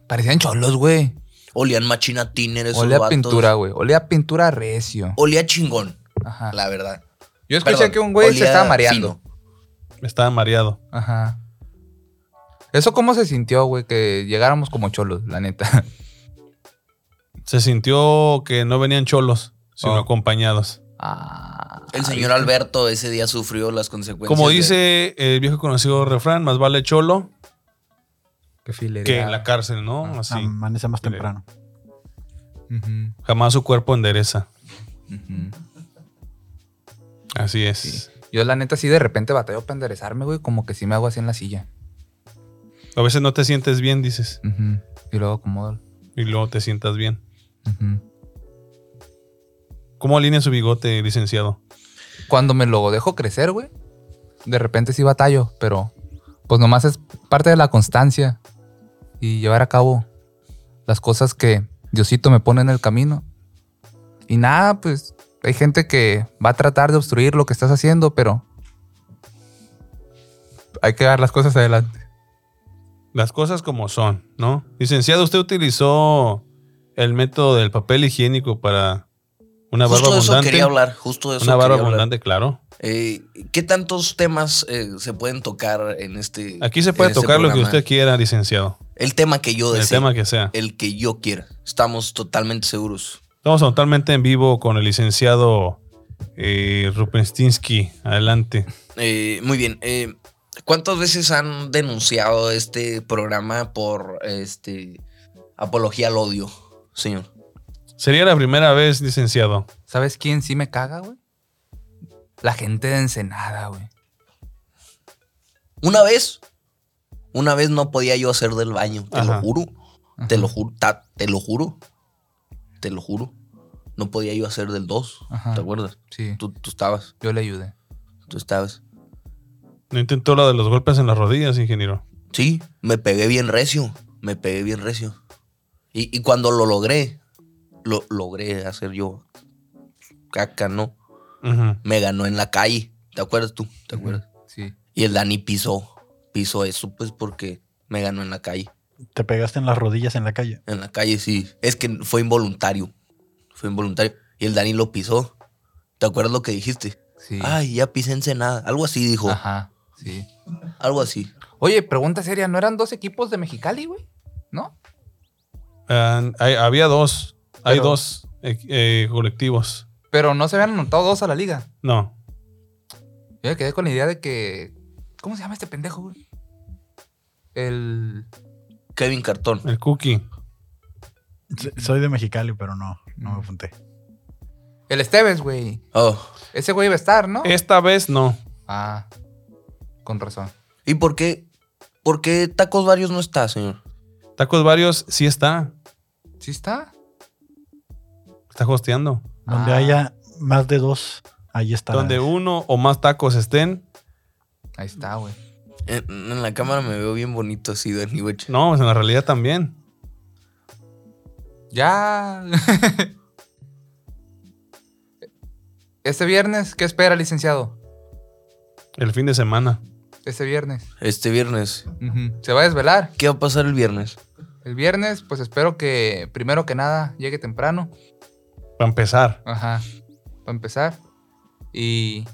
Speaker 8: Parecían cholos, güey.
Speaker 2: Olían machina tiner esos
Speaker 8: Olía a
Speaker 2: vatos.
Speaker 8: pintura, güey. Olía a pintura recio.
Speaker 2: Olía chingón,
Speaker 1: Ah.
Speaker 8: Ajá.
Speaker 2: la verdad.
Speaker 8: Yo escuché
Speaker 2: Perdón,
Speaker 8: que un güey se
Speaker 2: olía
Speaker 8: estaba mareando.
Speaker 2: fino.
Speaker 1: Estaba mareado.
Speaker 8: Ajá. ¿Eso cómo se sintió, güey? Que llegáramos como cholos, la neta.
Speaker 1: Se sintió que no venían cholos, sino
Speaker 8: Oh.
Speaker 1: acompañados.
Speaker 8: Ah,
Speaker 2: El señor Alberto ese día sufrió las consecuencias.
Speaker 1: Como
Speaker 2: de-
Speaker 1: dice el viejo conocido refrán, más vale cholo
Speaker 8: Qué filera.
Speaker 1: que en la cárcel, ¿no?
Speaker 8: Ah,
Speaker 1: Así.
Speaker 3: Amanece más
Speaker 1: Mire.
Speaker 3: temprano.
Speaker 8: Ujú,
Speaker 1: Jamás su cuerpo endereza.
Speaker 8: ujú.
Speaker 1: Así es.
Speaker 8: Sí. Yo, la neta, sí de repente batallo para enderezarme, güey. Como que sí me hago así en la silla.
Speaker 1: A veces no te sientes bien, dices,
Speaker 8: Ujú. Y luego acomodo.
Speaker 1: y luego te sientas bien.
Speaker 8: Ujú.
Speaker 1: ¿Cómo alinea su bigote, licenciado?
Speaker 8: Cuando me lo dejo crecer, güey, de repente sí batallo, pero pues nomás es parte de la constancia y llevar a cabo las cosas que Diosito me pone en el camino. Y nada, pues hay gente que va a tratar de obstruir lo que estás haciendo, pero hay que dar las cosas adelante.
Speaker 1: Las cosas como son, ¿no? Licenciado, usted utilizó el método del papel higiénico para una barba
Speaker 2: Justo de eso
Speaker 1: abundante.
Speaker 2: quería hablar, justo de eso.
Speaker 1: una barba
Speaker 2: quería hablar.
Speaker 1: abundante, claro.
Speaker 2: Eh, ¿Qué tantos temas eh, se pueden tocar en este.
Speaker 1: Aquí se
Speaker 2: en
Speaker 1: puede
Speaker 2: este
Speaker 1: tocar lo que
Speaker 2: programa?
Speaker 1: usted quiera, licenciado.
Speaker 2: El tema que yo
Speaker 1: El
Speaker 2: desee.
Speaker 1: tema que sea.
Speaker 2: el que yo quiera. Estamos totalmente seguros.
Speaker 1: Estamos totalmente en vivo con el licenciado eh, Rupenstinsky. Adelante.
Speaker 2: Eh, muy bien. eh, ¿Cuántas veces han denunciado este programa por este apología al odio, señor?
Speaker 1: Sería la primera vez, licenciado.
Speaker 8: ¿Sabes quién sí me caga, güey? La gente de Ensenada, güey.
Speaker 2: Una vez, una vez no podía yo hacer del baño, te
Speaker 1: Ajá.
Speaker 2: lo juro. Te
Speaker 8: Ajá.
Speaker 2: lo juro, ta- te lo juro. Te lo juro. No podía yo hacer del 2,
Speaker 8: Ajá.
Speaker 2: ¿te acuerdas?
Speaker 8: Sí,
Speaker 2: Tú, tú estabas,
Speaker 8: yo le ayudé.
Speaker 2: tú estabas.
Speaker 1: No intentó la de los golpes en las rodillas, ingeniero.
Speaker 2: Sí, me pegué bien recio, me pegué bien recio. Y, y cuando lo logré, lo logré hacer yo caca, ¿no?
Speaker 1: Ujú.
Speaker 2: Me ganó en la calle, ¿te acuerdas tú? ¿Te acuerdas?
Speaker 8: Sí.
Speaker 2: Y el Dani pisó, pisó eso, pues porque me ganó en la calle.
Speaker 3: Te pegaste en las rodillas en la calle.
Speaker 2: En la calle, sí. Es que fue involuntario. Fue involuntario. Y el Dani lo pisó. ¿Te acuerdas lo que dijiste?
Speaker 8: Sí.
Speaker 2: Ay, ya pisé Ensenada. Algo así dijo.
Speaker 8: Ajá, sí.
Speaker 2: Algo así.
Speaker 8: Oye, pregunta seria, ¿no eran dos equipos de Mexicali, güey? ¿No?
Speaker 1: Ah, hay- había dos. Hay
Speaker 8: Pero-
Speaker 1: dos eh, eh, colectivos.
Speaker 8: Pero no se habían anotado dos a la liga.
Speaker 1: No.
Speaker 8: Yo me quedé con la idea de que. ¿Cómo se llama este pendejo, güey? El.
Speaker 2: Kevin Cartón.
Speaker 1: El cookie.
Speaker 3: S- Soy de Mexicali, pero no, no me apunté.
Speaker 8: El Esteves, güey.
Speaker 2: Oh.
Speaker 8: Ese güey iba a estar, ¿no?
Speaker 1: Esta vez no.
Speaker 8: Ah. Con razón.
Speaker 2: ¿Y por qué? ¿Por qué Tacos Varios no está, señor?
Speaker 1: Tacos varios sí está.
Speaker 8: ¿Sí está?
Speaker 1: Está hosteando.
Speaker 3: Donde
Speaker 8: Ah.
Speaker 3: haya más de dos, ahí está. la-
Speaker 1: Donde uno o más tacos estén.
Speaker 8: Ahí está, güey.
Speaker 2: En, en la cámara me veo bien bonito así, Dani, güey.
Speaker 1: No, pues en la realidad también.
Speaker 8: Ya. este viernes, ¿qué espera, licenciado?
Speaker 1: El fin de semana.
Speaker 8: Este viernes.
Speaker 2: Este viernes.
Speaker 8: Ujú. ¿Se va a desvelar?
Speaker 2: ¿Qué va a pasar el viernes?
Speaker 8: El viernes, pues espero que, primero que nada, llegue temprano.
Speaker 1: Para empezar.
Speaker 8: Ajá. Para empezar. Y.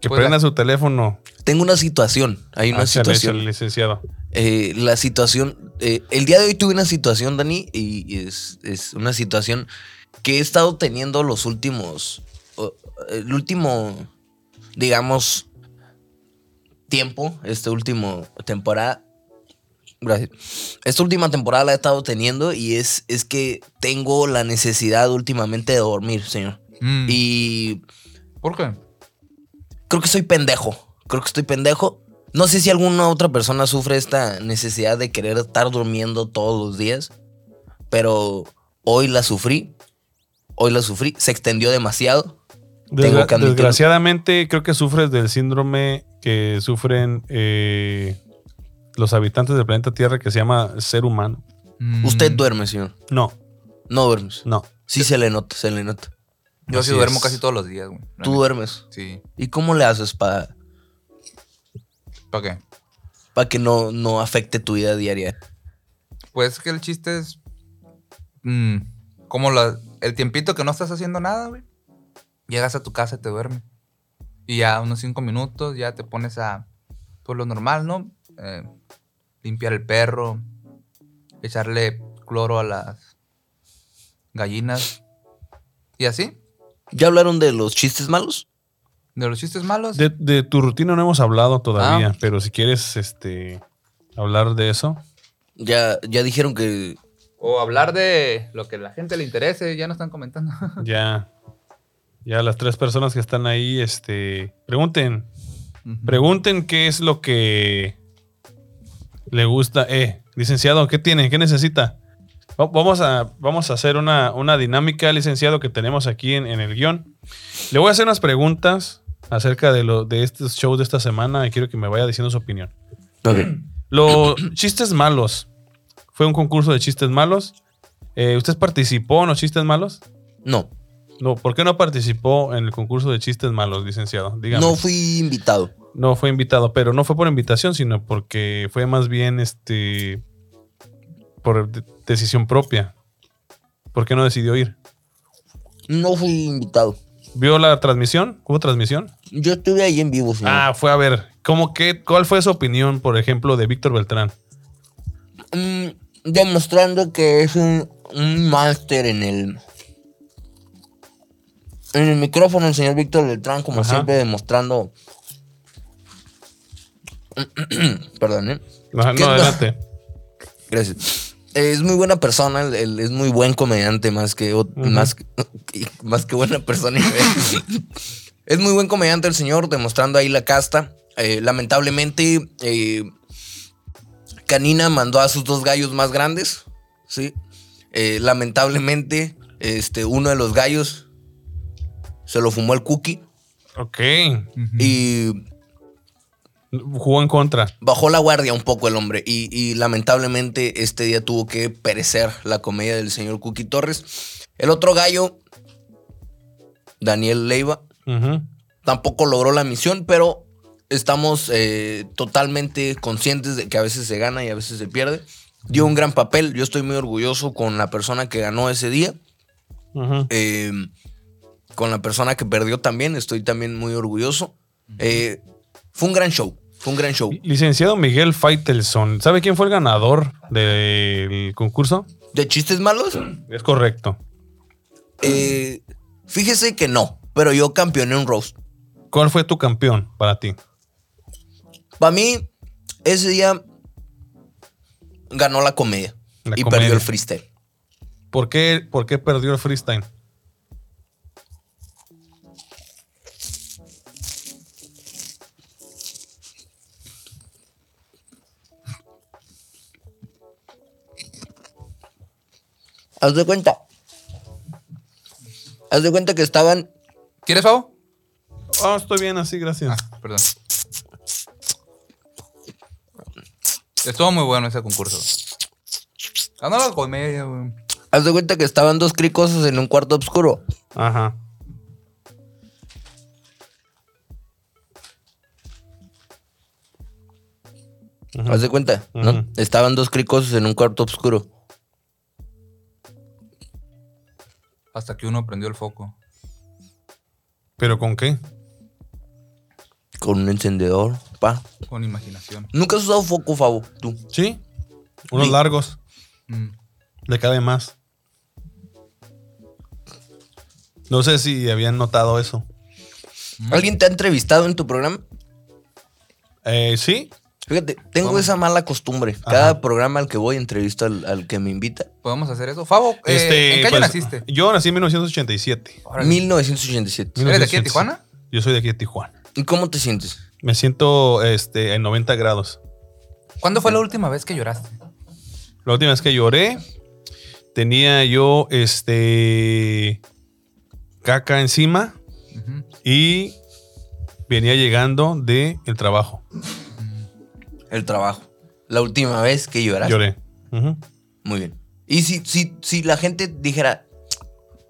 Speaker 1: Que
Speaker 8: Pues,
Speaker 1: prenda su teléfono.
Speaker 2: Tengo una situación. Hay una
Speaker 1: Ah, chale,
Speaker 2: situación.
Speaker 1: chale, licenciado.
Speaker 2: Eh, la situación, eh, el día de hoy tuve una situación, Dani, y y es, es una situación que he estado teniendo los últimos, o- el último, digamos, tiempo, este último temporada. Gracias. Esta última temporada la he estado teniendo y es, es que tengo la necesidad últimamente de dormir, señor.
Speaker 8: Mm,
Speaker 2: Y
Speaker 8: ¿Por qué?
Speaker 2: creo que soy pendejo. Creo que estoy pendejo. No sé si alguna otra persona sufre esta necesidad de querer estar durmiendo todos los días, pero hoy la sufrí. Hoy la sufrí. Se extendió demasiado. Tengo que admitirlo.
Speaker 1: desgraciadamente, creo que sufres del síndrome que sufren eh, los habitantes del planeta Tierra que se llama ser humano.
Speaker 8: Mm,
Speaker 2: Usted duerme, señor.
Speaker 1: No,
Speaker 2: No duermes.
Speaker 1: no.
Speaker 2: Sí se le nota, se le nota.
Speaker 8: Yo sí
Speaker 1: Así
Speaker 8: duermo
Speaker 1: es.
Speaker 8: casi todos los días, güey.
Speaker 2: Tú duermes.
Speaker 8: Sí.
Speaker 2: ¿Y cómo le haces para
Speaker 8: ¿Para qué?
Speaker 2: pa que no, no afecte tu vida diaria?
Speaker 8: Pues que el chiste es. mm, como la- el tiempito que no estás haciendo nada, güey. Llegas a tu casa y te duermes. Y ya unos cinco minutos ya te pones a. Pues lo normal, ¿no? Eh, limpiar el perro. Echarle cloro a las gallinas. Y así.
Speaker 2: ¿Ya hablaron de los chistes malos?
Speaker 8: De los chistes malos.
Speaker 1: De, de tu rutina no hemos hablado todavía,
Speaker 2: Ah.
Speaker 1: pero si quieres este, hablar de eso.
Speaker 2: Ya, ya dijeron que
Speaker 8: O hablar de lo que a la gente le interese. Ya no están comentando.
Speaker 1: Ya, ya las tres personas que están ahí, este, pregunten, pregunten qué es lo que le gusta. Eh, licenciado, ¿qué tiene? ¿Qué necesita? Va- Vamos a, vamos a hacer una, una dinámica, licenciado, que tenemos aquí en, en el guión. Le voy a hacer unas preguntas acerca de, lo, de estos shows de esta semana y quiero que me vaya diciendo su opinión. Los chistes malos. Fue un concurso de chistes malos. Eh, ¿Usted participó en los chistes malos?
Speaker 2: no.
Speaker 1: No, ¿por qué no participó en el concurso de chistes malos, licenciado? Dígame.
Speaker 2: No fui invitado.
Speaker 1: No fue invitado, pero no fue por invitación, sino porque fue más bien este por de- decisión propia. ¿Por qué no decidió ir?
Speaker 2: No fui invitado.
Speaker 1: ¿Vio la transmisión? ¿Hubo transmisión?
Speaker 2: Yo estuve ahí en vivo, señor.
Speaker 1: Ah, fue a ver. ¿Cómo que, ¿Cuál fue su opinión, por ejemplo, de Víctor Beltrán?
Speaker 2: Mm, demostrando que es un, un máster en el en el micrófono el señor Víctor Beltrán como
Speaker 1: Ajá.
Speaker 2: siempre demostrando Perdón, ¿eh?
Speaker 1: No, no,
Speaker 2: ¿Qué es lo-
Speaker 1: adelante.
Speaker 2: Gracias. Eh, Es muy buena persona, el- el- es muy buen comediante, más que, ot-
Speaker 1: Ujú.
Speaker 2: más, que- y- más que buena persona. es muy buen comediante el señor, demostrando ahí la casta. Eh, lamentablemente, eh, Canina mandó a sus dos gallos más grandes, ¿sí? Eh, lamentablemente, este, uno de los gallos se lo fumó el cookie
Speaker 1: Ok.
Speaker 2: y
Speaker 1: Jugó en contra.
Speaker 2: bajó la guardia un poco el hombre y, y lamentablemente este día tuvo que perecer la comedia del señor Cookie Torres. El otro gallo, Daniel Leiva,
Speaker 1: Ujú.
Speaker 2: tampoco logró la misión, pero estamos eh, totalmente conscientes de que a veces se gana y a veces se pierde. Dio un gran papel, yo estoy muy orgulloso con la persona que ganó ese día.
Speaker 1: Ujú.
Speaker 2: Eh, con la persona que perdió también, estoy también muy orgulloso. Eh, fue un gran show, fue un gran show.
Speaker 1: Licenciado Miguel Faitelson. ¿Sabe quién fue el ganador del concurso?
Speaker 2: ¿De chistes malos?
Speaker 1: Es correcto.
Speaker 2: Eh, fíjese que no, pero yo campeoné un roast.
Speaker 1: ¿Cuál fue tu campeón para ti?
Speaker 2: Para mí, ese día ganó la comedia
Speaker 1: La
Speaker 2: y
Speaker 1: comedia.
Speaker 2: perdió el freestyle.
Speaker 1: ¿Por qué, por qué perdió el freestyle?
Speaker 2: Haz de cuenta. Haz de cuenta que estaban.
Speaker 8: ¿Quieres, Fabo?
Speaker 1: Ah, estoy bien así, gracias.
Speaker 8: Ah, perdón. Estuvo muy bueno ese concurso. Ganó la comedia, güey.
Speaker 2: Haz de cuenta que estaban dos cricosos en un cuarto oscuro.
Speaker 8: Ah.
Speaker 1: Ajá. Ujú.
Speaker 2: Haz de cuenta, ¿no?
Speaker 1: Ujú.
Speaker 2: Estaban dos cricosos en un cuarto oscuro.
Speaker 8: Hasta que uno prendió el foco.
Speaker 1: ¿Pero con qué?
Speaker 2: Con un encendedor, pa.
Speaker 8: Con imaginación.
Speaker 2: Nunca has usado foco, Fabo, tú.
Speaker 1: Sí. Unos
Speaker 2: Sí.
Speaker 1: largos.
Speaker 8: Mm.
Speaker 1: Le cabe más. No sé si habían notado eso. Mm.
Speaker 2: ¿Alguien te ha entrevistado en tu programa?
Speaker 1: Eh, sí.
Speaker 2: Fíjate, tengo
Speaker 8: Vamos.
Speaker 2: esa mala costumbre.
Speaker 1: Ajá.
Speaker 2: Cada programa al que voy entrevisto al, al que me invita.
Speaker 8: ¿Podemos hacer eso? Fabo, eh, ¿en qué año
Speaker 1: pues,
Speaker 8: naciste?
Speaker 1: Yo nací en 1987.
Speaker 8: Órale.
Speaker 2: 1987.
Speaker 8: ¿Eres de aquí
Speaker 1: 1987.
Speaker 8: de Tijuana?
Speaker 1: Yo soy de aquí de Tijuana.
Speaker 2: ¿Y cómo te sientes?
Speaker 1: Me siento este, en 90 grados.
Speaker 8: ¿Cuándo fue la última vez que lloraste?
Speaker 1: La última vez que lloré, tenía yo este caca encima
Speaker 8: Ujú.
Speaker 1: y venía llegando de el trabajo.
Speaker 2: El trabajo. La última vez que lloraste.
Speaker 1: Lloré. Ujú.
Speaker 2: Muy bien. Y si, si, si la gente dijera,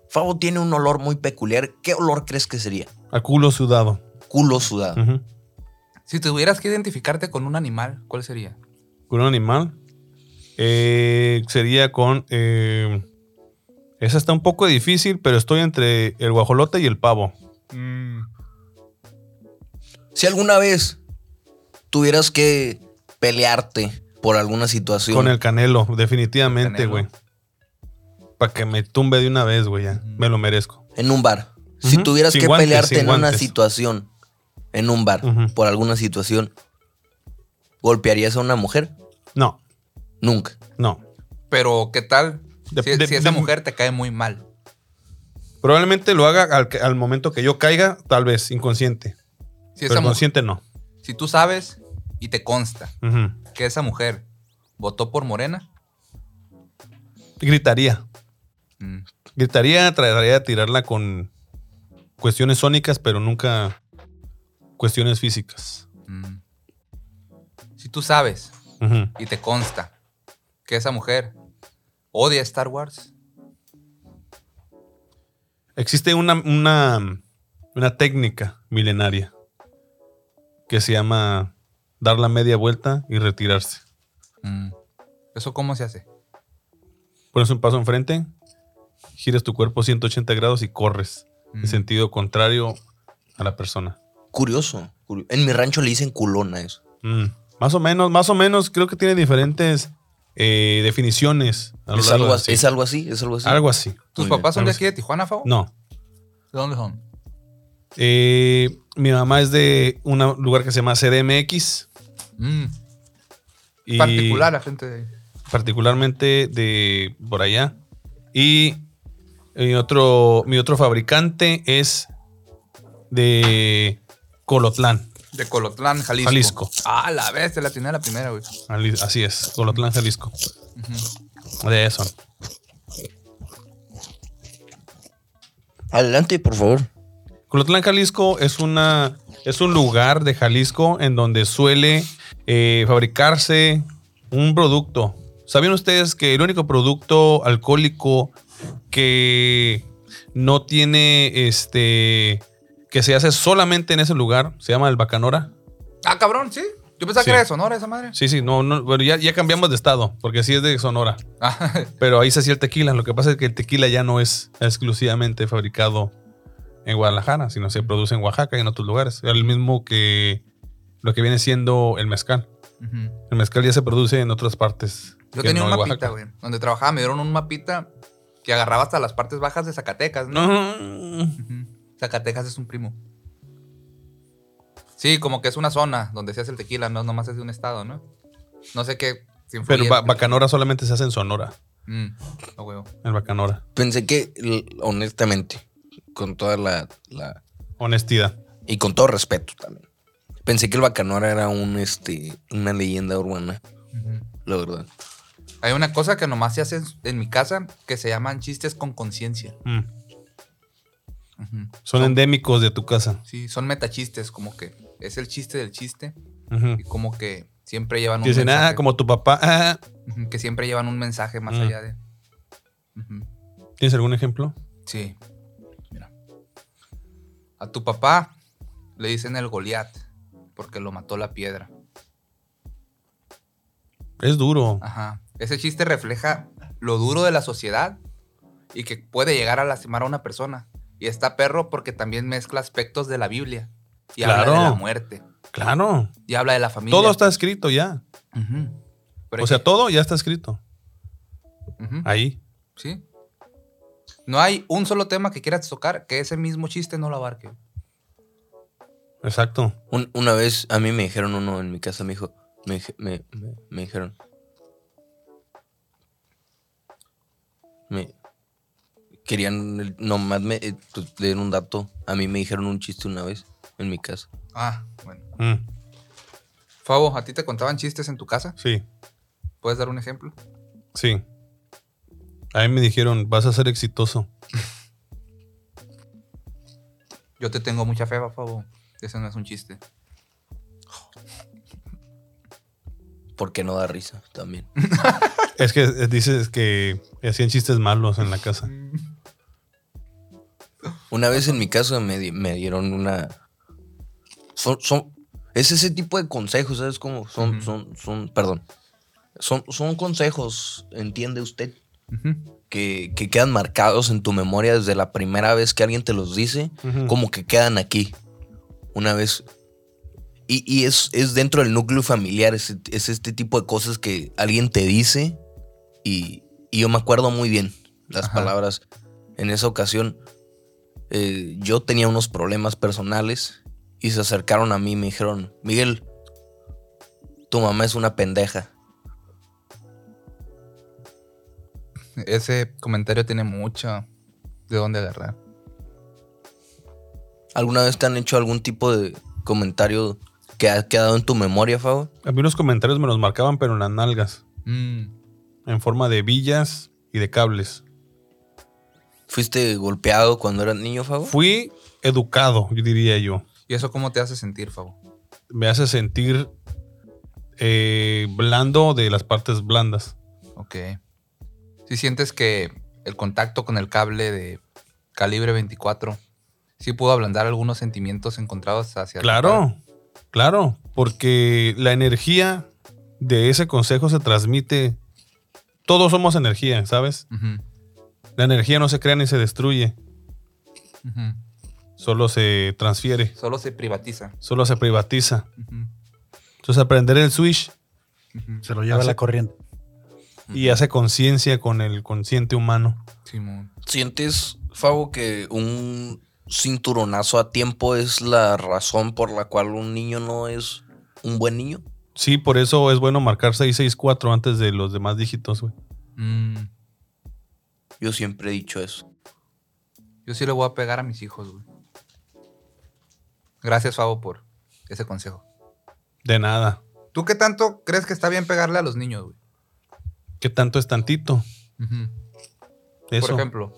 Speaker 2: Fabo tiene un olor muy peculiar, ¿qué olor crees que sería?
Speaker 1: A culo sudado.
Speaker 2: Culo sudado.
Speaker 1: Ujú.
Speaker 8: Si tuvieras que identificarte con un animal, ¿cuál sería?
Speaker 1: Con un animal. eh, sería con. eh, esa está un poco difícil, pero estoy entre el guajolote y el pavo. Mm.
Speaker 2: Si alguna vez tuvieras que pelearte por alguna situación,
Speaker 1: Con el canelo, definitivamente,
Speaker 8: El canelo.
Speaker 1: güey. Para que me tumbe de una vez, güey, ya.
Speaker 8: Ujú.
Speaker 1: Me lo merezco.
Speaker 2: en un bar, si
Speaker 1: Ujú.
Speaker 2: tuvieras
Speaker 1: Sin
Speaker 2: que
Speaker 1: guantes,
Speaker 2: pelearte
Speaker 1: sin
Speaker 2: en una
Speaker 1: guantes.
Speaker 2: situación, en un bar,
Speaker 1: Ujú.
Speaker 2: por alguna situación, ¿golpearías a una mujer?
Speaker 1: No,
Speaker 2: Nunca.
Speaker 1: no.
Speaker 8: Pero, ¿qué tal?
Speaker 1: De-
Speaker 8: si,
Speaker 1: de-
Speaker 8: si esa
Speaker 1: de-
Speaker 8: mujer te cae muy mal.
Speaker 1: Probablemente lo haga al, que- al momento que yo caiga, tal vez inconsciente.
Speaker 8: Si, esa
Speaker 1: pero
Speaker 8: mu-
Speaker 1: consciente no.
Speaker 8: si tú sabes y te consta
Speaker 1: Ujú.
Speaker 8: que esa mujer votó por Morena,
Speaker 1: Gritaría.
Speaker 8: mm,
Speaker 1: Gritaría, trataría de tirarla con cuestiones sónicas, pero nunca cuestiones físicas.
Speaker 8: mm. si tú sabes
Speaker 1: Ujú.
Speaker 8: y te consta que esa mujer odia Star Wars,
Speaker 1: Existe una, una, una técnica milenaria que se llama dar la media vuelta y retirarse.
Speaker 8: mm, ¿eso cómo se hace?
Speaker 1: Pones un paso enfrente, giras tu cuerpo 180 grados y corres
Speaker 8: Mm.
Speaker 1: en sentido contrario a la persona.
Speaker 2: Curioso. curio- En mi rancho le dicen culona eso.
Speaker 1: Mm, Más o menos, más o menos, creo que tiene diferentes eh, definiciones. a lo
Speaker 2: Es
Speaker 1: largo de-
Speaker 2: algo, así,
Speaker 1: sí.
Speaker 2: es algo así, es algo así.
Speaker 1: Algo así.
Speaker 8: ¿Tus
Speaker 2: Muy bien,
Speaker 8: papás son de
Speaker 1: vamos.
Speaker 8: aquí de Tijuana, Fabo?
Speaker 1: No.
Speaker 8: ¿De dónde son?
Speaker 1: Eh, mi mamá es de un lugar que se llama CDMX
Speaker 8: Mm,
Speaker 1: Y
Speaker 8: Particular la gente de ahí.
Speaker 1: Particularmente de por allá. Y mi otro, mi otro fabricante es de Colotlán.
Speaker 8: De Colotlán, Jalisco.
Speaker 1: Jalisco.
Speaker 8: Ah, la vez, te la tenía la primera, güey.
Speaker 1: Ali- Así es, Colotlán, Jalisco. De eso.
Speaker 2: Adelante, por favor.
Speaker 1: Colotlán, Jalisco es una es un lugar de Jalisco en donde suele eh, fabricarse un producto. ¿Sabían ustedes que el único producto alcohólico que no tiene este que se hace solamente en ese lugar se llama el bacanora?
Speaker 8: Ah, cabrón, sí. Yo pensaba
Speaker 1: Sí.
Speaker 8: que era de Sonora esa madre.
Speaker 1: Sí, sí, no, no bueno, ya, ya cambiamos de estado, porque sí es de Sonora,
Speaker 8: Ah,
Speaker 1: pero ahí se hacía el tequila. Lo que pasa es que el tequila ya no es exclusivamente fabricado en Guadalajara, sino se produce en Oaxaca y en otros lugares. Es el mismo que lo que viene siendo el mezcal.
Speaker 8: ujú.
Speaker 1: El mezcal ya se produce en otras partes.
Speaker 8: Yo
Speaker 1: que
Speaker 8: tenía
Speaker 1: no
Speaker 8: un
Speaker 1: en
Speaker 8: mapita,
Speaker 1: Oaxaca.
Speaker 8: güey. Donde trabajaba me dieron un mapita que agarraba hasta las partes bajas de Zacatecas, ¿no?
Speaker 1: No.
Speaker 8: Ujú. Zacatecas es un primo. Sí, como que es una zona donde se hace el tequila, no nomás es de un estado, ¿no? No sé qué. si influye.
Speaker 1: Pero ba- Bacanora solamente se hace en Sonora.
Speaker 8: Mm, no, güey.
Speaker 1: El Bacanora.
Speaker 2: Pensé que, l- honestamente, con toda la, la-
Speaker 1: Honestidad.
Speaker 2: Y con todo respeto también. Pensé que el Bacanora era un, este, una leyenda urbana,
Speaker 8: Ujú.
Speaker 2: la verdad.
Speaker 8: Hay una cosa que nomás se hace en, en mi casa que se llaman chistes con conciencia.
Speaker 1: Mm.
Speaker 8: Ujú.
Speaker 1: Son endémicos de tu casa.
Speaker 8: Sí, son metachistes, como que es el chiste del chiste
Speaker 1: Ujú.
Speaker 8: y como que siempre llevan un
Speaker 1: Dicen,
Speaker 8: mensaje.
Speaker 1: ah, como tu papá. ah".
Speaker 8: Ujú, Que siempre llevan un mensaje más
Speaker 1: Mm.
Speaker 8: allá de. Ujú.
Speaker 1: ¿Tienes algún ejemplo?
Speaker 8: Sí. Mira. A tu papá le dicen el Goliat porque lo mató la piedra.
Speaker 1: Es duro.
Speaker 8: Ajá. Ese chiste refleja lo duro de la sociedad y que puede llegar a lastimar a una persona. Y está perro porque también mezcla aspectos de la Biblia y habla de la
Speaker 1: Claro.
Speaker 8: muerte
Speaker 1: Claro.
Speaker 8: y habla de la familia.
Speaker 1: Todo está escrito ya.
Speaker 8: Ujú. Pero
Speaker 1: O
Speaker 8: es
Speaker 1: sea,
Speaker 8: que-
Speaker 1: todo ya está escrito.
Speaker 8: Ujú.
Speaker 1: Ahí.
Speaker 8: Sí. No hay un solo tema que quieras tocar que ese mismo chiste no lo abarque.
Speaker 1: Exacto.
Speaker 2: Un- una vez a mí me dijeron uno en mi casa, me dijo, me, dije- me- me- me dijeron. Me querían, el- nomás me eh, pues, le dieron un dato. A mí me dijeron un chiste una vez en mi casa.
Speaker 8: Ah, bueno.
Speaker 1: Mm,
Speaker 8: Fabo, ¿a ti te contaban chistes en tu casa?
Speaker 1: Sí,
Speaker 8: ¿Puedes dar un ejemplo?
Speaker 1: sí. A mí me dijeron, vas a ser exitoso.
Speaker 8: Yo te tengo mucha fe, Fabo. Ese no es un chiste.
Speaker 2: Porque no da risa también.
Speaker 1: Es que eh, dices que hacían chistes malos en la casa.
Speaker 2: Una vez en mi casa me, di- me dieron una. Son, son, es ese tipo de consejos, ¿sabes cómo? Son,
Speaker 8: Ujú.
Speaker 2: son, son, perdón. Son, son consejos, entiende usted,
Speaker 8: Ujú.
Speaker 2: que, que quedan marcados en tu memoria desde la primera vez que alguien te los dice,
Speaker 1: Ujú.
Speaker 2: como que quedan aquí. Una vez. Y, y es, es dentro del núcleo familiar, es, es este tipo de cosas que alguien te dice y, y yo me acuerdo muy bien las
Speaker 8: Ajá.
Speaker 2: palabras. En esa ocasión, eh, yo tenía unos problemas personales y se acercaron a mí y me dijeron, Miguel, tu mamá es una pendeja.
Speaker 8: Ese comentario tiene mucho de dónde agarrar.
Speaker 2: ¿Alguna vez te han hecho algún tipo de comentario que ha quedado en tu memoria, Fabo?
Speaker 1: A mí los comentarios me los marcaban, pero en las nalgas.
Speaker 8: Mm.
Speaker 1: En forma de villas y de cables.
Speaker 2: ¿Fuiste golpeado cuando eras niño, Fabo?
Speaker 1: Fui educado, yo diría yo.
Speaker 8: ¿Y eso cómo te hace sentir, Fabo?
Speaker 1: Me hace sentir eh, blando de las partes blandas.
Speaker 8: Ok. Si sientes que el contacto con el cable de calibre 24 sí pudo ablandar algunos sentimientos encontrados hacia tu padre.
Speaker 1: Claro, claro, porque la energía de ese consejo se transmite. Todos somos energía, ¿sabes?
Speaker 8: Ujú,
Speaker 1: La energía no se crea ni se destruye,
Speaker 8: ujú.
Speaker 1: solo se transfiere,
Speaker 8: Solo se privatiza.
Speaker 1: solo se privatiza.
Speaker 8: Ujú,
Speaker 1: Entonces aprender el switch
Speaker 8: ujú.
Speaker 3: Se lo lleva
Speaker 1: Hace-
Speaker 3: la corriente.
Speaker 1: y hace conciencia con el consciente humano.
Speaker 8: Simón.
Speaker 2: ¿Sientes, Fabo, que un cinturonazo a tiempo es la razón por la cual un niño no es un buen niño?
Speaker 1: Sí, por eso es bueno marcar 664 antes de los demás dígitos, güey.
Speaker 8: Mm,
Speaker 2: Yo siempre he dicho eso.
Speaker 8: yo sí le voy a pegar a mis hijos, güey. Gracias, Fabo, por ese consejo.
Speaker 1: De nada.
Speaker 8: ¿Tú qué tanto crees que está bien pegarle a los niños, güey?
Speaker 1: ¿Qué tanto es tantito?
Speaker 8: Ujú.
Speaker 1: Eso.
Speaker 8: Por ejemplo,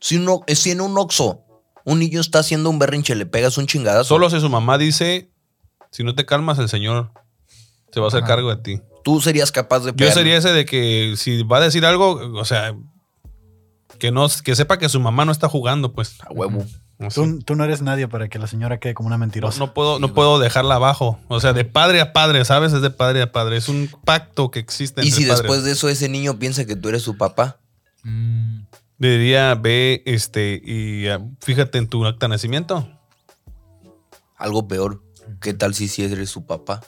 Speaker 2: Si, uno, eh, si en un oxo un niño está haciendo un berrinche, le pegas un chingadazo.
Speaker 1: Solo si su mamá dice, si no te calmas, el señor se va a hacer
Speaker 8: Ajá.
Speaker 1: cargo de ti.
Speaker 2: Tú serías capaz de
Speaker 1: Yo
Speaker 2: pegarle.
Speaker 1: sería ese de que si va a decir algo, o sea, que no, que sepa que su mamá no está jugando, pues.
Speaker 2: A huevo.
Speaker 1: O sea,
Speaker 3: Tú, tú no eres nadie para que la señora quede como una
Speaker 1: no,
Speaker 3: mentirosa.
Speaker 1: no puedo, no
Speaker 2: Sí,
Speaker 1: puedo dejarla abajo. O sea, de padre a padre, ¿sabes? Es de padre a padre. Es un pacto que existe entre
Speaker 2: Y si
Speaker 1: padres.
Speaker 2: después de eso ese niño piensa que tú eres su papá.
Speaker 8: mm,
Speaker 1: Le diría, ve, este, y ah, fíjate en tu acta de nacimiento.
Speaker 2: Algo peor. ¿Qué tal si sí eres su papá?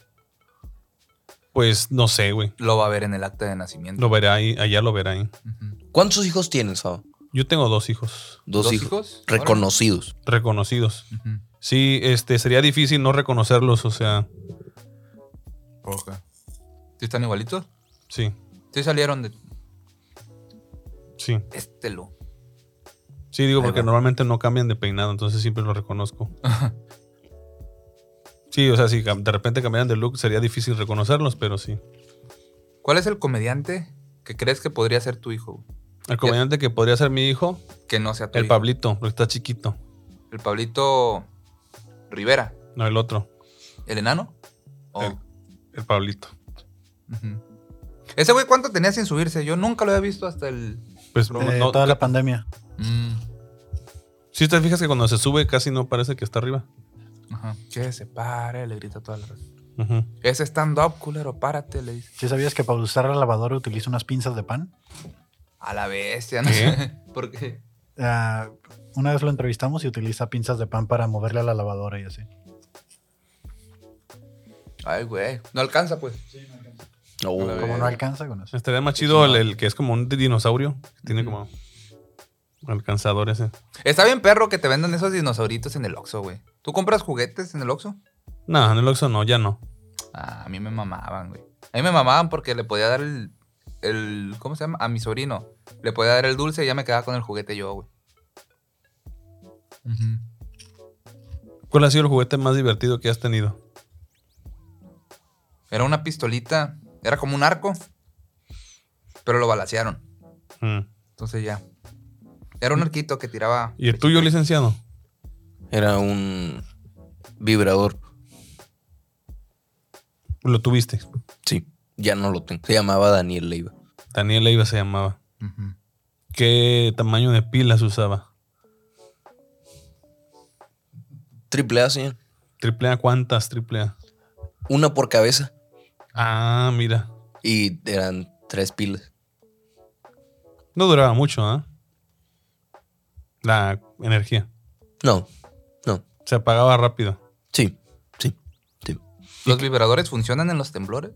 Speaker 1: Pues no sé, güey.
Speaker 8: lo va a ver en el acta de nacimiento.
Speaker 1: Lo verá ahí, allá lo verá ahí.
Speaker 8: Ujú.
Speaker 2: ¿Cuántos hijos tienes, Fabo?
Speaker 1: Yo tengo dos hijos
Speaker 2: Dos,
Speaker 8: ¿Dos
Speaker 2: hijos.
Speaker 8: hijos?
Speaker 2: Reconocidos.
Speaker 1: reconocidos.
Speaker 8: Ujú.
Speaker 1: Sí, este, sería difícil no reconocerlos, o sea,
Speaker 8: Ok. ¿Sí están igualitos?
Speaker 1: sí,
Speaker 8: Sí salieron de
Speaker 1: sí.
Speaker 8: este lo.
Speaker 1: Sí, digo,
Speaker 8: Ahí
Speaker 1: porque
Speaker 8: va.
Speaker 1: normalmente no cambian de peinado, entonces siempre lo reconozco. Sí, o sea, si cam- de repente cambiaran de look sería difícil reconocerlos, pero sí.
Speaker 8: ¿Cuál es el comediante que crees que podría ser tu hijo? güey?
Speaker 1: El comediante que podría ser mi hijo,
Speaker 8: Que no sea tu
Speaker 1: el
Speaker 8: hijo.
Speaker 1: Pablito, porque está chiquito.
Speaker 8: El Pablito Rivera.
Speaker 1: No, el otro,
Speaker 8: ¿El enano? O-
Speaker 1: El- el Pablito.
Speaker 8: Ujú. Ese güey, ¿cuánto tenía sin subirse? Yo nunca lo había visto hasta el.
Speaker 1: Pues
Speaker 3: Eh,
Speaker 1: no, no-
Speaker 3: toda la pandemia.
Speaker 8: Mm,
Speaker 1: si te fijas que cuando se sube casi no parece que está arriba.
Speaker 8: ajá. Que se pare, le grita a toda la raza.
Speaker 1: Ujú.
Speaker 8: Ese stand-up, culero, párate, le dice.
Speaker 3: ¿Sí sabías que para usar la lavadora utiliza unas pinzas de pan?
Speaker 8: A la bestia, no
Speaker 1: ¿Qué?
Speaker 8: sé. ¿Por qué?
Speaker 3: Ah, una vez lo entrevistamos y utiliza pinzas de pan para moverle a la lavadora y así.
Speaker 8: Ay, güey. No alcanza, pues.
Speaker 2: Oh.
Speaker 8: Como
Speaker 3: Como no alcanza con eso.
Speaker 1: Estaría más chido el, el que es como un dinosaurio. Que tiene
Speaker 8: Ujú.
Speaker 1: como alcanzador ese.
Speaker 8: Está bien, perro, que te vendan esos dinosauritos en el Oxxo, güey. ¿Tú compras juguetes en el Oxxo?
Speaker 1: No, en el Oxxo no, ya no.
Speaker 8: Ah, a mí me mamaban, güey. A mí me mamaban porque le podía dar el, el- ¿Cómo se llama? A mi sobrino. Le podía dar el dulce y ya me quedaba con el juguete yo, güey. Ujú.
Speaker 1: ¿Cuál ha sido el juguete más divertido que has tenido?
Speaker 8: Era una pistolita. Era como un arco. Pero lo balacearon.
Speaker 1: Mm.
Speaker 8: Entonces ya. Era un arquito que tiraba.
Speaker 1: ¿Y el tuyo, licenciado?
Speaker 2: Era un vibrador.
Speaker 1: Lo tuviste.
Speaker 2: Sí. Ya no lo tengo. Se llamaba Daniel Leiva.
Speaker 1: Daniel Leiva se llamaba.
Speaker 8: Ujú.
Speaker 1: ¿Qué tamaño de pilas usaba?
Speaker 2: Triple A, señor.
Speaker 1: ¿Triple A cuántas? ¿Triple A?
Speaker 2: Una por cabeza.
Speaker 1: Ah, mira.
Speaker 2: Y eran tres pilas.
Speaker 1: No duraba mucho, ¿ah? La energía.
Speaker 2: No. No.
Speaker 1: Se apagaba rápido.
Speaker 2: Sí. Sí. Sí.
Speaker 8: ¿Los vibradores funcionan en los temblores?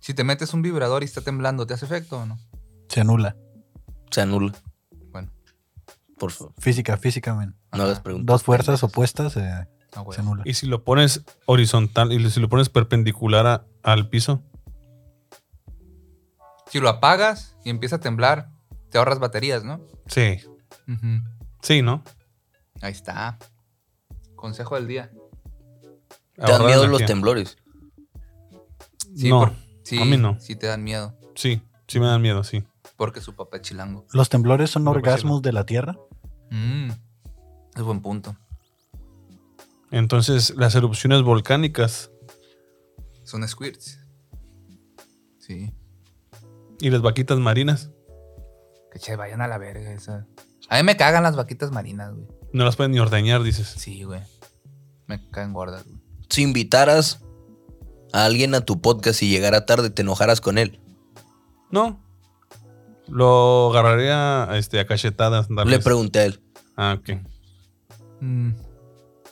Speaker 8: Si te metes un vibrador y está temblando, ¿te hace efecto o no?
Speaker 3: Se anula.
Speaker 2: Se anula.
Speaker 8: Bueno,
Speaker 2: Por favor.
Speaker 3: Física, física, men.
Speaker 2: No hagas preguntas.
Speaker 3: Dos fuerzas opuestas eh,
Speaker 8: ah, güey.
Speaker 3: se anula.
Speaker 1: Pues, ¿Y si lo pones horizontal y si lo pones perpendicular a- al piso?
Speaker 8: Si lo apagas y empieza a temblar, te ahorras baterías, ¿no?
Speaker 1: Sí.
Speaker 8: Ujú.
Speaker 1: Sí, ¿no?
Speaker 8: Ahí está. Consejo del día.
Speaker 2: Te dan
Speaker 1: Ahorrar
Speaker 2: miedo los
Speaker 1: energía.
Speaker 2: temblores.
Speaker 1: No,
Speaker 8: por- sí,
Speaker 1: a mí no.
Speaker 8: Sí te dan miedo.
Speaker 1: Sí, sí me dan miedo, sí.
Speaker 8: Porque su papá es chilango.
Speaker 3: ¿Los temblores son
Speaker 1: Me
Speaker 3: orgasmos de la Tierra?
Speaker 8: Mm, es buen punto.
Speaker 1: Entonces, las erupciones volcánicas
Speaker 8: Son squirts. Sí.
Speaker 1: y las vaquitas marinas
Speaker 8: Que che, vayan a la verga esa. A mí me cagan las vaquitas marinas, güey.
Speaker 1: no las pueden ni ordeñar, dices.
Speaker 8: Sí, güey. Me caen gordas, güey.
Speaker 2: Si invitaras a alguien a tu podcast y llegara tarde, te enojaras con él.
Speaker 1: No. Lo agarraría este, a cachetadas. tal
Speaker 2: Le
Speaker 1: vez.
Speaker 2: pregunté a él.
Speaker 1: Ah, ok.
Speaker 8: Mm,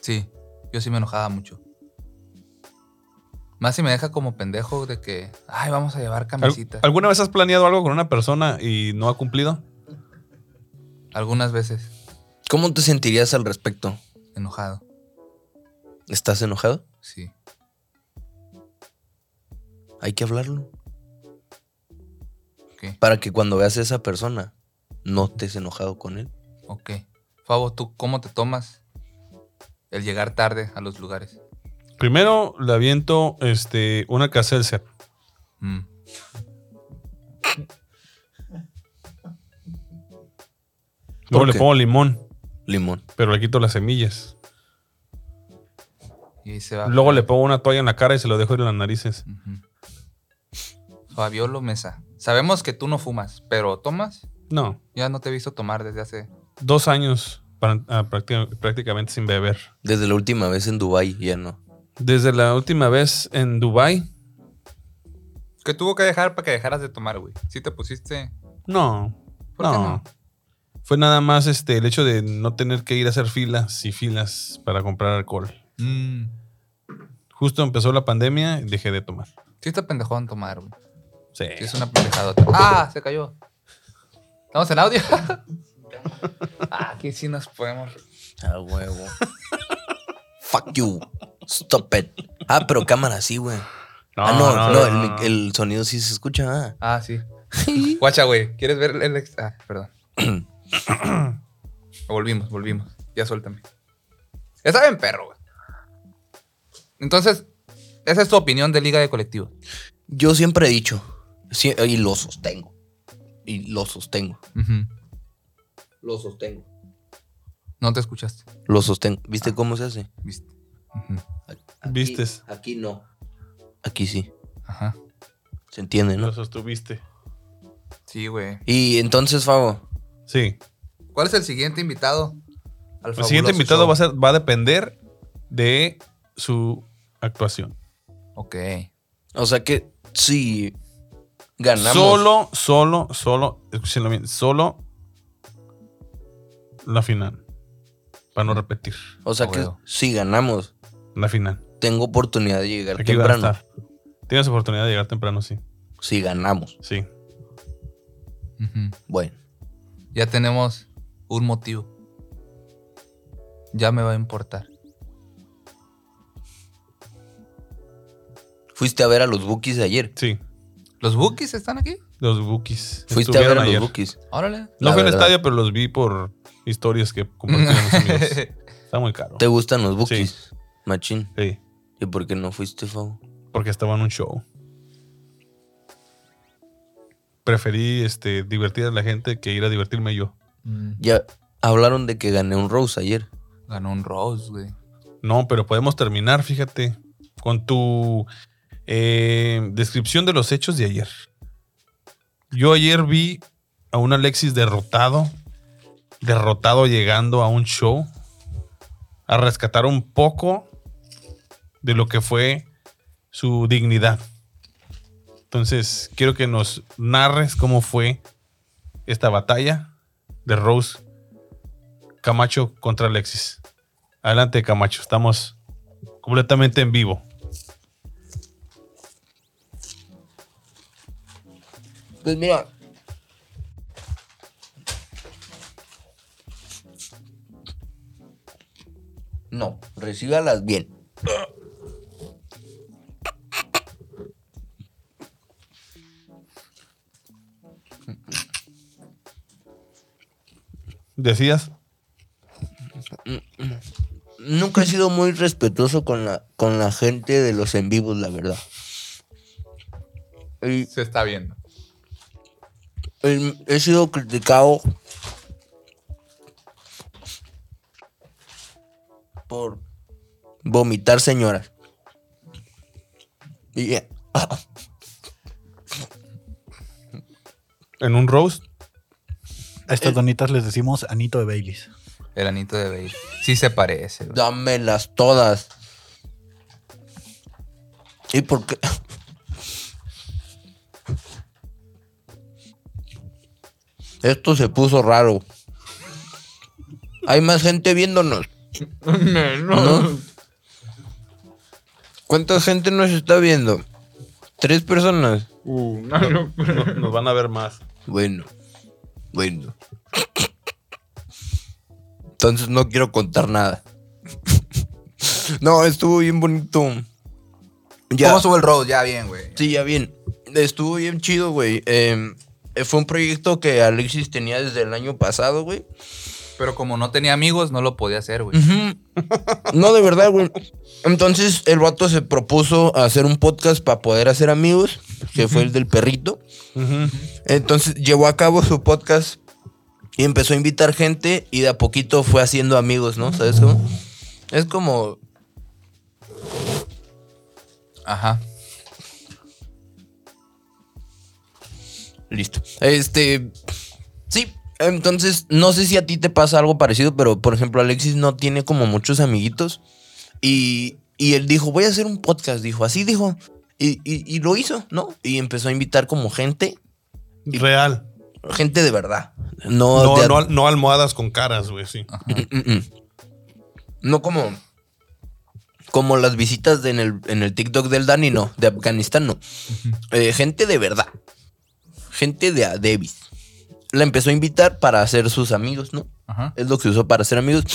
Speaker 8: sí. Yo sí me enojaba mucho. Más si me deja como pendejo de que, ay, vamos a llevar
Speaker 1: ¿Al-
Speaker 8: camisita.
Speaker 1: ¿Alguna vez has planeado algo con una persona y no ha cumplido?
Speaker 8: Algunas veces
Speaker 2: ¿Cómo te sentirías al respecto?
Speaker 8: enojado.
Speaker 2: ¿Estás enojado?
Speaker 8: Sí.
Speaker 2: Hay que hablarlo.
Speaker 8: Ok,
Speaker 2: Para que cuando veas a esa persona, no estés enojado con él.
Speaker 8: ok. Favo, ¿tú cómo te tomas el llegar tarde a los lugares?
Speaker 1: Primero le aviento este, una caselser.
Speaker 8: Mm.
Speaker 1: Luego
Speaker 2: ¿Por
Speaker 1: le
Speaker 2: qué?
Speaker 1: pongo limón,
Speaker 2: Limón.
Speaker 1: pero le quito las semillas.
Speaker 8: Y ahí se
Speaker 2: Ah.
Speaker 8: va.
Speaker 1: Luego le pongo una toalla en la cara y se lo dejo en las narices.
Speaker 8: Ujú. Fabiolo Mesa. Sabemos que tú no fumas, pero ¿tomas?
Speaker 1: No,
Speaker 8: Ya no te he visto tomar desde hace.
Speaker 1: dos años para- ah, prácti- prácticamente sin beber.
Speaker 2: Desde la última vez en Dubai ya no.
Speaker 1: Desde la última vez en Dubai,
Speaker 8: ¿Qué tuvo que dejar para que dejaras de tomar, güey? Si te pusiste.
Speaker 1: no,
Speaker 8: ¿Por qué
Speaker 1: no. Fue nada más este, el hecho de no tener que ir a hacer filas y filas para comprar alcohol.
Speaker 8: no? Mm.
Speaker 1: Justo empezó la pandemia y dejé de tomar.
Speaker 8: Sí está pendejón tomar, güey.
Speaker 1: Sí.
Speaker 8: Sí es una pendejadota. ¡Ah! Se cayó. ¿Estamos en audio? ah, aquí sí nos podemos.
Speaker 2: A huevo. Fuck you. Stop it. Ah, pero cámara sí, güey. ah, no, no, el,
Speaker 1: no.
Speaker 2: mic- el sonido sí se escucha. Ah.
Speaker 8: Ah, sí. Guacha, güey. ¿Quieres ver el ex- Ah, perdón. volvimos, volvimos. Ya suéltame. Ya saben, perro, güey. Entonces, esa es tu opinión de Liga de Colectivo.
Speaker 2: Yo siempre he dicho, sí, y lo sostengo. Y lo sostengo. Lo sostengo.
Speaker 8: No te escuchaste.
Speaker 2: Lo sostengo. ¿Viste cómo se hace?
Speaker 8: ¿Viste? Ujú.
Speaker 2: Aquí-
Speaker 1: Vistes.
Speaker 2: Aquí no. Aquí sí.
Speaker 8: Ajá.
Speaker 2: Se entiende,
Speaker 1: Lo
Speaker 2: ¿no?
Speaker 1: sostuviste.
Speaker 8: Sí, güey.
Speaker 2: Y entonces, Fabo,
Speaker 1: Sí.
Speaker 8: ¿Cuál es el siguiente invitado? Al
Speaker 1: El siguiente
Speaker 8: fabuloso
Speaker 1: invitado
Speaker 8: show.
Speaker 1: va a, ser- va a depender de su actuación.
Speaker 8: Ok.
Speaker 2: o sea que si ganamos.
Speaker 1: Solo, solo, solo, escúchenlo bien, solo la final. Para no repetir,
Speaker 2: O sea
Speaker 8: Ah,
Speaker 2: que
Speaker 8: huevo.
Speaker 2: si ganamos,
Speaker 1: la final.
Speaker 2: tengo oportunidad de llegar
Speaker 1: Aquí va a
Speaker 2: temprano.
Speaker 1: estar. Tienes oportunidad de llegar temprano, sí.
Speaker 2: Si ganamos.
Speaker 1: Sí.
Speaker 8: Ujú.
Speaker 2: Bueno.
Speaker 8: Ya tenemos un motivo. Ya me va a importar.
Speaker 2: Fuiste a ver a los Bookies ayer.
Speaker 1: Sí.
Speaker 8: ¿Los Bookies están aquí?
Speaker 1: Los Bookies.
Speaker 2: Fuiste a ver a
Speaker 1: Estuvieron
Speaker 2: los
Speaker 1: ayer.
Speaker 2: Bookies.
Speaker 8: Órale.
Speaker 1: No
Speaker 2: La
Speaker 1: fui al
Speaker 2: verdad.
Speaker 1: estadio, pero los vi por historias que compartieron mis amigos. Está muy caro.
Speaker 2: ¿Te gustan los Bookies? Machín.
Speaker 1: Sí.
Speaker 2: ¿Y por qué no fuiste, Fabo?
Speaker 1: porque estaba en un show. Preferí este, divertir a la gente que ir a divertirme yo.
Speaker 8: Mm,
Speaker 2: Ya hablaron de que gané un Rose ayer.
Speaker 8: Ganó un Rose, güey.
Speaker 1: No, pero podemos terminar, fíjate, con tu eh, descripción de los hechos de ayer. Yo ayer vi a un Alexis derrotado, derrotado llegando a un show, a rescatar un poco de lo que fue su dignidad. Entonces, quiero que nos narres cómo fue esta batalla de Rose Camacho contra Alexis. Adelante, Camacho. Estamos completamente en vivo.
Speaker 2: Pues mira. No, recíbalas bien.
Speaker 1: ¿Decías?
Speaker 2: Nunca he sido muy respetuoso con la, con la gente de los en vivos, la verdad. Y
Speaker 8: Se está viendo.
Speaker 2: Em, he sido criticado por vomitar señoras. Y eh,
Speaker 1: ¿En un roast? Eh.
Speaker 3: A estas donitas les decimos Anito de Baileys.
Speaker 8: El anito de Bale. Sí se parece, güey.
Speaker 2: dámelas todas. ¿Y por qué? Esto se puso raro. Hay más gente viéndonos. ¿No? ¿Cuánta gente nos está viendo? ¿Tres personas?
Speaker 1: pues, No, nos van a ver más.
Speaker 2: Bueno, bueno. Entonces no quiero contar nada. No, estuvo bien bonito. Ya.
Speaker 8: ¿Cómo estuvo el road? Ya bien, güey.
Speaker 2: Sí, ya bien. Estuvo bien chido, güey. Eh, fue un proyecto que Alexis tenía desde el año pasado, güey.
Speaker 8: Pero como no tenía amigos, no lo podía hacer, güey.
Speaker 2: Ujú. No, de verdad, güey. Entonces el vato se propuso hacer un podcast para poder hacer amigos, que fue el del perrito. Entonces llevó a cabo su podcast y empezó a invitar gente y de a poquito fue haciendo amigos, ¿no? ¿Sabes cómo? Es como...
Speaker 8: Ajá.
Speaker 2: Listo. Este... Sí. Entonces, no sé si a ti te pasa algo parecido, pero por ejemplo, Alexis no tiene como muchos amiguitos. Y, y él dijo, voy a hacer un podcast, dijo, así dijo. Y, y- y lo hizo, ¿no? Y empezó a invitar como gente
Speaker 1: Real.
Speaker 2: gente de verdad. No,
Speaker 1: No,
Speaker 2: de-
Speaker 1: no, no almohadas con caras, güey, sí.
Speaker 2: Mm, mm. No como. Como las visitas de en, el, en el TikTok del Dani, no. De Afganistán, no. Eh, gente de verdad. Gente de a Davis. La empezó a invitar para hacer sus amigos, ¿no?
Speaker 8: Ajá.
Speaker 2: Es lo que usó para ser amigos.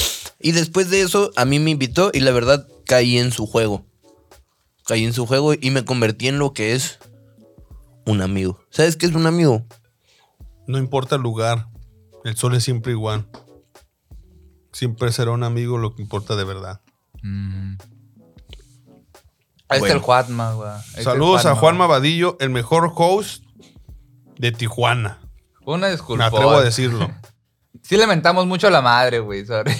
Speaker 2: Y después de eso, a mí me invitó y la verdad caí en su juego. Caí en su juego y me convertí en lo que es un amigo. ¿Sabes qué es un amigo?
Speaker 1: No importa el lugar, el sol es siempre igual. Siempre será un amigo lo que importa de verdad.
Speaker 8: Mm. Ahí
Speaker 2: Bueno.
Speaker 8: está el Juanma, güey. Ahí está el
Speaker 1: Saludos a Juan Mabadillo, el mejor host de Tijuana.
Speaker 8: Una
Speaker 1: Me
Speaker 8: disculpa.
Speaker 1: atrevo a decirlo.
Speaker 8: Sí lamentamos mucho a la madre, güey. sorry.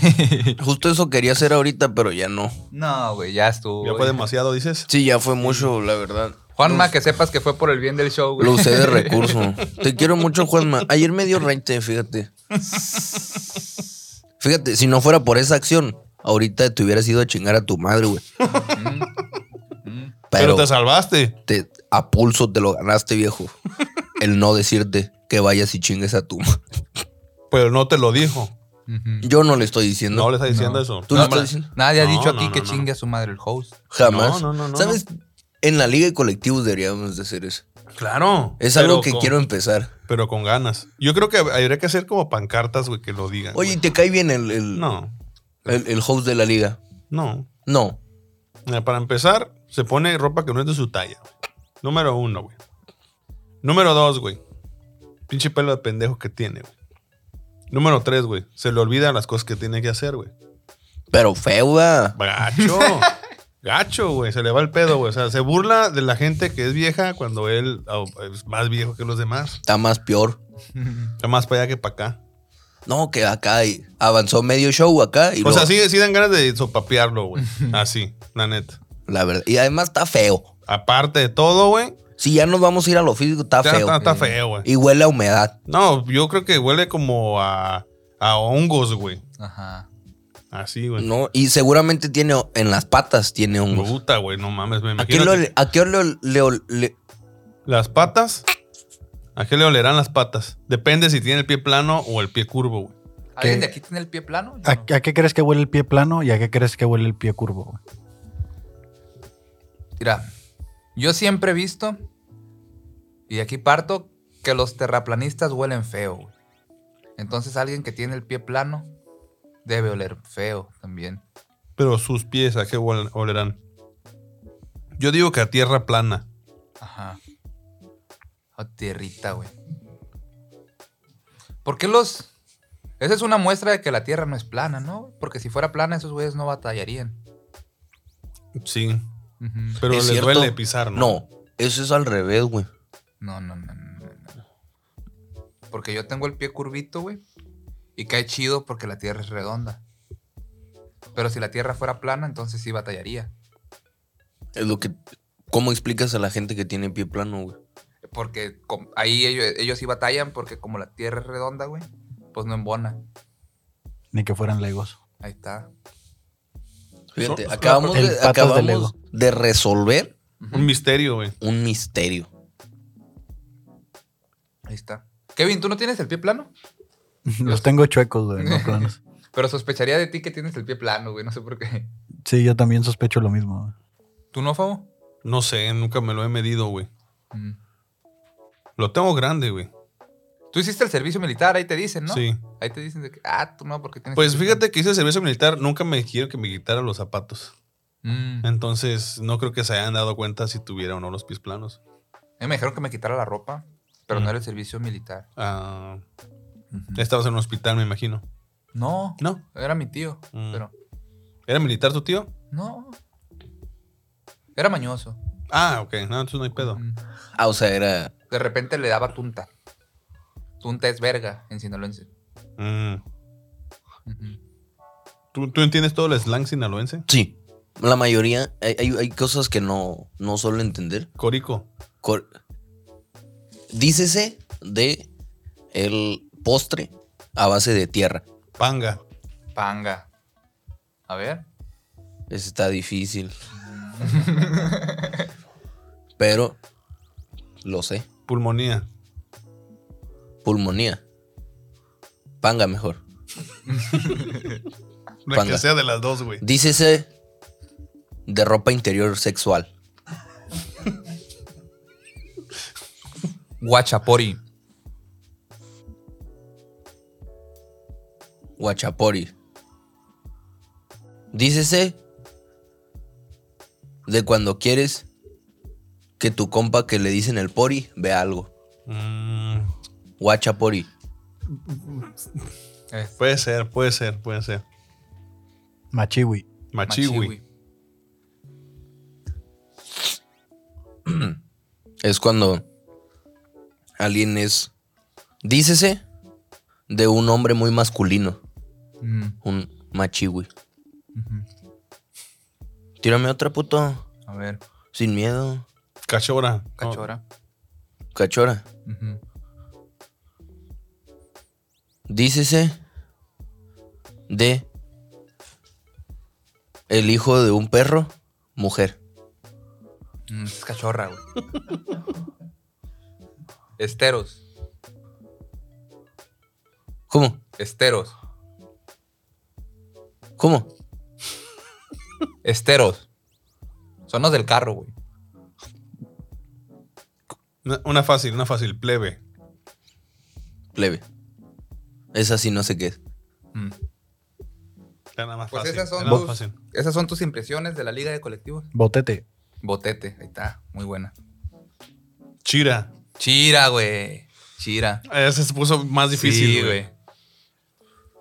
Speaker 2: Justo eso quería hacer ahorita, pero ya no.
Speaker 8: no, güey, ya estuvo.
Speaker 1: Ya fue
Speaker 8: güey.
Speaker 1: demasiado, dices.
Speaker 2: Sí, ya fue mucho, la verdad.
Speaker 8: Juanma, que sepas que fue por el bien del show, güey.
Speaker 2: Lo usé de recurso. Te quiero mucho, Juanma. Ayer me dio rente, fíjate. Fíjate, si no fuera por esa acción, ahorita te hubieras ido a chingar a tu madre, güey.
Speaker 1: Pero,
Speaker 2: Pero
Speaker 1: te salvaste.
Speaker 2: te, a pulso te lo ganaste, viejo. El no decirte que vayas y chingues a tu madre.
Speaker 1: Pero no te lo dijo.
Speaker 8: Ujú.
Speaker 2: Yo no le estoy
Speaker 1: No,
Speaker 2: diciendo.
Speaker 1: le está diciendo
Speaker 8: No.
Speaker 1: eso.
Speaker 2: Tú
Speaker 8: No,
Speaker 2: lo estás
Speaker 8: ma-
Speaker 2: diciendo.
Speaker 8: Nadie ha
Speaker 1: No,
Speaker 8: dicho
Speaker 1: no,
Speaker 8: aquí
Speaker 1: no,
Speaker 8: que
Speaker 1: no.
Speaker 8: chingue a su madre el host.
Speaker 2: Jamás.
Speaker 1: No, no, no, no,
Speaker 2: ¿Sabes? En la liga de colectivos deberíamos de hacer eso.
Speaker 1: Claro.
Speaker 2: Es
Speaker 1: Pero
Speaker 2: algo que
Speaker 1: con-
Speaker 2: quiero empezar.
Speaker 1: Pero con ganas. Yo creo que habría que hacer como pancartas, güey, que lo digan.
Speaker 2: Oye, ¿y
Speaker 1: güey.
Speaker 2: ¿te cae bien el, el,
Speaker 1: No,
Speaker 2: el- el host de la liga?
Speaker 1: no.
Speaker 2: No.
Speaker 1: Mira, Para empezar, se pone ropa que no es de su talla. Número uno, güey. Número dos, güey. Pinche pelo de pendejo que tiene, güey. Número tres, güey. Se le olvidan las cosas que tiene que hacer, güey.
Speaker 2: Pero feuda.
Speaker 1: Gacho. Gacho, güey. Se le va el pedo, güey. O sea, se burla de la gente que es vieja cuando él oh, es más viejo que los demás.
Speaker 2: Está más peor.
Speaker 1: Está más para allá que para acá.
Speaker 2: No, que acá y avanzó medio show acá. Y
Speaker 1: o sea,
Speaker 2: luego-
Speaker 1: sí, sí dan ganas de sopapearlo, güey. Así, la neta.
Speaker 2: La verdad. Y además está feo.
Speaker 1: Aparte de todo, güey.
Speaker 2: Si ya nos vamos a ir a lo físico, está
Speaker 1: ya
Speaker 2: feo.
Speaker 1: Está, está feo, güey.
Speaker 2: Y huele a humedad.
Speaker 1: No, yo creo que huele como a, a hongos, güey.
Speaker 8: Ajá.
Speaker 1: Así, güey.
Speaker 2: ¿no? Y seguramente tiene ho- en las patas tiene hongos.
Speaker 1: Puta, güey, no mames, me
Speaker 2: ¿A qué,
Speaker 1: imagino.
Speaker 2: lo- a qué lo- le ol- le-
Speaker 1: Las patas. ¿A qué le olerán las patas? Depende si tiene el pie plano o el pie curvo, güey.
Speaker 8: ¿Alguien
Speaker 3: ¿Qué?
Speaker 8: de aquí tiene el pie plano? Yo
Speaker 3: ¿A,
Speaker 8: no.
Speaker 3: a qué crees que huele el pie plano y a qué crees que huele el pie curvo? güey?
Speaker 8: Mira, yo siempre he visto, y aquí parto, que los terraplanistas huelen feo. güey. Entonces alguien que tiene el pie plano debe oler feo también.
Speaker 1: Pero sus pies, ¿a qué huel- olerán? Yo digo que a tierra plana.
Speaker 8: Ajá. Oh, tierrita, güey. ¿Por qué los...? Esa es una muestra de que la Tierra no es plana, ¿no? Porque si fuera plana, esos güeyes no batallarían.
Speaker 1: Sí.
Speaker 8: Ujú.
Speaker 1: Pero
Speaker 2: ¿Es
Speaker 1: le
Speaker 2: cierto?
Speaker 1: duele pisar, ¿no?
Speaker 2: No, eso es al revés, güey.
Speaker 8: No, no, no, no, no, no. Porque yo tengo el pie curvito, güey. Y cae chido porque la tierra es redonda. Pero si la tierra fuera plana, entonces sí batallaría.
Speaker 2: Es lo que. ¿Cómo explicas a la gente que tiene pie plano, güey?
Speaker 8: Porque com- ahí ellos, ellos sí batallan porque como la tierra es redonda, güey, pues no embona.
Speaker 3: Ni que fueran legos.
Speaker 8: Ahí está.
Speaker 2: Fíjate,
Speaker 1: No,
Speaker 2: acabamos,
Speaker 3: el
Speaker 2: de,
Speaker 3: patas de
Speaker 2: acabamos
Speaker 3: Lego.
Speaker 2: de resolver
Speaker 1: Un misterio, güey.
Speaker 2: un misterio.
Speaker 8: Ahí está. Kevin, ¿tú no tienes el pie plano?
Speaker 3: Los tengo chuecos, güey, no planos.
Speaker 8: Pero sospecharía de ti que tienes el pie plano, güey. No sé por qué.
Speaker 3: Sí, yo también sospecho lo mismo. güey.
Speaker 8: ¿Tú no, Fabo?
Speaker 1: No sé, nunca me lo he medido, güey.
Speaker 8: Mm.
Speaker 1: Lo tengo grande, güey.
Speaker 8: Tú hiciste el servicio militar, ahí te dicen, ¿no?
Speaker 1: Sí.
Speaker 8: Ahí te dicen de que, ah, tú no, porque tienes...
Speaker 1: Pues
Speaker 8: el pie plano.
Speaker 1: fíjate que hice servicio militar, nunca me dijeron que me quitaran los zapatos.
Speaker 8: Mm.
Speaker 1: Entonces, no creo que se hayan dado cuenta si tuviera o no los pies planos.
Speaker 8: Eh, Me dijeron que me quitara la ropa, pero
Speaker 1: Mm.
Speaker 8: no era el servicio militar.
Speaker 1: Ah,
Speaker 8: Ujú.
Speaker 1: estabas en un hospital, me imagino.
Speaker 8: No,
Speaker 1: No.
Speaker 8: era mi tío,
Speaker 1: Mm.
Speaker 8: pero
Speaker 1: ¿Era militar tu tío?
Speaker 8: no. Era mañoso.
Speaker 1: Ah, ok. No, entonces no hay pedo.
Speaker 8: Mm.
Speaker 2: Ah, o sea, era.
Speaker 8: De repente le daba tunta. Tunta es verga en sinaloense.
Speaker 1: Mm.
Speaker 8: Ujú.
Speaker 1: ¿Tú, tú entiendes todo el slang sinaloense?
Speaker 2: Sí. La mayoría. Hay, hay- hay cosas que no, no suelo entender.
Speaker 1: Corico.
Speaker 2: Cor- Dícese de el postre a base de tierra.
Speaker 1: Panga.
Speaker 8: Panga. A ver.
Speaker 2: Eso está difícil. Pero lo sé.
Speaker 1: Pulmonía.
Speaker 2: Pulmonía. Panga mejor.
Speaker 1: La
Speaker 2: Panga.
Speaker 1: que sea de las dos, güey.
Speaker 2: Dícese de ropa interior sexual.
Speaker 8: Guachapori.
Speaker 2: Guachapori. Dícese de cuando quieres que tu compa que le dicen el pori vea algo.
Speaker 1: Mm,
Speaker 2: Guachapori.
Speaker 8: Es
Speaker 1: puede ser, puede ser, puede ser.
Speaker 3: Machiwi.
Speaker 1: Machiwi.
Speaker 2: Es cuando alguien es. Dícese de un hombre muy masculino.
Speaker 8: Mm,
Speaker 2: Un machiwi.
Speaker 8: ujú.
Speaker 2: Tírame otra puto.
Speaker 8: A ver.
Speaker 2: Sin miedo.
Speaker 1: Cachora.
Speaker 8: Cachora.
Speaker 2: Cachora.
Speaker 8: Ujú.
Speaker 2: Dícese de el hijo de un perro, mujer.
Speaker 8: Mm, es cachorra, güey. Esteros.
Speaker 2: ¿Cómo?
Speaker 8: Esteros.
Speaker 2: ¿Cómo?
Speaker 8: Esteros. Son los del carro, güey.
Speaker 1: Una, una fácil, una fácil. Plebe.
Speaker 2: Plebe. Esa sí no sé qué es.
Speaker 8: Mm.
Speaker 1: Era nada más
Speaker 8: Pues
Speaker 1: fácil.
Speaker 8: esas son
Speaker 1: era más
Speaker 8: tus-
Speaker 1: fácil.
Speaker 8: Esas son tus impresiones de la Liga de Colectivos.
Speaker 3: Botete.
Speaker 8: Botete, ahí está, muy buena.
Speaker 1: Chira.
Speaker 8: Chira, güey. Chira.
Speaker 1: Ese se puso más difícil,
Speaker 8: Sí,
Speaker 1: güey.
Speaker 8: güey.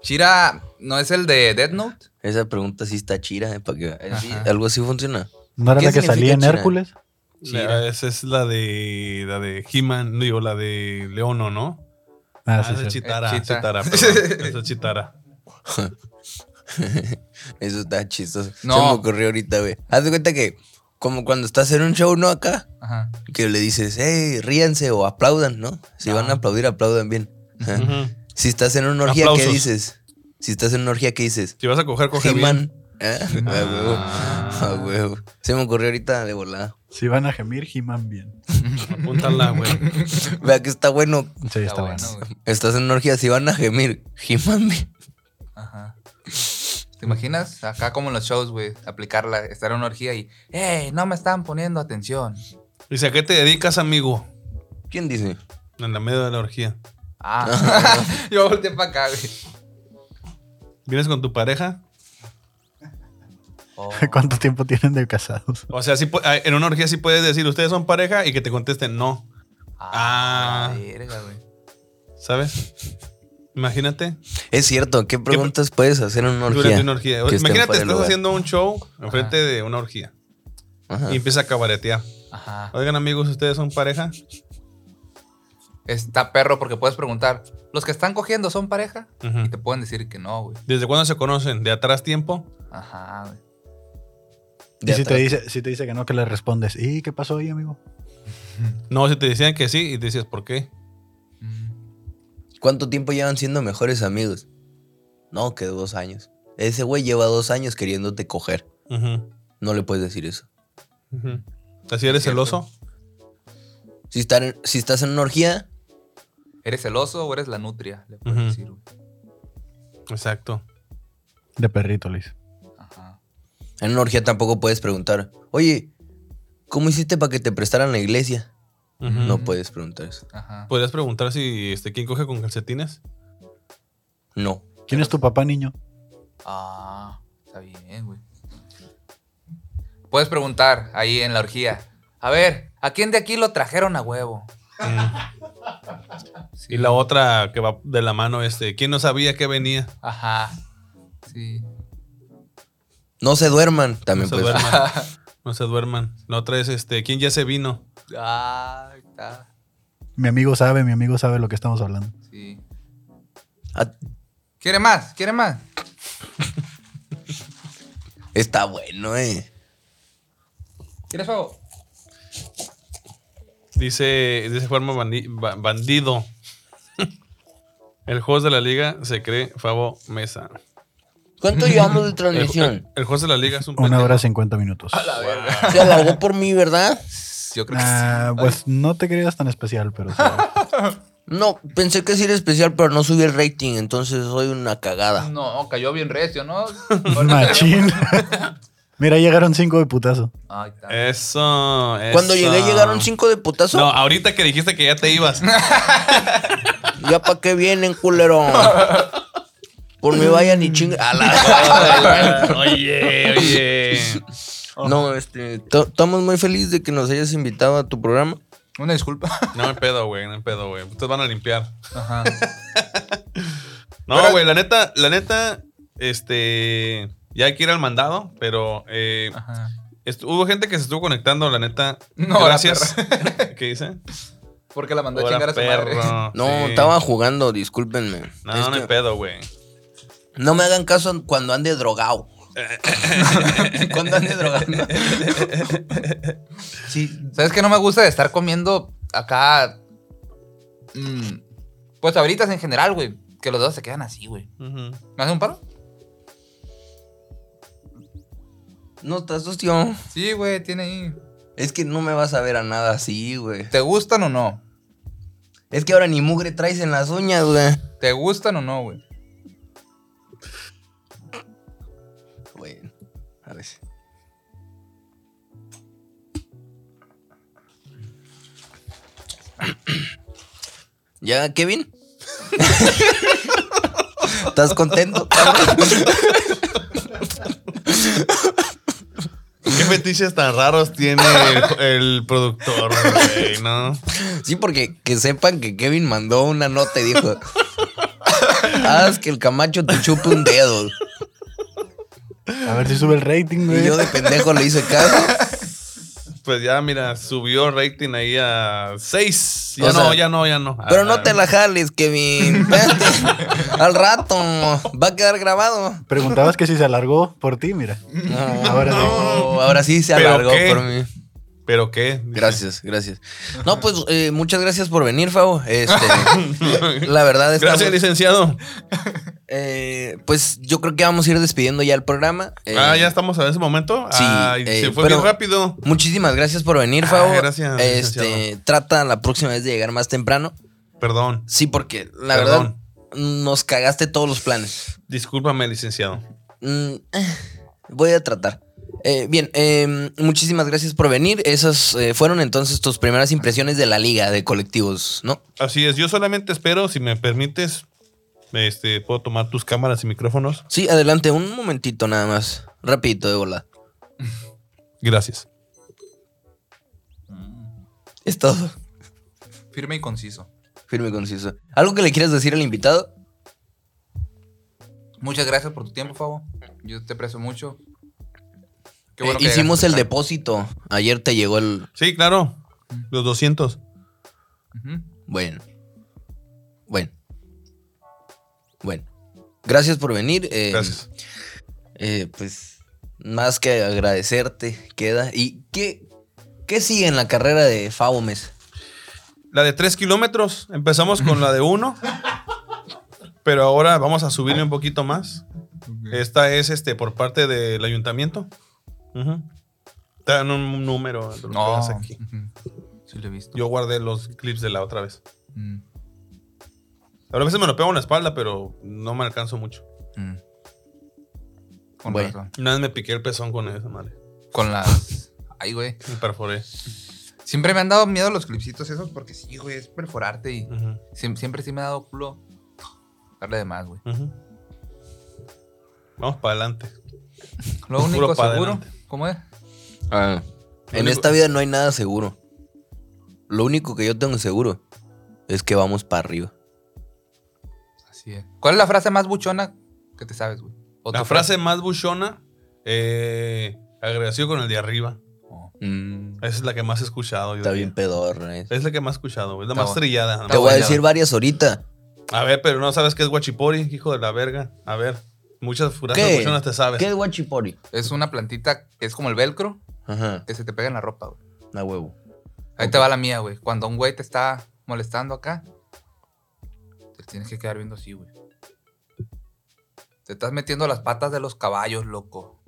Speaker 8: Chira, ¿no es el de Death Note?
Speaker 2: Esa pregunta sí está chira, ¿eh? Para que así-
Speaker 8: Ajá.
Speaker 2: algo así funciona.
Speaker 3: ¿No era
Speaker 2: ¿Qué
Speaker 3: la que salía
Speaker 2: significa
Speaker 3: en
Speaker 2: China?
Speaker 3: Hércules?
Speaker 1: La- esa es la de la de He-Man, digo, la de Leono, ¿no?
Speaker 3: Ah,
Speaker 1: Ah,
Speaker 3: sí,
Speaker 1: esa es
Speaker 3: sí.
Speaker 1: Chitara,
Speaker 8: Eh, Chita.
Speaker 1: Chitara, perdón. Esa es Chitara.
Speaker 2: Eso está chistoso.
Speaker 8: No.
Speaker 2: Se me ocurrió ahorita, güey. Haz de cuenta que, como cuando estás en un show, ¿no? Acá,
Speaker 8: Ajá.
Speaker 2: que le dices, hey, ríanse o aplaudan, ¿no? Si van a aplaudir, aplaudan bien. Ajá.
Speaker 1: Ujú.
Speaker 2: Si estás en una orgía, ¿qué
Speaker 1: Aplausos.
Speaker 2: dices? Si estás en una orgía, ¿qué dices?
Speaker 1: Si vas a coger, coge bien.
Speaker 2: He-Man. ¿Eh? A huevo.
Speaker 1: Ah.
Speaker 2: A huevo. Se me ocurrió ahorita de volada.
Speaker 3: Si van a gemir, He-Man bien.
Speaker 1: Apúntala, güey.
Speaker 2: Vea que está bueno.
Speaker 3: Sí, está, bueno.
Speaker 8: güey.
Speaker 2: Estás en una orgía, si van a gemir. He-Man. bien.
Speaker 8: Ajá. ¿Te imaginas? Acá como en los shows, güey, aplicarla, estar en una orgía y, ¡Ey! No me están poniendo atención.
Speaker 1: Dice, ¿a qué te dedicas, amigo?
Speaker 2: ¿Quién dice?
Speaker 1: En la medio de la orgía.
Speaker 8: Ah. Yo volteé para acá, güey.
Speaker 1: ¿Vienes con tu pareja?
Speaker 8: Oh.
Speaker 3: ¿Cuánto tiempo tienen de casados?
Speaker 1: O sea, sí pu- ah, en una orgía sí puedes decir, ustedes son pareja y que te contesten no,
Speaker 8: Ah.
Speaker 1: Ah.
Speaker 8: la Verga, güey.
Speaker 1: ¿sabes? Imagínate.
Speaker 2: Es cierto, ¿qué preguntas puedes hacer en una orgía?
Speaker 1: Durante una orgía.
Speaker 2: que esté
Speaker 1: Imagínate,
Speaker 2: fuera de
Speaker 1: estás
Speaker 2: lugar?
Speaker 1: haciendo un show enfrente de una orgía
Speaker 2: Ajá.
Speaker 1: y empieza a cabaretear.
Speaker 8: Ajá.
Speaker 1: Oigan, amigos, ¿ustedes son pareja?
Speaker 8: Está perro porque puedes preguntar, ¿los que están cogiendo son pareja?
Speaker 1: Ujú.
Speaker 8: Y te pueden decir que no, güey.
Speaker 1: ¿Desde cuándo se conocen? ¿De atrás tiempo?
Speaker 8: Ajá, güey.
Speaker 2: De
Speaker 3: Y si te,
Speaker 2: atrás.
Speaker 3: dice, si te dice que no, que le respondes. ¿Y qué pasó ahí, amigo?
Speaker 1: No, si te decían que sí y te decías, ¿por qué?
Speaker 8: Mm.
Speaker 2: ¿Cuánto tiempo llevan siendo mejores amigos? No, que dos años. Ese güey lleva dos años queriéndote coger.
Speaker 1: Ujú,
Speaker 2: No le puedes decir eso.
Speaker 1: ujú. ¿Así eres
Speaker 8: Es cierto.
Speaker 1: celoso?
Speaker 2: Si, estar en- si estás en una orgía,
Speaker 8: ¿Eres celoso o eres la nutria? Le puedes
Speaker 1: Ujú.
Speaker 8: decir, güey.
Speaker 1: Exacto.
Speaker 3: De perrito, le dice.
Speaker 8: Ajá.
Speaker 2: en una orgía tampoco puedes preguntar, oye, ¿cómo hiciste para que te prestaran la iglesia?
Speaker 1: Ujú.
Speaker 2: No puedes preguntar eso.
Speaker 8: Ajá.
Speaker 1: ¿Podrías preguntar si este, quién coge con calcetines?
Speaker 2: No.
Speaker 3: ¿Quién es tu papá, niño?
Speaker 8: Ah, está bien, güey. Puedes preguntar ahí en la orgía. A ver, ¿a quién de aquí lo trajeron a huevo?
Speaker 1: Y la otra que va de la mano, este, ¿quién no sabía que venía?
Speaker 8: Ajá. Sí.
Speaker 2: No se duerman.
Speaker 1: No
Speaker 2: También
Speaker 1: se
Speaker 2: puede ser.
Speaker 1: duerman. No se duerman. La otra es, este, ¿quién ya se vino?
Speaker 8: Ah, está.
Speaker 3: Mi amigo sabe, mi amigo sabe lo que estamos hablando.
Speaker 8: Sí.
Speaker 2: Ah,
Speaker 8: ¿Quiere más? ¿Quiere más?
Speaker 2: Está bueno, eh.
Speaker 8: ¿Quieres fuego?
Speaker 1: Dice, dice forma bandi- ba- bandido. El host de la liga se cree Fabo Mesa.
Speaker 2: ¿Cuánto llevamos de
Speaker 1: El, el,
Speaker 2: transmisión?
Speaker 1: el host de la liga es un
Speaker 3: Una
Speaker 1: pendejo.
Speaker 3: hora cincuenta minutos.
Speaker 2: Se alargó por mí, ¿verdad?
Speaker 8: Yo creo que
Speaker 3: Ah, pues no te creas tan especial, pero sí.
Speaker 2: No, pensé que sí era especial, pero no subí el rating, entonces soy una
Speaker 8: sí.
Speaker 2: cagada.
Speaker 8: No, cayó bien recio, ¿no?
Speaker 3: machín. Mira, llegaron cinco de putazo.
Speaker 8: Ay, está.
Speaker 1: Eso, eso.
Speaker 2: Cuando llegué llegaron cinco de putazo.
Speaker 1: No, ahorita que dijiste que ya te ibas.
Speaker 2: Ya pa' qué vienen, culero. Por mí vayan y ching... A la...
Speaker 1: oye, oye.
Speaker 2: No, este... to- Estamos muy felices de que nos hayas invitado a tu programa.
Speaker 8: Una disculpa.
Speaker 1: No me pedo, güey, no me pedo, güey. Ustedes van a limpiar.
Speaker 8: Ajá.
Speaker 1: No, güey, la neta, la neta, este, ya hay que ir al mandado, pero eh,
Speaker 8: Ajá.
Speaker 1: estu- hubo gente que se estuvo conectando, la neta.
Speaker 8: Ah. No, la
Speaker 1: gracias. ¿Qué dice?
Speaker 8: Porque la mandó a
Speaker 1: Ahora,
Speaker 8: chingar a su madre.
Speaker 1: perro,
Speaker 2: No,
Speaker 1: sí.
Speaker 2: estaba este- jugando, discúlpenme.
Speaker 1: No,
Speaker 2: Es
Speaker 1: no
Speaker 2: que
Speaker 1: hay pedo, güey.
Speaker 2: no me hagan caso cuando ande drogado. cuando ande drogado.
Speaker 8: Sí. ¿Sabes qué no me gusta de estar comiendo acá? Mm, Pues ahorita en general, güey. Que los dedos se quedan así, güey.
Speaker 1: Ujú.
Speaker 8: ¿Me haces un paro?
Speaker 2: No estás sucio.
Speaker 8: Sí, güey, tiene ahí.
Speaker 2: Es que no me vas a ver a nada así, güey.
Speaker 8: ¿Te gustan o no?
Speaker 2: Es que ahora ni mugre traes en las uñas, güey.
Speaker 8: ¿Te gustan o no, güey?
Speaker 2: Bueno, a ver. si- ¿Ya, Kevin? ¿Estás contento?
Speaker 1: ¿Qué fetiches tan raros tiene el, el productor, güey? ¿No?
Speaker 2: Sí, porque que sepan que Kevin mandó una nota y dijo: Haz que el Camacho te chupe un dedo.
Speaker 3: A ver si sube el rating, güey.
Speaker 2: Y yo de pendejo le hice caso.
Speaker 1: Pues ya, mira, subió rating ahí a 6. Ya
Speaker 2: O
Speaker 1: no,
Speaker 2: sea,
Speaker 1: ya no, ya no. Ah,
Speaker 2: Pero
Speaker 1: A-
Speaker 2: no te la jales, Kevin. Espérate. Al rato. Va a quedar grabado.
Speaker 3: Preguntabas que si se alargó por ti, mira. Ahora sí.
Speaker 2: No, ahora sí se
Speaker 1: ¿Pero
Speaker 2: alargó
Speaker 1: qué?
Speaker 2: por mí.
Speaker 1: ¿Pero qué?
Speaker 2: Gracias, gracias. No, pues eh, muchas gracias por venir, Fabo. Este, la verdad es
Speaker 1: Gracias, licenciado.
Speaker 2: pues yo creo que vamos a ir despidiendo ya el programa. Eh,
Speaker 1: ah, ya estamos en ese momento.
Speaker 2: sí,
Speaker 1: Ay,
Speaker 2: eh,
Speaker 1: se fue
Speaker 2: pero-
Speaker 1: bien rápido.
Speaker 2: Muchísimas gracias por venir,
Speaker 1: Ah,
Speaker 2: Fabo.
Speaker 1: gracias,
Speaker 2: Este,
Speaker 1: licenciado.
Speaker 2: trata la próxima vez de llegar más temprano.
Speaker 1: Perdón.
Speaker 2: Sí, porque la
Speaker 1: Perdón.
Speaker 2: verdad nos cagaste todos los planes.
Speaker 1: Discúlpame, licenciado.
Speaker 2: Mm, eh, voy a tratar. Eh, bien, eh, muchísimas gracias por venir. Esas eh, fueron entonces tus primeras impresiones de la liga de colectivos, ¿no?
Speaker 1: Así es, yo solamente espero, si me permites, este, puedo tomar tus cámaras y micrófonos.
Speaker 2: Sí, adelante, un momentito nada más. Rapidito, de volada.
Speaker 1: Gracias.
Speaker 2: Es todo.
Speaker 8: Firme y conciso.
Speaker 2: Firme y conciso. ¿Algo que le quieras decir al invitado?
Speaker 8: Muchas gracias por tu tiempo, Fabo. Yo te aprecio mucho. Qué
Speaker 2: Eh,
Speaker 8: bueno que
Speaker 2: hicimos el
Speaker 8: llegaste.
Speaker 2: depósito. Ayer te llegó el.
Speaker 1: Sí, claro. Los 200.
Speaker 8: Ujú.
Speaker 2: Bueno. Bueno. Bueno. Gracias por venir. eh,
Speaker 1: Gracias.
Speaker 2: eh, pues más que agradecerte, queda. ¿Y qué, qué sigue en la carrera de Fabo Mesa?
Speaker 1: La de 3 kilómetros. Empezamos con la de 1. Pero ahora vamos a subirle un poquito más.
Speaker 8: Eh,
Speaker 1: Esta es este por parte del ayuntamiento. Ujú. Está en un número. lo
Speaker 8: No.
Speaker 1: pegas aquí.
Speaker 8: Ujú. Sí, lo he visto.
Speaker 1: Yo guardé los clips de la otra vez.
Speaker 8: Mm,
Speaker 1: A veces me lo pego en la espalda, pero no me alcanzo mucho.
Speaker 8: mm. Con
Speaker 2: Bueno.
Speaker 8: razón.
Speaker 1: Una vez me piqué el pezón con esa madre.
Speaker 8: Con las. Ay, güey.
Speaker 1: Me perforé.
Speaker 8: Siempre me han dado miedo los clipsitos esos porque sí, güey, es perforarte y.
Speaker 1: Ujú,
Speaker 8: siem- siempre sí me ha dado culo. Darle de más, güey.
Speaker 1: ujú. Vamos para adelante.
Speaker 8: Lo único
Speaker 1: pa'
Speaker 8: seguro,
Speaker 1: adelante.
Speaker 8: ¿cómo es?
Speaker 2: Ah.
Speaker 1: Lo
Speaker 2: En
Speaker 1: único-
Speaker 2: esta vida no hay nada seguro. Lo único que yo tengo seguro es que vamos para arriba.
Speaker 8: Así es. ¿Cuál es la frase más buchona que te sabes, güey? ¿O
Speaker 1: La
Speaker 8: tu
Speaker 1: frase más buchona, eh, agradecido con el de arriba.
Speaker 8: Oh.
Speaker 2: Mm,
Speaker 1: Esa es la que más he escuchado. yo
Speaker 2: está
Speaker 1: diría.
Speaker 2: bien pedorra. eh.
Speaker 1: Es la que más he escuchado, es la
Speaker 8: Está
Speaker 1: más
Speaker 8: bueno.
Speaker 1: trillada. la
Speaker 2: Te
Speaker 1: más
Speaker 2: voy a
Speaker 1: trillada.
Speaker 2: decir varias ahorita.
Speaker 1: A ver, pero no sabes qué es guachipori, hijo de la verga. A ver, muchas frases
Speaker 2: ¿Qué?
Speaker 1: buchonas te sabes.
Speaker 2: ¿Qué es guachipori?
Speaker 8: Es una plantita que es como el velcro
Speaker 2: Ajá,
Speaker 8: que se te pega en la ropa, güey.
Speaker 2: una huevo.
Speaker 8: Ahí te va la mía, güey. Cuando un güey te está molestando acá, te tienes que quedar viendo así, güey. Te estás metiendo las patas de los caballos, loco.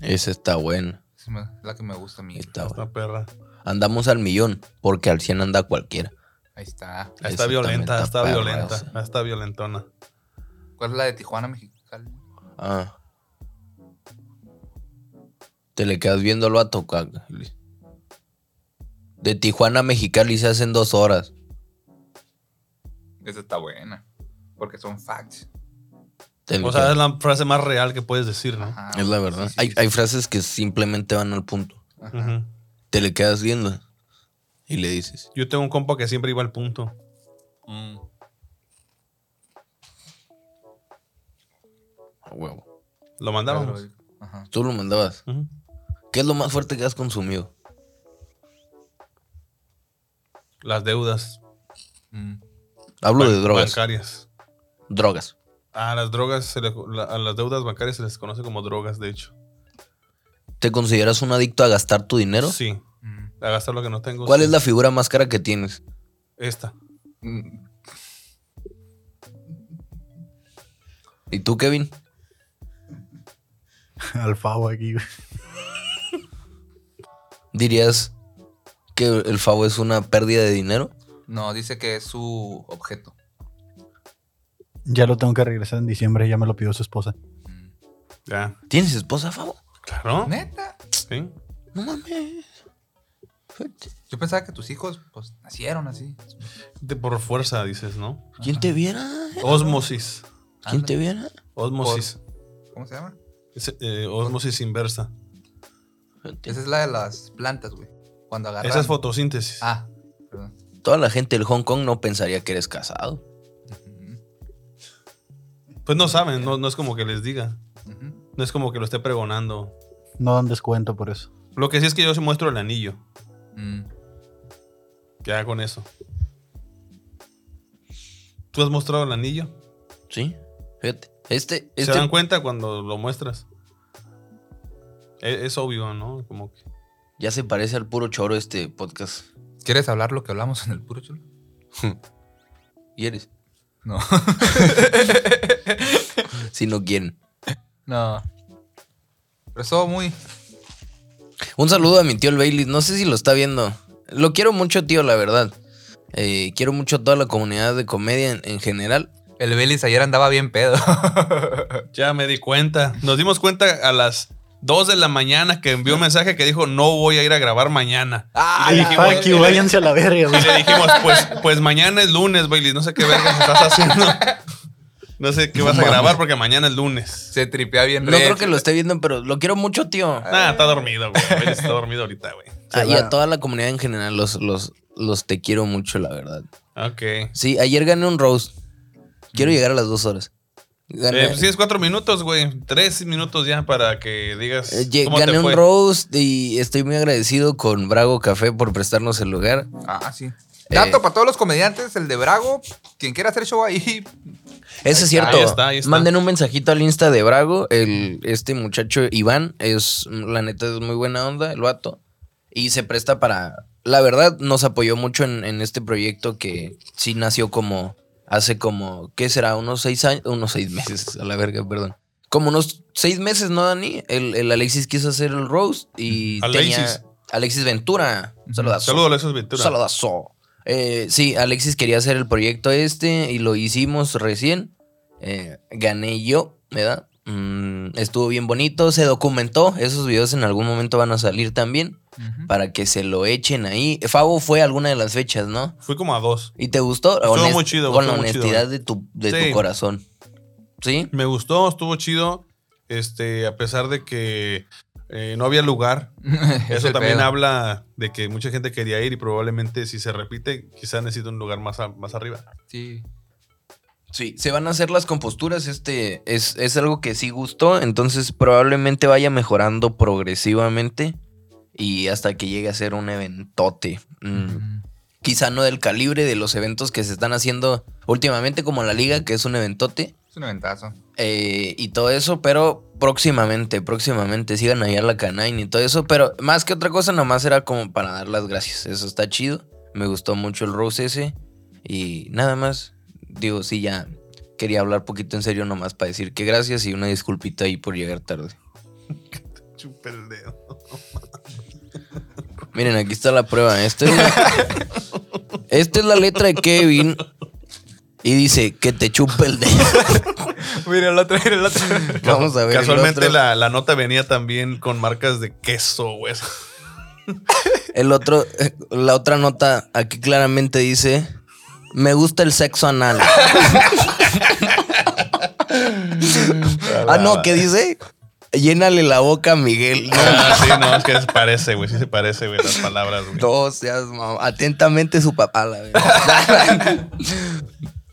Speaker 2: Esa está buena.
Speaker 8: Esa me- Es la que me gusta a mí. güey.
Speaker 2: Está buena.
Speaker 1: Esta perra.
Speaker 2: Andamos al millón, porque al 100 anda cualquiera.
Speaker 8: Ahí está.
Speaker 1: Está,
Speaker 2: Esa
Speaker 1: violenta,
Speaker 2: también
Speaker 1: está
Speaker 2: perra,
Speaker 1: violenta,
Speaker 2: esa.
Speaker 1: está violentona.
Speaker 8: ¿Cuál es la de Tijuana, Mexicali?
Speaker 2: Ah. Te le quedas viendo al vato, caca. De Tijuana a Mexicali se hacen dos horas.
Speaker 8: Esa está buena. Porque son facts.
Speaker 2: Te
Speaker 1: O
Speaker 2: le
Speaker 1: sea,
Speaker 2: quedas-
Speaker 1: es la frase más real que puedes decir, ¿no?
Speaker 8: Ajá,
Speaker 2: es la
Speaker 8: güey.
Speaker 2: verdad.
Speaker 8: Sí, sí,
Speaker 2: hay,
Speaker 8: sí.
Speaker 2: hay frases que simplemente van al punto.
Speaker 8: Ajá.
Speaker 1: Ujú.
Speaker 2: Te le quedas viendo y le dices.
Speaker 1: Yo tengo un compa que siempre iba al punto.
Speaker 8: Mm.
Speaker 2: "A huevo.
Speaker 1: Lo mandábamos.
Speaker 8: Ajá.
Speaker 2: Tú lo mandabas.
Speaker 1: Ujú.
Speaker 2: ¿Qué es lo más fuerte que has consumido?
Speaker 1: Las deudas
Speaker 8: Mm.
Speaker 2: Hablo de
Speaker 1: ban-
Speaker 2: drogas.
Speaker 1: bancarias.
Speaker 2: Drogas.
Speaker 1: A las drogas, se le- la- a las deudas bancarias se les conoce como drogas, de hecho.
Speaker 2: ¿Te consideras un adicto a gastar tu dinero?
Speaker 1: Sí,
Speaker 8: Mm.
Speaker 1: a gastar lo que no tengo.
Speaker 2: ¿Cuál
Speaker 1: sí.
Speaker 2: es la figura más cara que tienes?
Speaker 1: Esta.
Speaker 8: Mm.
Speaker 2: ¿Y tú, Kevin?
Speaker 3: Al favo aquí, güey.
Speaker 2: ¿Dirías que el favo es una pérdida de dinero?
Speaker 8: No, dice que es su objeto.
Speaker 3: Ya lo tengo que regresar en diciembre, ya me lo pidió su esposa.
Speaker 8: Mm.
Speaker 1: Ya.
Speaker 2: ¿Tienes esposa, favo?
Speaker 1: Claro.
Speaker 8: Neta.
Speaker 1: Sí.
Speaker 2: No mames.
Speaker 8: Yo pensaba que tus hijos pues nacieron así.
Speaker 1: De por fuerza, dices, ¿no?
Speaker 2: ¿Quién te viera?
Speaker 1: Osmosis.
Speaker 2: ¿Quién
Speaker 8: Ándale.
Speaker 2: te viera?
Speaker 1: Osmosis.
Speaker 8: ¿Cómo se llama?
Speaker 1: Es, eh, osmosis inversa.
Speaker 8: Esa es la de las plantas, güey. Cuando agarran.
Speaker 1: Esa es fotosíntesis.
Speaker 8: Ah, perdón.
Speaker 2: Toda la gente del Hong Kong no pensaría que eres casado.
Speaker 8: Ujú,
Speaker 1: Pues no saben, no, no es como que les diga.
Speaker 8: ujú.
Speaker 1: No es como que lo esté pregonando.
Speaker 3: No dan descuento por eso.
Speaker 1: Lo que sí es que yo sí muestro el anillo.
Speaker 8: Mm.
Speaker 1: Ya con eso. ¿Tú has mostrado el anillo?
Speaker 2: Sí. Fíjate. Este,
Speaker 1: ¿Se dan
Speaker 2: este,
Speaker 1: cuenta cuando lo muestras? E- Es, obvio, ¿no? Como que.
Speaker 2: ya se parece al puro choro este podcast.
Speaker 8: ¿Quieres hablar lo que hablamos en el puro chulo?
Speaker 2: ¿Y eres?
Speaker 8: No.
Speaker 2: Si no quieren.
Speaker 8: no. Pero eso muy.
Speaker 2: Un saludo a mi tío el Bailey. No sé si lo está viendo. Lo quiero mucho, tío, la verdad. Eh, quiero mucho a toda la comunidad de comedia en, en general.
Speaker 8: El Belis ayer andaba bien pedo.
Speaker 1: Ya me di cuenta. Nos dimos cuenta a las 2 de la mañana que envió un mensaje que dijo: No voy a ir a grabar mañana.
Speaker 8: ah,
Speaker 3: Y
Speaker 8: la
Speaker 3: fuck
Speaker 8: verga.
Speaker 3: you, váyanse a la verga,
Speaker 1: Y
Speaker 3: güey. Ah,
Speaker 1: le dijimos: Pues, pues mañana es lunes, Bailey. No sé qué vergas estás haciendo. No sé qué vas a grabar porque mañana es lunes.
Speaker 8: Se tripea bien.
Speaker 2: No
Speaker 1: Eh,
Speaker 8: recho.
Speaker 2: creo que lo esté viendo, pero lo quiero mucho, tío.
Speaker 1: Nah, está dormido, güey. Bailey Está dormido ahorita, güey.
Speaker 2: Ah, y
Speaker 3: va.
Speaker 2: a toda la comunidad en general, los, los, los te quiero mucho, la verdad.
Speaker 1: Ok.
Speaker 2: Sí, ayer gané un roast. Quiero llegar a las dos horas. Gané,
Speaker 1: Mm. Eh, pues sí, es cuatro minutos, güey. Tres minutos ya para que digas.
Speaker 2: eh, lle-
Speaker 1: ¿Cómo
Speaker 2: gané
Speaker 1: te
Speaker 2: un
Speaker 1: fue?
Speaker 2: roast y estoy muy agradecido con Brago Café por prestarnos el lugar.
Speaker 8: Ah, sí. Dato para todos los comediantes, el de Brago. Quien quiera hacer show ahí.
Speaker 2: Eso es cierto.
Speaker 1: ahí está, ahí está.
Speaker 2: Manden un mensajito al Insta de Brago. El, este muchacho Iván es, la neta, es muy buena onda, el vato. Y se presta para. La verdad, nos apoyó mucho en, en este proyecto que sí nació como. Hace como. ¿Qué será? Unos seis años. Unos seis meses, a la verga, perdón. Como unos seis meses, ¿no, Dani? El, el Alexis quiso hacer el roast y. tenía-
Speaker 1: Alexis.
Speaker 2: Alexis Ventura. Un saludazo.
Speaker 1: Saludos a Alexis Ventura.
Speaker 2: Saludazo. Eh, sí, Alexis quería hacer el proyecto este y lo hicimos recién. Eh, gané yo, ¿verdad? Mm, estuvo bien bonito, se documentó. Esos videos en algún momento van a salir también para que se lo echen ahí. Favo fue alguna de las fechas, ¿no?
Speaker 1: Fui como a dos.
Speaker 2: ¿Y te gustó?
Speaker 1: Estuvo
Speaker 2: Honest-
Speaker 1: muy chido,
Speaker 2: Con la
Speaker 1: estuvo muy chido, eh.
Speaker 2: honestidad de, tu, de tu
Speaker 1: Sí.
Speaker 2: corazón. ¿Sí?
Speaker 1: Me gustó, estuvo chido. Este, a pesar de que eh, no había lugar.
Speaker 8: Es
Speaker 1: Eso
Speaker 8: el
Speaker 1: también
Speaker 8: pedo.
Speaker 1: habla de que mucha gente quería ir y probablemente si se repite, quizás necesita un lugar más, a- más arriba.
Speaker 8: Sí.
Speaker 2: Sí, se van a hacer las composturas. Este es, es algo que sí gustó. Entonces probablemente vaya mejorando progresivamente. Y hasta que llegue a ser un eventote. Mm,
Speaker 8: Ujú.
Speaker 2: Quizá no del calibre de los eventos que se están haciendo últimamente, como la liga, que es un eventote.
Speaker 8: Es un ventazo.
Speaker 2: eh, y todo eso, pero próximamente, próximamente sigan allá a la canine y todo eso, pero más que otra cosa, nomás era como para dar las gracias. Eso está chido. Me gustó mucho el Rose ese y nada más. Digo, sí, ya quería hablar poquito en serio nomás para decir que gracias y una disculpita ahí por llegar tarde.
Speaker 1: Chupa el dedo.
Speaker 2: Miren, aquí está la prueba. Esta es la, esta es la letra de Kevin y dice que te chupe el dedo.
Speaker 8: Mira el otro, mira el otro.
Speaker 2: Vamos a ver. el
Speaker 1: Casualmente
Speaker 2: otro.
Speaker 1: la, la nota venía también con marcas de queso, güey.
Speaker 2: El otro, eh, la otra nota aquí claramente dice: Me gusta el sexo anal. ah, no, ¿qué dice? Llénale la boca a Miguel.
Speaker 1: Ah, sí, no, es que se parece, güey. Sí se parece, güey, las palabras, güey.
Speaker 2: No seas mamá. Atentamente su papá, la verdad.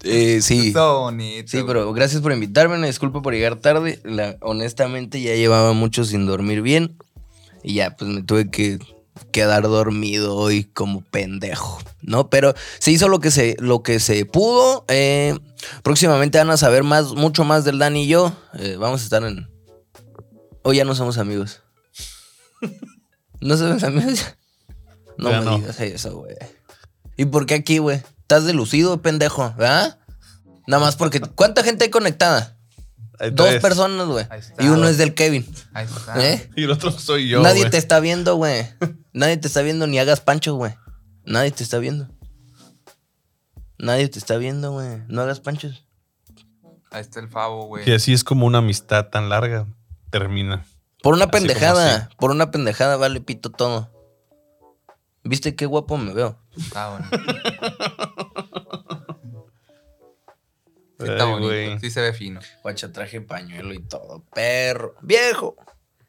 Speaker 2: Eh, sí.
Speaker 8: Está bonito.
Speaker 2: Sí,
Speaker 8: güey.
Speaker 2: pero gracias por invitarme. Una disculpa por llegar tarde. La- honestamente, ya llevaba mucho sin dormir bien. Y ya, pues me tuve que quedar dormido hoy como pendejo, ¿no? Pero se hizo lo que se, lo que se pudo. eh, próximamente van a saber más, mucho más del Dani y yo. Eh, vamos a estar en. Hoy ya no somos amigos. ¿No somos amigos? No
Speaker 1: Ya
Speaker 2: me
Speaker 1: no.
Speaker 2: digas eso, güey. ¿Y por qué aquí, güey? Estás delucido, pendejo, ¿verdad? Nada más porque. ¿Cuánta gente hay conectada?
Speaker 1: Hay
Speaker 2: Dos
Speaker 1: Eh, tres.
Speaker 2: personas, güey.
Speaker 8: Ahí está.
Speaker 2: Y uno es del Kevin.
Speaker 8: Ahí está.
Speaker 2: ¿Eh?
Speaker 1: Y el otro soy yo.
Speaker 2: Nadie
Speaker 1: güey.
Speaker 2: te está viendo, güey. Nadie te está viendo, ni hagas pancho, güey. Nadie te está viendo. Nadie te está viendo, güey. No hagas panchos.
Speaker 8: Ahí está el favo, güey.
Speaker 1: Y así es como una amistad tan larga termina.
Speaker 2: Por una
Speaker 1: Así como
Speaker 2: pendejada,
Speaker 1: así.
Speaker 2: por una pendejada vale pito todo. ¿Viste qué guapo me veo?
Speaker 8: Está bonito. Sí,
Speaker 1: Ay,
Speaker 8: está bonito.
Speaker 1: güey.
Speaker 8: Sí se ve fino.
Speaker 2: Guacha, traje pañuelo y todo. Perro. Viejo.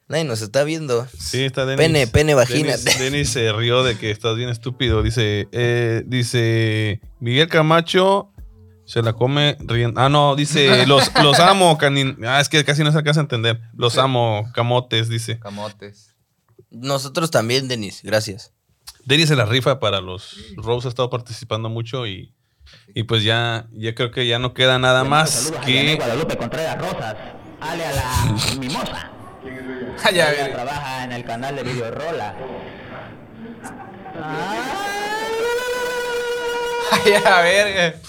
Speaker 2: Nadie nos está viendo.
Speaker 1: Sí, está Denis.
Speaker 2: Pene, pene, vagina.
Speaker 1: Denis, Denis se rió de que estás bien estúpido. Dice, eh, dice Miguel Camacho se la come riendo. Ah, no, dice, los, los amo, canin. Ah, es que casi no se alcanza a entender. Los amo, camotes, dice.
Speaker 8: Camotes.
Speaker 2: Nosotros también, Denis. Gracias.
Speaker 1: Denis se la rifa para los. Rose ha estado participando mucho y, y pues ya, ya creo que ya no queda nada más
Speaker 6: Saludos a mi amigo
Speaker 1: que.
Speaker 6: Guadalupe Contreras Rosas. Ale a la mimosa.
Speaker 8: Ah, ya,
Speaker 6: Ella
Speaker 8: güey.
Speaker 6: trabaja en el canal de Video Rola.
Speaker 8: Ah, ya, verga.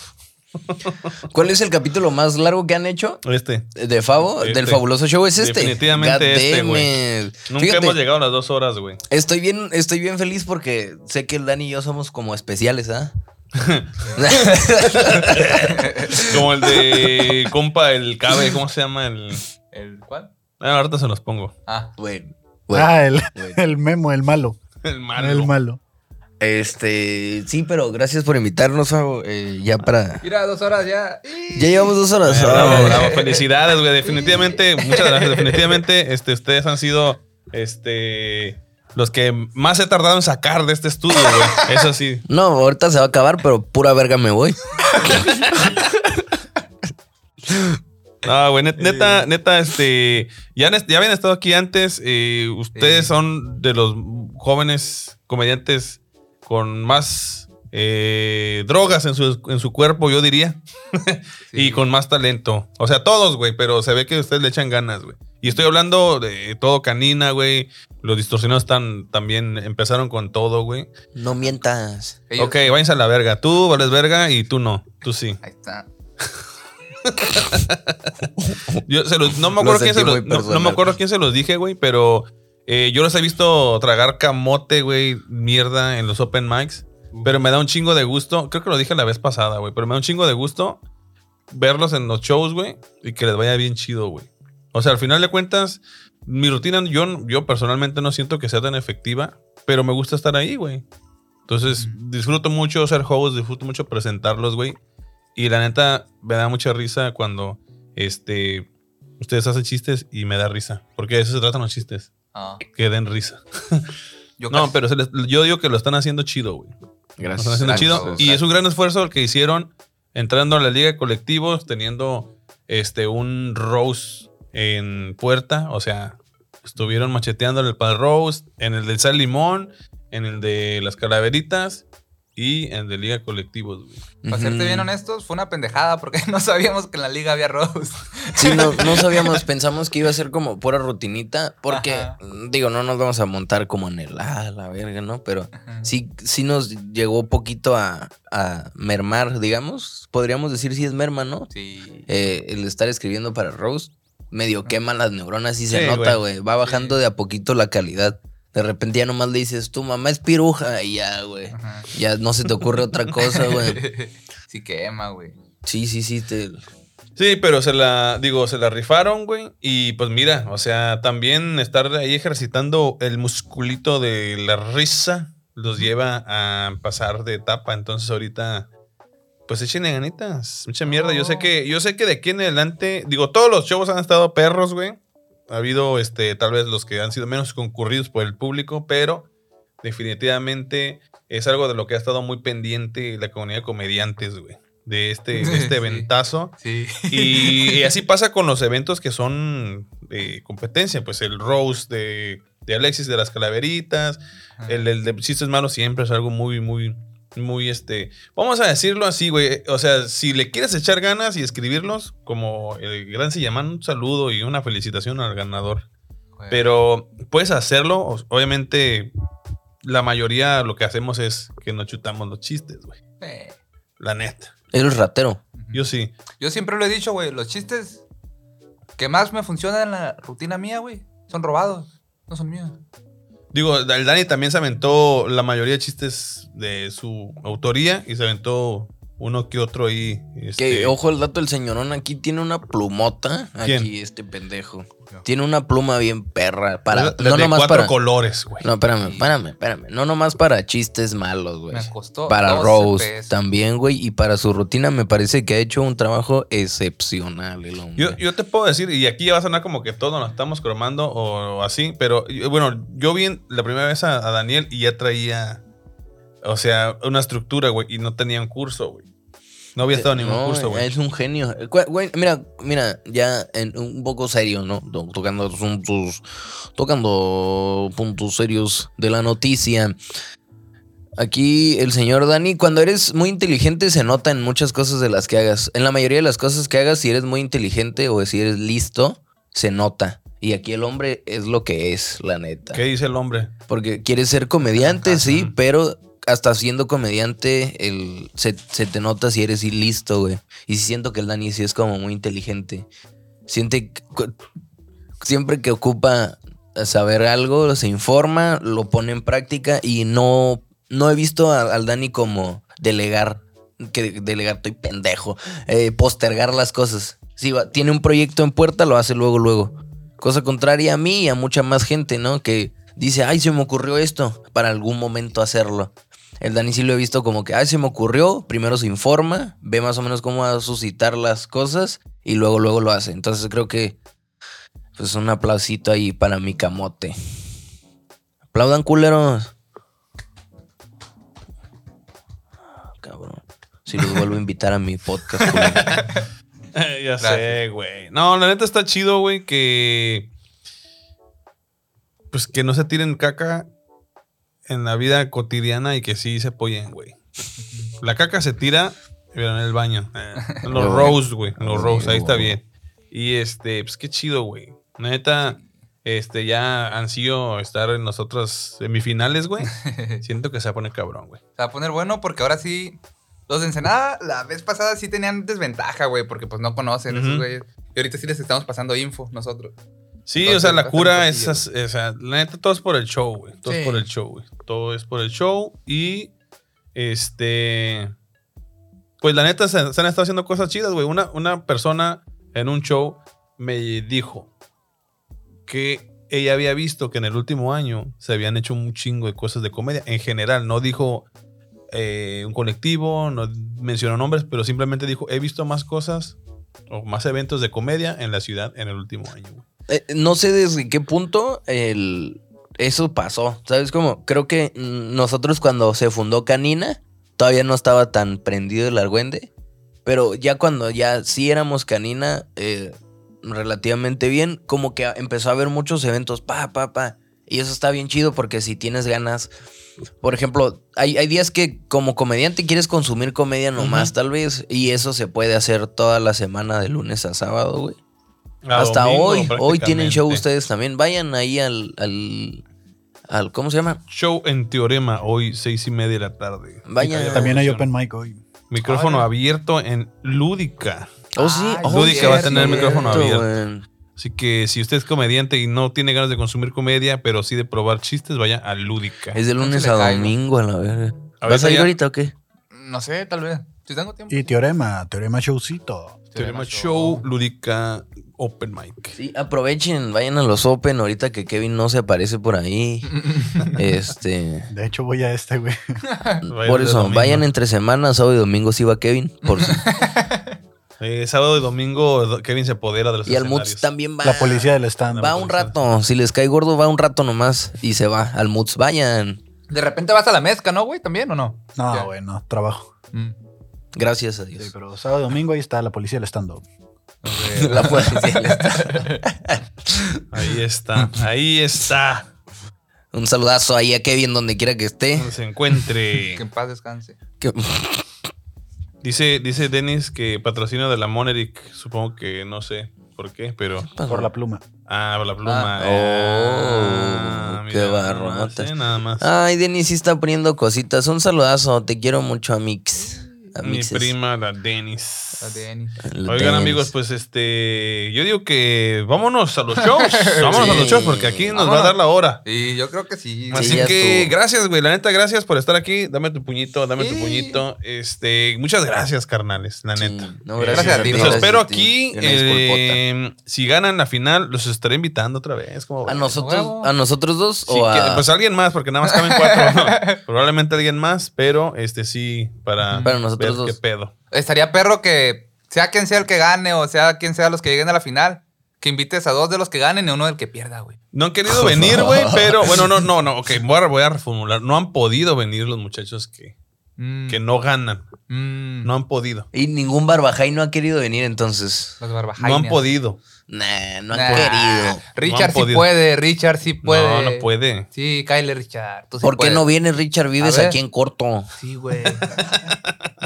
Speaker 2: ¿Cuál es el capítulo más largo que han hecho?
Speaker 1: Este.
Speaker 2: ¿De Favo?
Speaker 1: Este.
Speaker 2: ¿Del fabuloso show es este?
Speaker 1: Definitivamente
Speaker 2: God
Speaker 1: este,
Speaker 2: damn
Speaker 1: güey.
Speaker 2: it.
Speaker 1: Nunca
Speaker 2: Fíjate,
Speaker 1: hemos llegado a las dos horas, güey.
Speaker 2: Estoy bien, estoy bien feliz porque sé que el Dani y yo somos como especiales, ¿ah?
Speaker 1: Como el de compa, el cabe, ¿cómo se llama? El.
Speaker 8: ¿El cuál?
Speaker 1: Ah, ahorita se los pongo.
Speaker 8: Ah.
Speaker 2: Bueno, bueno,
Speaker 3: Ah, el,
Speaker 2: bueno.
Speaker 3: el memo, el malo.
Speaker 1: El malo.
Speaker 3: El malo.
Speaker 2: Este, sí, pero gracias por invitarnos, Favo. Eh, ya para.
Speaker 8: Mira, dos horas ya.
Speaker 2: Ya llevamos dos horas.
Speaker 1: Eh,
Speaker 2: ah,
Speaker 1: bravo,
Speaker 2: güey.
Speaker 1: bravo. Felicidades, güey. Definitivamente, muchas gracias. Definitivamente, este, ustedes han sido este, los que más he tardado en sacar de este estudio, güey. Eso sí.
Speaker 2: No, ahorita se va a acabar, pero pura verga me voy.
Speaker 1: No, güey, net- neta, neta, este, ya, han est- ya habían estado aquí antes. eh, ustedes
Speaker 8: Sí.
Speaker 1: son de los jóvenes comediantes con más eh, drogas en su, en su cuerpo, yo diría, y con más talento. O sea, todos, güey, pero se ve que ustedes le echan ganas, güey. Y estoy hablando de todo canina, güey. Los distorsionados están, también empezaron con todo, güey.
Speaker 2: No mientas.
Speaker 8: Ellos-
Speaker 1: Ok, váyanse a la verga. Tú vales verga y tú no. Tú sí.
Speaker 8: Ahí está.
Speaker 1: Yo se los- no, me
Speaker 2: Lo
Speaker 1: acuerdo quién se
Speaker 2: sentí
Speaker 1: los,
Speaker 2: muy
Speaker 1: no- no me
Speaker 2: personal.
Speaker 1: acuerdo quién se los dije, güey, pero eh, yo los he visto tragar camote, güey, mierda en los open mics. Pero me da un chingo de gusto. Creo que lo dije la vez pasada, güey, pero me da un chingo de gusto verlos en los shows, güey, y que les vaya bien chido, güey. O sea, al final de cuentas, mi rutina, yo, yo personalmente no siento que sea tan efectiva, pero me gusta estar ahí, güey. Entonces, disfruto mucho ser host, disfruto mucho presentarlos, güey. Y la neta, me da mucha risa cuando este, ustedes hacen chistes y me da risa. Porque de eso se tratan los chistes.
Speaker 8: Ah,
Speaker 1: que den risa.
Speaker 8: yo
Speaker 1: No,
Speaker 8: casi-
Speaker 1: pero se les- yo digo que lo están haciendo chido, güey. Lo están
Speaker 2: Gracias.
Speaker 1: haciendo
Speaker 8: Ah,
Speaker 1: chido.
Speaker 8: entonces,
Speaker 1: Y
Speaker 8: ah.
Speaker 1: es un gran esfuerzo el que hicieron entrando a la liga de colectivos, teniendo este un Rose en puerta. O sea, estuvieron macheteándole para el Rose, en el del Sal Limón, en el de las Calaveritas y en el de liga de colectivos, güey.
Speaker 8: Para serte bien honestos, fue una pendejada porque no sabíamos que en la liga había Rose.
Speaker 2: Sí, no, no sabíamos, pensamos que iba a ser como pura rutinita, porque
Speaker 8: Ajá.
Speaker 2: digo, no nos vamos a montar como en el, ah, la verga, ¿no? Pero sí, sí nos llegó poquito a, a mermar, digamos, podríamos decir si es merma, ¿no?
Speaker 8: Sí.
Speaker 2: Eh, el estar escribiendo para Rose medio quema las neuronas y se
Speaker 1: Sí,
Speaker 2: nota, güey, va bajando de a poquito la calidad. De repente ya nomás le dices, tu mamá es piruja y ya, güey.
Speaker 8: Ajá.
Speaker 2: Ya no se te ocurre otra cosa, güey.
Speaker 8: Sí quema, güey.
Speaker 2: Sí, sí, sí, te...
Speaker 1: Sí, pero se la, digo, se la rifaron, güey. Y pues mira, o sea, también estar ahí ejercitando el musculito de la risa los lleva a pasar de etapa. Entonces ahorita, pues échenle ganitas, mucha mierda. Yo sé que, yo sé que de aquí en adelante, digo, todos los shows han estado perros, güey. Ha habido, este, tal vez los que han sido menos concurridos por el público, pero definitivamente es algo de lo que ha estado muy pendiente la comunidad de comediantes, güey. De este, de este
Speaker 8: Sí.
Speaker 1: ventazo.
Speaker 8: Sí.
Speaker 1: Y, y así pasa con los eventos que son de competencia, pues el Rose de, de Alexis de las Calaveritas, el, el de Chistes Malos siempre es algo muy, muy, muy este. Vamos a decirlo así, güey. O sea, si le quieres echar ganas y escribirlos, como el gran se llaman, un saludo y una felicitación al ganador.
Speaker 8: Güey.
Speaker 1: Pero puedes hacerlo. o- Obviamente, la mayoría lo que hacemos es que nos chutamos los chistes, güey.
Speaker 8: Eh.
Speaker 1: La neta.
Speaker 2: Eres ratero.
Speaker 1: Yo sí.
Speaker 8: Yo siempre lo he dicho, güey, los chistes que más me funcionan en la rutina mía, güey, son robados, no son míos.
Speaker 1: Digo, el Dani también se aventó la mayoría de chistes de su autoría y se aventó uno que otro ahí.
Speaker 2: Que,
Speaker 1: este,
Speaker 2: ojo el dato, el señorón aquí tiene una plumota.
Speaker 1: ¿Quién?
Speaker 2: Aquí, este pendejo. Tiene una pluma bien perra. Para,
Speaker 1: la- la
Speaker 2: no
Speaker 1: de
Speaker 2: nomás
Speaker 1: cuatro
Speaker 2: para.
Speaker 1: colores, güey.
Speaker 2: No, espérame, espérame, espérame. No nomás para chistes malos, güey.
Speaker 8: Me costó
Speaker 2: Para
Speaker 8: 12
Speaker 2: Rose
Speaker 8: pesos.
Speaker 2: también, güey. Y para su rutina me parece que ha hecho un trabajo excepcional el hombre.
Speaker 1: Yo, yo te puedo decir, y aquí ya va a sonar como que todos nos estamos cromando o, o así, pero y- bueno, yo vi en- la primera vez a, a Daniel y ya traía, o sea, una estructura, güey, y no tenía un curso, güey. No había estado en ningún
Speaker 2: No,
Speaker 1: curso, güey.
Speaker 2: Es un genio. Eh, cua- Güey, mira, mira, ya en un poco serio, ¿no? To- Tocando asuntos, tocando puntos serios de la noticia. Aquí el señor Dani, cuando eres muy inteligente se nota en muchas cosas de las que hagas. En la mayoría de las cosas que hagas, si eres muy inteligente o si eres listo, se nota. Y aquí el hombre es lo que es, la neta.
Speaker 1: ¿Qué dice el hombre?
Speaker 2: Porque quieres ser comediante,
Speaker 1: Ajá.
Speaker 2: sí, pero hasta siendo comediante el, se, se te nota si eres listo, güey. Y sí siento que el Dani sí es como muy inteligente. Siente que cu- siempre que ocupa saber algo, se informa, lo pone en práctica y no, no he visto a- al Dani como delegar, que delegar estoy pendejo, eh, postergar las cosas. Si va- tiene un proyecto en puerta, lo hace luego, luego. Cosa contraria a mí y a mucha más gente, ¿no? Que dice, ay, se me ocurrió esto, para algún momento hacerlo. El Dani sí lo he visto como que, ay, se me ocurrió, primero se informa, ve más o menos cómo va a suscitar las cosas y luego, luego lo hace. Entonces creo que, pues un aplausito ahí para mi camote. Aplaudan culeros. Cabrón. Si los vuelvo a invitar a mi podcast. culero.
Speaker 1: ya sé,
Speaker 8: Gracias.
Speaker 1: güey. No, la neta está chido, güey, que. Pues que no se tiren caca en la vida cotidiana y que sí se apoyen, güey. La caca se tira pero en el baño. Eh, en los rows, güey. En los rows, ahí está bien. Y este, pues qué chido, güey. La neta, este, ya han sido estar en las otras semifinales, güey. Siento que se va a poner cabrón, güey.
Speaker 8: Se va a poner bueno porque ahora sí. Los de Ensenada, la vez pasada sí tenían desventaja, güey, porque pues no conocen esos
Speaker 1: Ujú.
Speaker 8: güeyes. Y ahorita sí les estamos pasando info nosotros.
Speaker 1: Sí,
Speaker 8: Entonces,
Speaker 1: o sea,
Speaker 8: va a
Speaker 1: la
Speaker 8: estar
Speaker 1: cura
Speaker 8: muy
Speaker 1: es,
Speaker 8: sencillo.
Speaker 1: as- o sea, la neta, todo es por el show, güey. Todo es
Speaker 8: Sí.
Speaker 1: por el show, güey. Todo es por el show y, este, pues la neta, se, se han estado haciendo cosas chidas, güey. Una, una persona en un show me dijo que ella había visto que en el último año se habían hecho un chingo de cosas de comedia. En general, no dijo eh, un colectivo, no mencionó nombres, pero simplemente dijo, he visto más cosas o más eventos de comedia en la ciudad en el último año, güey.
Speaker 2: Eh, no sé desde qué punto el, eso pasó. ¿Sabes cómo? Creo que mm, nosotros cuando se fundó Canina, todavía no estaba tan prendido el argüende. Pero ya cuando ya sí éramos Canina, eh, relativamente bien, como que empezó a haber muchos eventos, pa, pa, pa. Y eso está bien chido porque si tienes ganas, por ejemplo, hay, hay días que como comediante quieres consumir comedia nomás, tal vez, y eso se puede hacer toda la semana de lunes a sábado, güey.
Speaker 1: A
Speaker 2: Hasta
Speaker 1: domingo,
Speaker 2: hoy, hoy tienen show
Speaker 1: prácticamente.
Speaker 2: ustedes también. Vayan ahí al, al, al- ¿cómo se llama?
Speaker 1: Show en Teorema, hoy, seis y media de la tarde.
Speaker 2: Vaya.
Speaker 1: Italia
Speaker 3: También hay open
Speaker 1: Revolución.
Speaker 3: mic hoy.
Speaker 1: Micrófono
Speaker 2: Ah,
Speaker 8: Ahora.
Speaker 1: abierto en Lúdica.
Speaker 2: Oh, sí.
Speaker 8: Ah,
Speaker 2: oh,
Speaker 1: Lúdica va a tener el
Speaker 2: cierto,
Speaker 1: micrófono abierto.
Speaker 2: güey.
Speaker 1: Así que si usted es comediante y no tiene ganas de consumir comedia, pero sí de probar chistes, vaya a Lúdica.
Speaker 2: Es de lunes
Speaker 8: le
Speaker 2: a
Speaker 8: caigo.
Speaker 2: domingo, a la verga.
Speaker 1: A
Speaker 2: ¿Vas
Speaker 1: ver,
Speaker 2: a ir
Speaker 1: allá-
Speaker 2: ahorita o qué?
Speaker 8: No sé, tal vez. Si tengo tiempo.
Speaker 3: Y Teorema, Teorema Showcito.
Speaker 1: Teorema Show, Lúdica, Open Mic.
Speaker 2: Sí, aprovechen, vayan a los Open ahorita que Kevin no se aparece por ahí. este,
Speaker 3: De hecho, voy a este, güey.
Speaker 1: Vayan
Speaker 2: por
Speaker 1: el
Speaker 2: eso,
Speaker 1: domingo.
Speaker 2: vayan entre semanas, sábado y domingo si va Kevin. por si-
Speaker 1: Eh, sábado y domingo do- Kevin se apodera de los
Speaker 2: y al Mutz
Speaker 1: escenarios.
Speaker 2: también va.
Speaker 3: La policía del stand.
Speaker 2: va un rato, si les cae gordo va un rato nomás y se va al Mutz, vayan.
Speaker 8: De repente vas a la mezcla, ¿no, güey? ¿También o no? Ya.
Speaker 3: No, güey, no, trabajo.
Speaker 8: Mm.
Speaker 2: Gracias a Dios.
Speaker 3: Sí, pero sábado y domingo ahí está la policía del stand. up.
Speaker 2: La policía del Estado.
Speaker 1: Ahí está, ahí está.
Speaker 2: Un saludazo ahí a Kevin donde quiera que esté.
Speaker 1: Donde se encuentre.
Speaker 8: Que en paz descanse.
Speaker 2: Que-
Speaker 1: Dice, dice Dennis que patrocina de la Moneric. Supongo que no sé por qué, pero.
Speaker 2: Pues
Speaker 3: Por la pluma.
Speaker 1: Ah, por la pluma.
Speaker 2: Ah.
Speaker 1: Ah,
Speaker 2: Oh,
Speaker 1: mira,
Speaker 2: qué Ah,
Speaker 1: nada más,
Speaker 2: barrotas.
Speaker 1: eh, Nada más.
Speaker 2: Ay, Denis sí está poniendo cositas. Un saludazo, te quiero mucho a Mix. A
Speaker 1: Mi
Speaker 2: Mixes.
Speaker 1: prima, la Dennis.
Speaker 8: La Denis.
Speaker 2: Lo
Speaker 1: Oigan,
Speaker 2: tienes.
Speaker 1: amigos, pues este. Yo digo que vámonos a los shows. Vámonos a los shows porque aquí nos va a
Speaker 8: Vámonos.
Speaker 1: dar la hora.
Speaker 8: Sí, yo creo que sí.
Speaker 2: Sí,
Speaker 1: Así
Speaker 2: ya
Speaker 1: que
Speaker 2: estuvo.
Speaker 1: gracias, güey. La neta, gracias por estar aquí. Dame tu puñito, dame tu
Speaker 8: Sí.
Speaker 1: puñito. Este, muchas gracias, carnales, la
Speaker 2: Sí.
Speaker 1: neta.
Speaker 2: No,
Speaker 1: Eh,
Speaker 2: gracias,
Speaker 8: gracias a ti,
Speaker 1: Los
Speaker 8: gracias a
Speaker 1: espero
Speaker 2: ti.
Speaker 1: aquí.
Speaker 2: Y una disculpota.
Speaker 1: eh, si ganan la final, los estaré invitando otra vez. Como
Speaker 2: ¿A
Speaker 1: ven?
Speaker 2: nosotros,
Speaker 8: Huevo.
Speaker 2: ¿A nosotros dos
Speaker 1: Si
Speaker 2: Ah, o
Speaker 1: quiere-
Speaker 2: a,
Speaker 1: pues alguien más, porque nada más caben cuatro. ¿no? Probablemente alguien más, pero este sí, para,
Speaker 2: Para nosotros
Speaker 1: ver
Speaker 2: dos.
Speaker 1: qué pedo.
Speaker 8: Estaría perro que sea quien sea el que gane o sea quien sea los que lleguen a la final, que invites a dos de los que ganen y uno del que pierda, güey.
Speaker 1: No han querido venir, güey, pero bueno, no, no, no, ok, voy a, voy a reformular. No han podido venir los muchachos que,
Speaker 8: Mm,
Speaker 1: que no ganan.
Speaker 8: mm,
Speaker 1: No han podido.
Speaker 2: Y ningún Barbajay no ha querido venir entonces.
Speaker 8: Los
Speaker 1: No
Speaker 8: barbajainas.
Speaker 1: han podido.
Speaker 2: Nah, no han
Speaker 8: Nah.
Speaker 2: querido.
Speaker 1: No
Speaker 8: Richard
Speaker 1: han
Speaker 8: sí
Speaker 1: podido.
Speaker 8: puede, Richard sí puede.
Speaker 1: No, no puede.
Speaker 8: Sí, Kyle Richard. tú sí
Speaker 2: ¿Por qué
Speaker 8: puedes.
Speaker 2: no viene Richard Vives
Speaker 8: A ver.
Speaker 2: aquí en Corto?
Speaker 8: Sí, güey.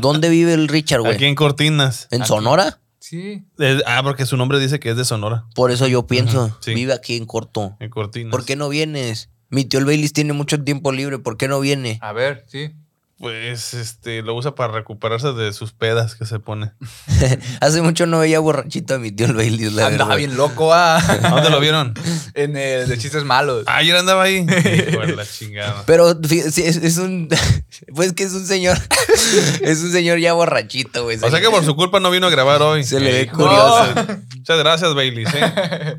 Speaker 2: ¿Dónde vive el Richard,
Speaker 1: Aquí
Speaker 2: güey?
Speaker 1: en Cortinas.
Speaker 2: ¿En Sonora?
Speaker 8: Sí.
Speaker 1: Es- ah, porque su nombre dice que es de Sonora.
Speaker 2: Por eso yo pienso,
Speaker 1: sí.
Speaker 2: vive aquí en Corto.
Speaker 1: En Cortinas.
Speaker 2: ¿Por qué no vienes? Mi tío el Baileys tiene mucho tiempo libre, ¿por qué no viene?
Speaker 8: A ver, sí.
Speaker 1: Pues este, lo usa para recuperarse de sus pedas que se pone.
Speaker 2: Hace mucho no veía borrachito a mi tío el Baileys, la
Speaker 8: Andaba
Speaker 2: verdad.
Speaker 8: bien loco, ah.
Speaker 1: ¿A ¿Dónde lo vieron?
Speaker 8: en el de chistes malos.
Speaker 1: Ayer andaba ahí. Hijo de la chingada.
Speaker 2: Pero fí- sí, es, es un. Pues que es un señor. es un señor ya borrachito, güey.
Speaker 1: O sea que por su culpa no vino a grabar hoy. Eh,
Speaker 2: Se le ve
Speaker 1: Hijo.
Speaker 2: curioso.
Speaker 1: Muchas gracias, Bailey. ¿eh?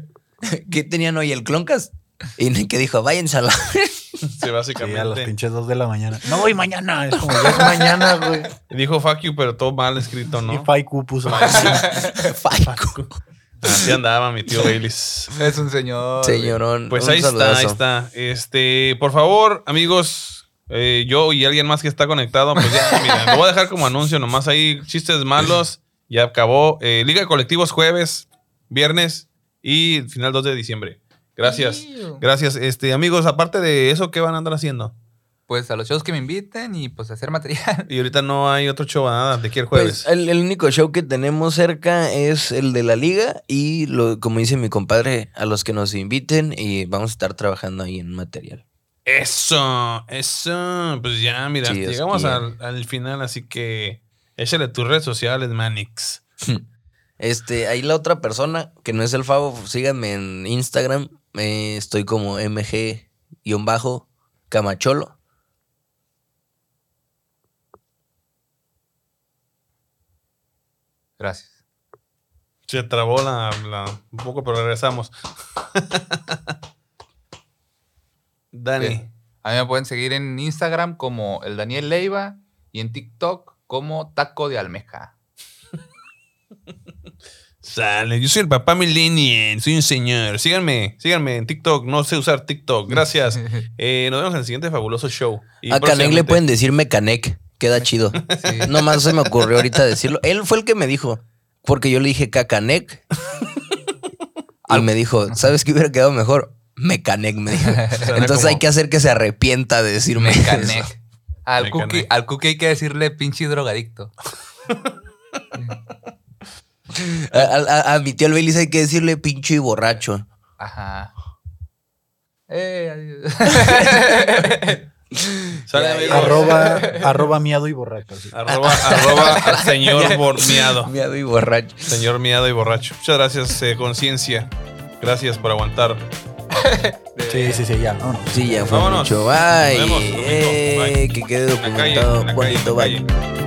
Speaker 2: ¿Qué tenían hoy el Cloncas? Y que dijo, váyanse a la.
Speaker 1: Sí,
Speaker 3: Sí, a las
Speaker 1: básicamente.
Speaker 3: pinches 2 de la mañana. No voy mañana. Es como, ya es mañana, güey.
Speaker 1: Dijo fuck you, pero todo mal escrito,
Speaker 3: Y
Speaker 1: ¿no? Ah,
Speaker 3: Faiku puso.
Speaker 2: Faico.
Speaker 1: Así andaba mi tío Baileys.
Speaker 8: Es un señor.
Speaker 2: Señorón.
Speaker 1: Pues
Speaker 2: un
Speaker 1: ahí está, ahí
Speaker 2: saludazo.
Speaker 1: está. Este, por favor, amigos, eh, yo y alguien más que está conectado, pues ya, mira, lo voy a dejar como anuncio nomás ahí, chistes malos, ya acabó. Eh, Liga de Colectivos jueves, viernes y final 2 de diciembre. Gracias. Gracias. Este, amigos, aparte de eso, ¿qué van a andar haciendo?
Speaker 8: Pues a los shows que me inviten y pues hacer material.
Speaker 1: Y ahorita no hay otro show nada, de aquí el
Speaker 2: Pues
Speaker 1: jueves.
Speaker 2: el, el único show que tenemos cerca es el de la liga y lo, como dice mi compadre, a los que nos inviten y vamos a estar trabajando ahí en material.
Speaker 1: Eso, eso. Pues ya, mira,
Speaker 2: Sí, es
Speaker 1: llegamos
Speaker 2: que-
Speaker 1: al, al final, así que échale tus redes sociales, Manix.
Speaker 2: Este, ahí la otra persona, que no es el Favo, síganme en Instagram. eh, estoy como mg-camacholo.
Speaker 8: Gracias.
Speaker 1: Se trabó la, la- un poco, pero regresamos. Dani.
Speaker 8: Bien. Eh, A mí me pueden seguir en Instagram como el Daniel Leiva y en TikTok como Taco de Almeja.
Speaker 1: González. Yo soy el papá millennial, soy un señor. Síganme, síganme en TikTok. No sé usar TikTok. Gracias. Eh, nos vemos en el siguiente fabuloso show. Y
Speaker 2: A Canek le
Speaker 1: próximamente-
Speaker 2: pueden decir Mecanek. Queda chido. Nomás se me ocurrió ahorita decirlo. Él fue el que me dijo. Porque yo le dije Cacanek. y me dijo, ¿sabes qué hubiera quedado mejor? Mecanek, me dijo. Entonces
Speaker 1: como-
Speaker 2: hay que hacer que se arrepienta de decir Mecanek.
Speaker 8: Mecanek. Al cookie,
Speaker 1: Mecanek.
Speaker 8: al cookie hay que decirle pinche drogadicto.
Speaker 2: A, a- a mi tío el Belis hay que decirle pinche borracho.
Speaker 8: Ajá. Eh, adiós.
Speaker 1: Sale,
Speaker 2: Ya,
Speaker 1: amigos.
Speaker 2: ya.
Speaker 3: Arroba, arroba miado y borracho. sí.
Speaker 2: Ah,
Speaker 1: Arroba, arroba al señor borneado.
Speaker 2: Miado y borracho.
Speaker 1: Señor miado y borracho. Muchas gracias, eh, conciencia. Gracias por aguantar.
Speaker 3: Sí, sí, sí, ya. vámonos.
Speaker 2: Sí, ya fue
Speaker 1: Vámonos.
Speaker 2: mucho.
Speaker 1: Nos
Speaker 2: Bye.
Speaker 1: vemos, domingo.
Speaker 2: Eh,
Speaker 1: Bye.
Speaker 2: Que quede
Speaker 1: En la calle,
Speaker 2: documentado
Speaker 1: en la calle, en
Speaker 2: bonito.
Speaker 1: la
Speaker 2: Bye.
Speaker 1: calle.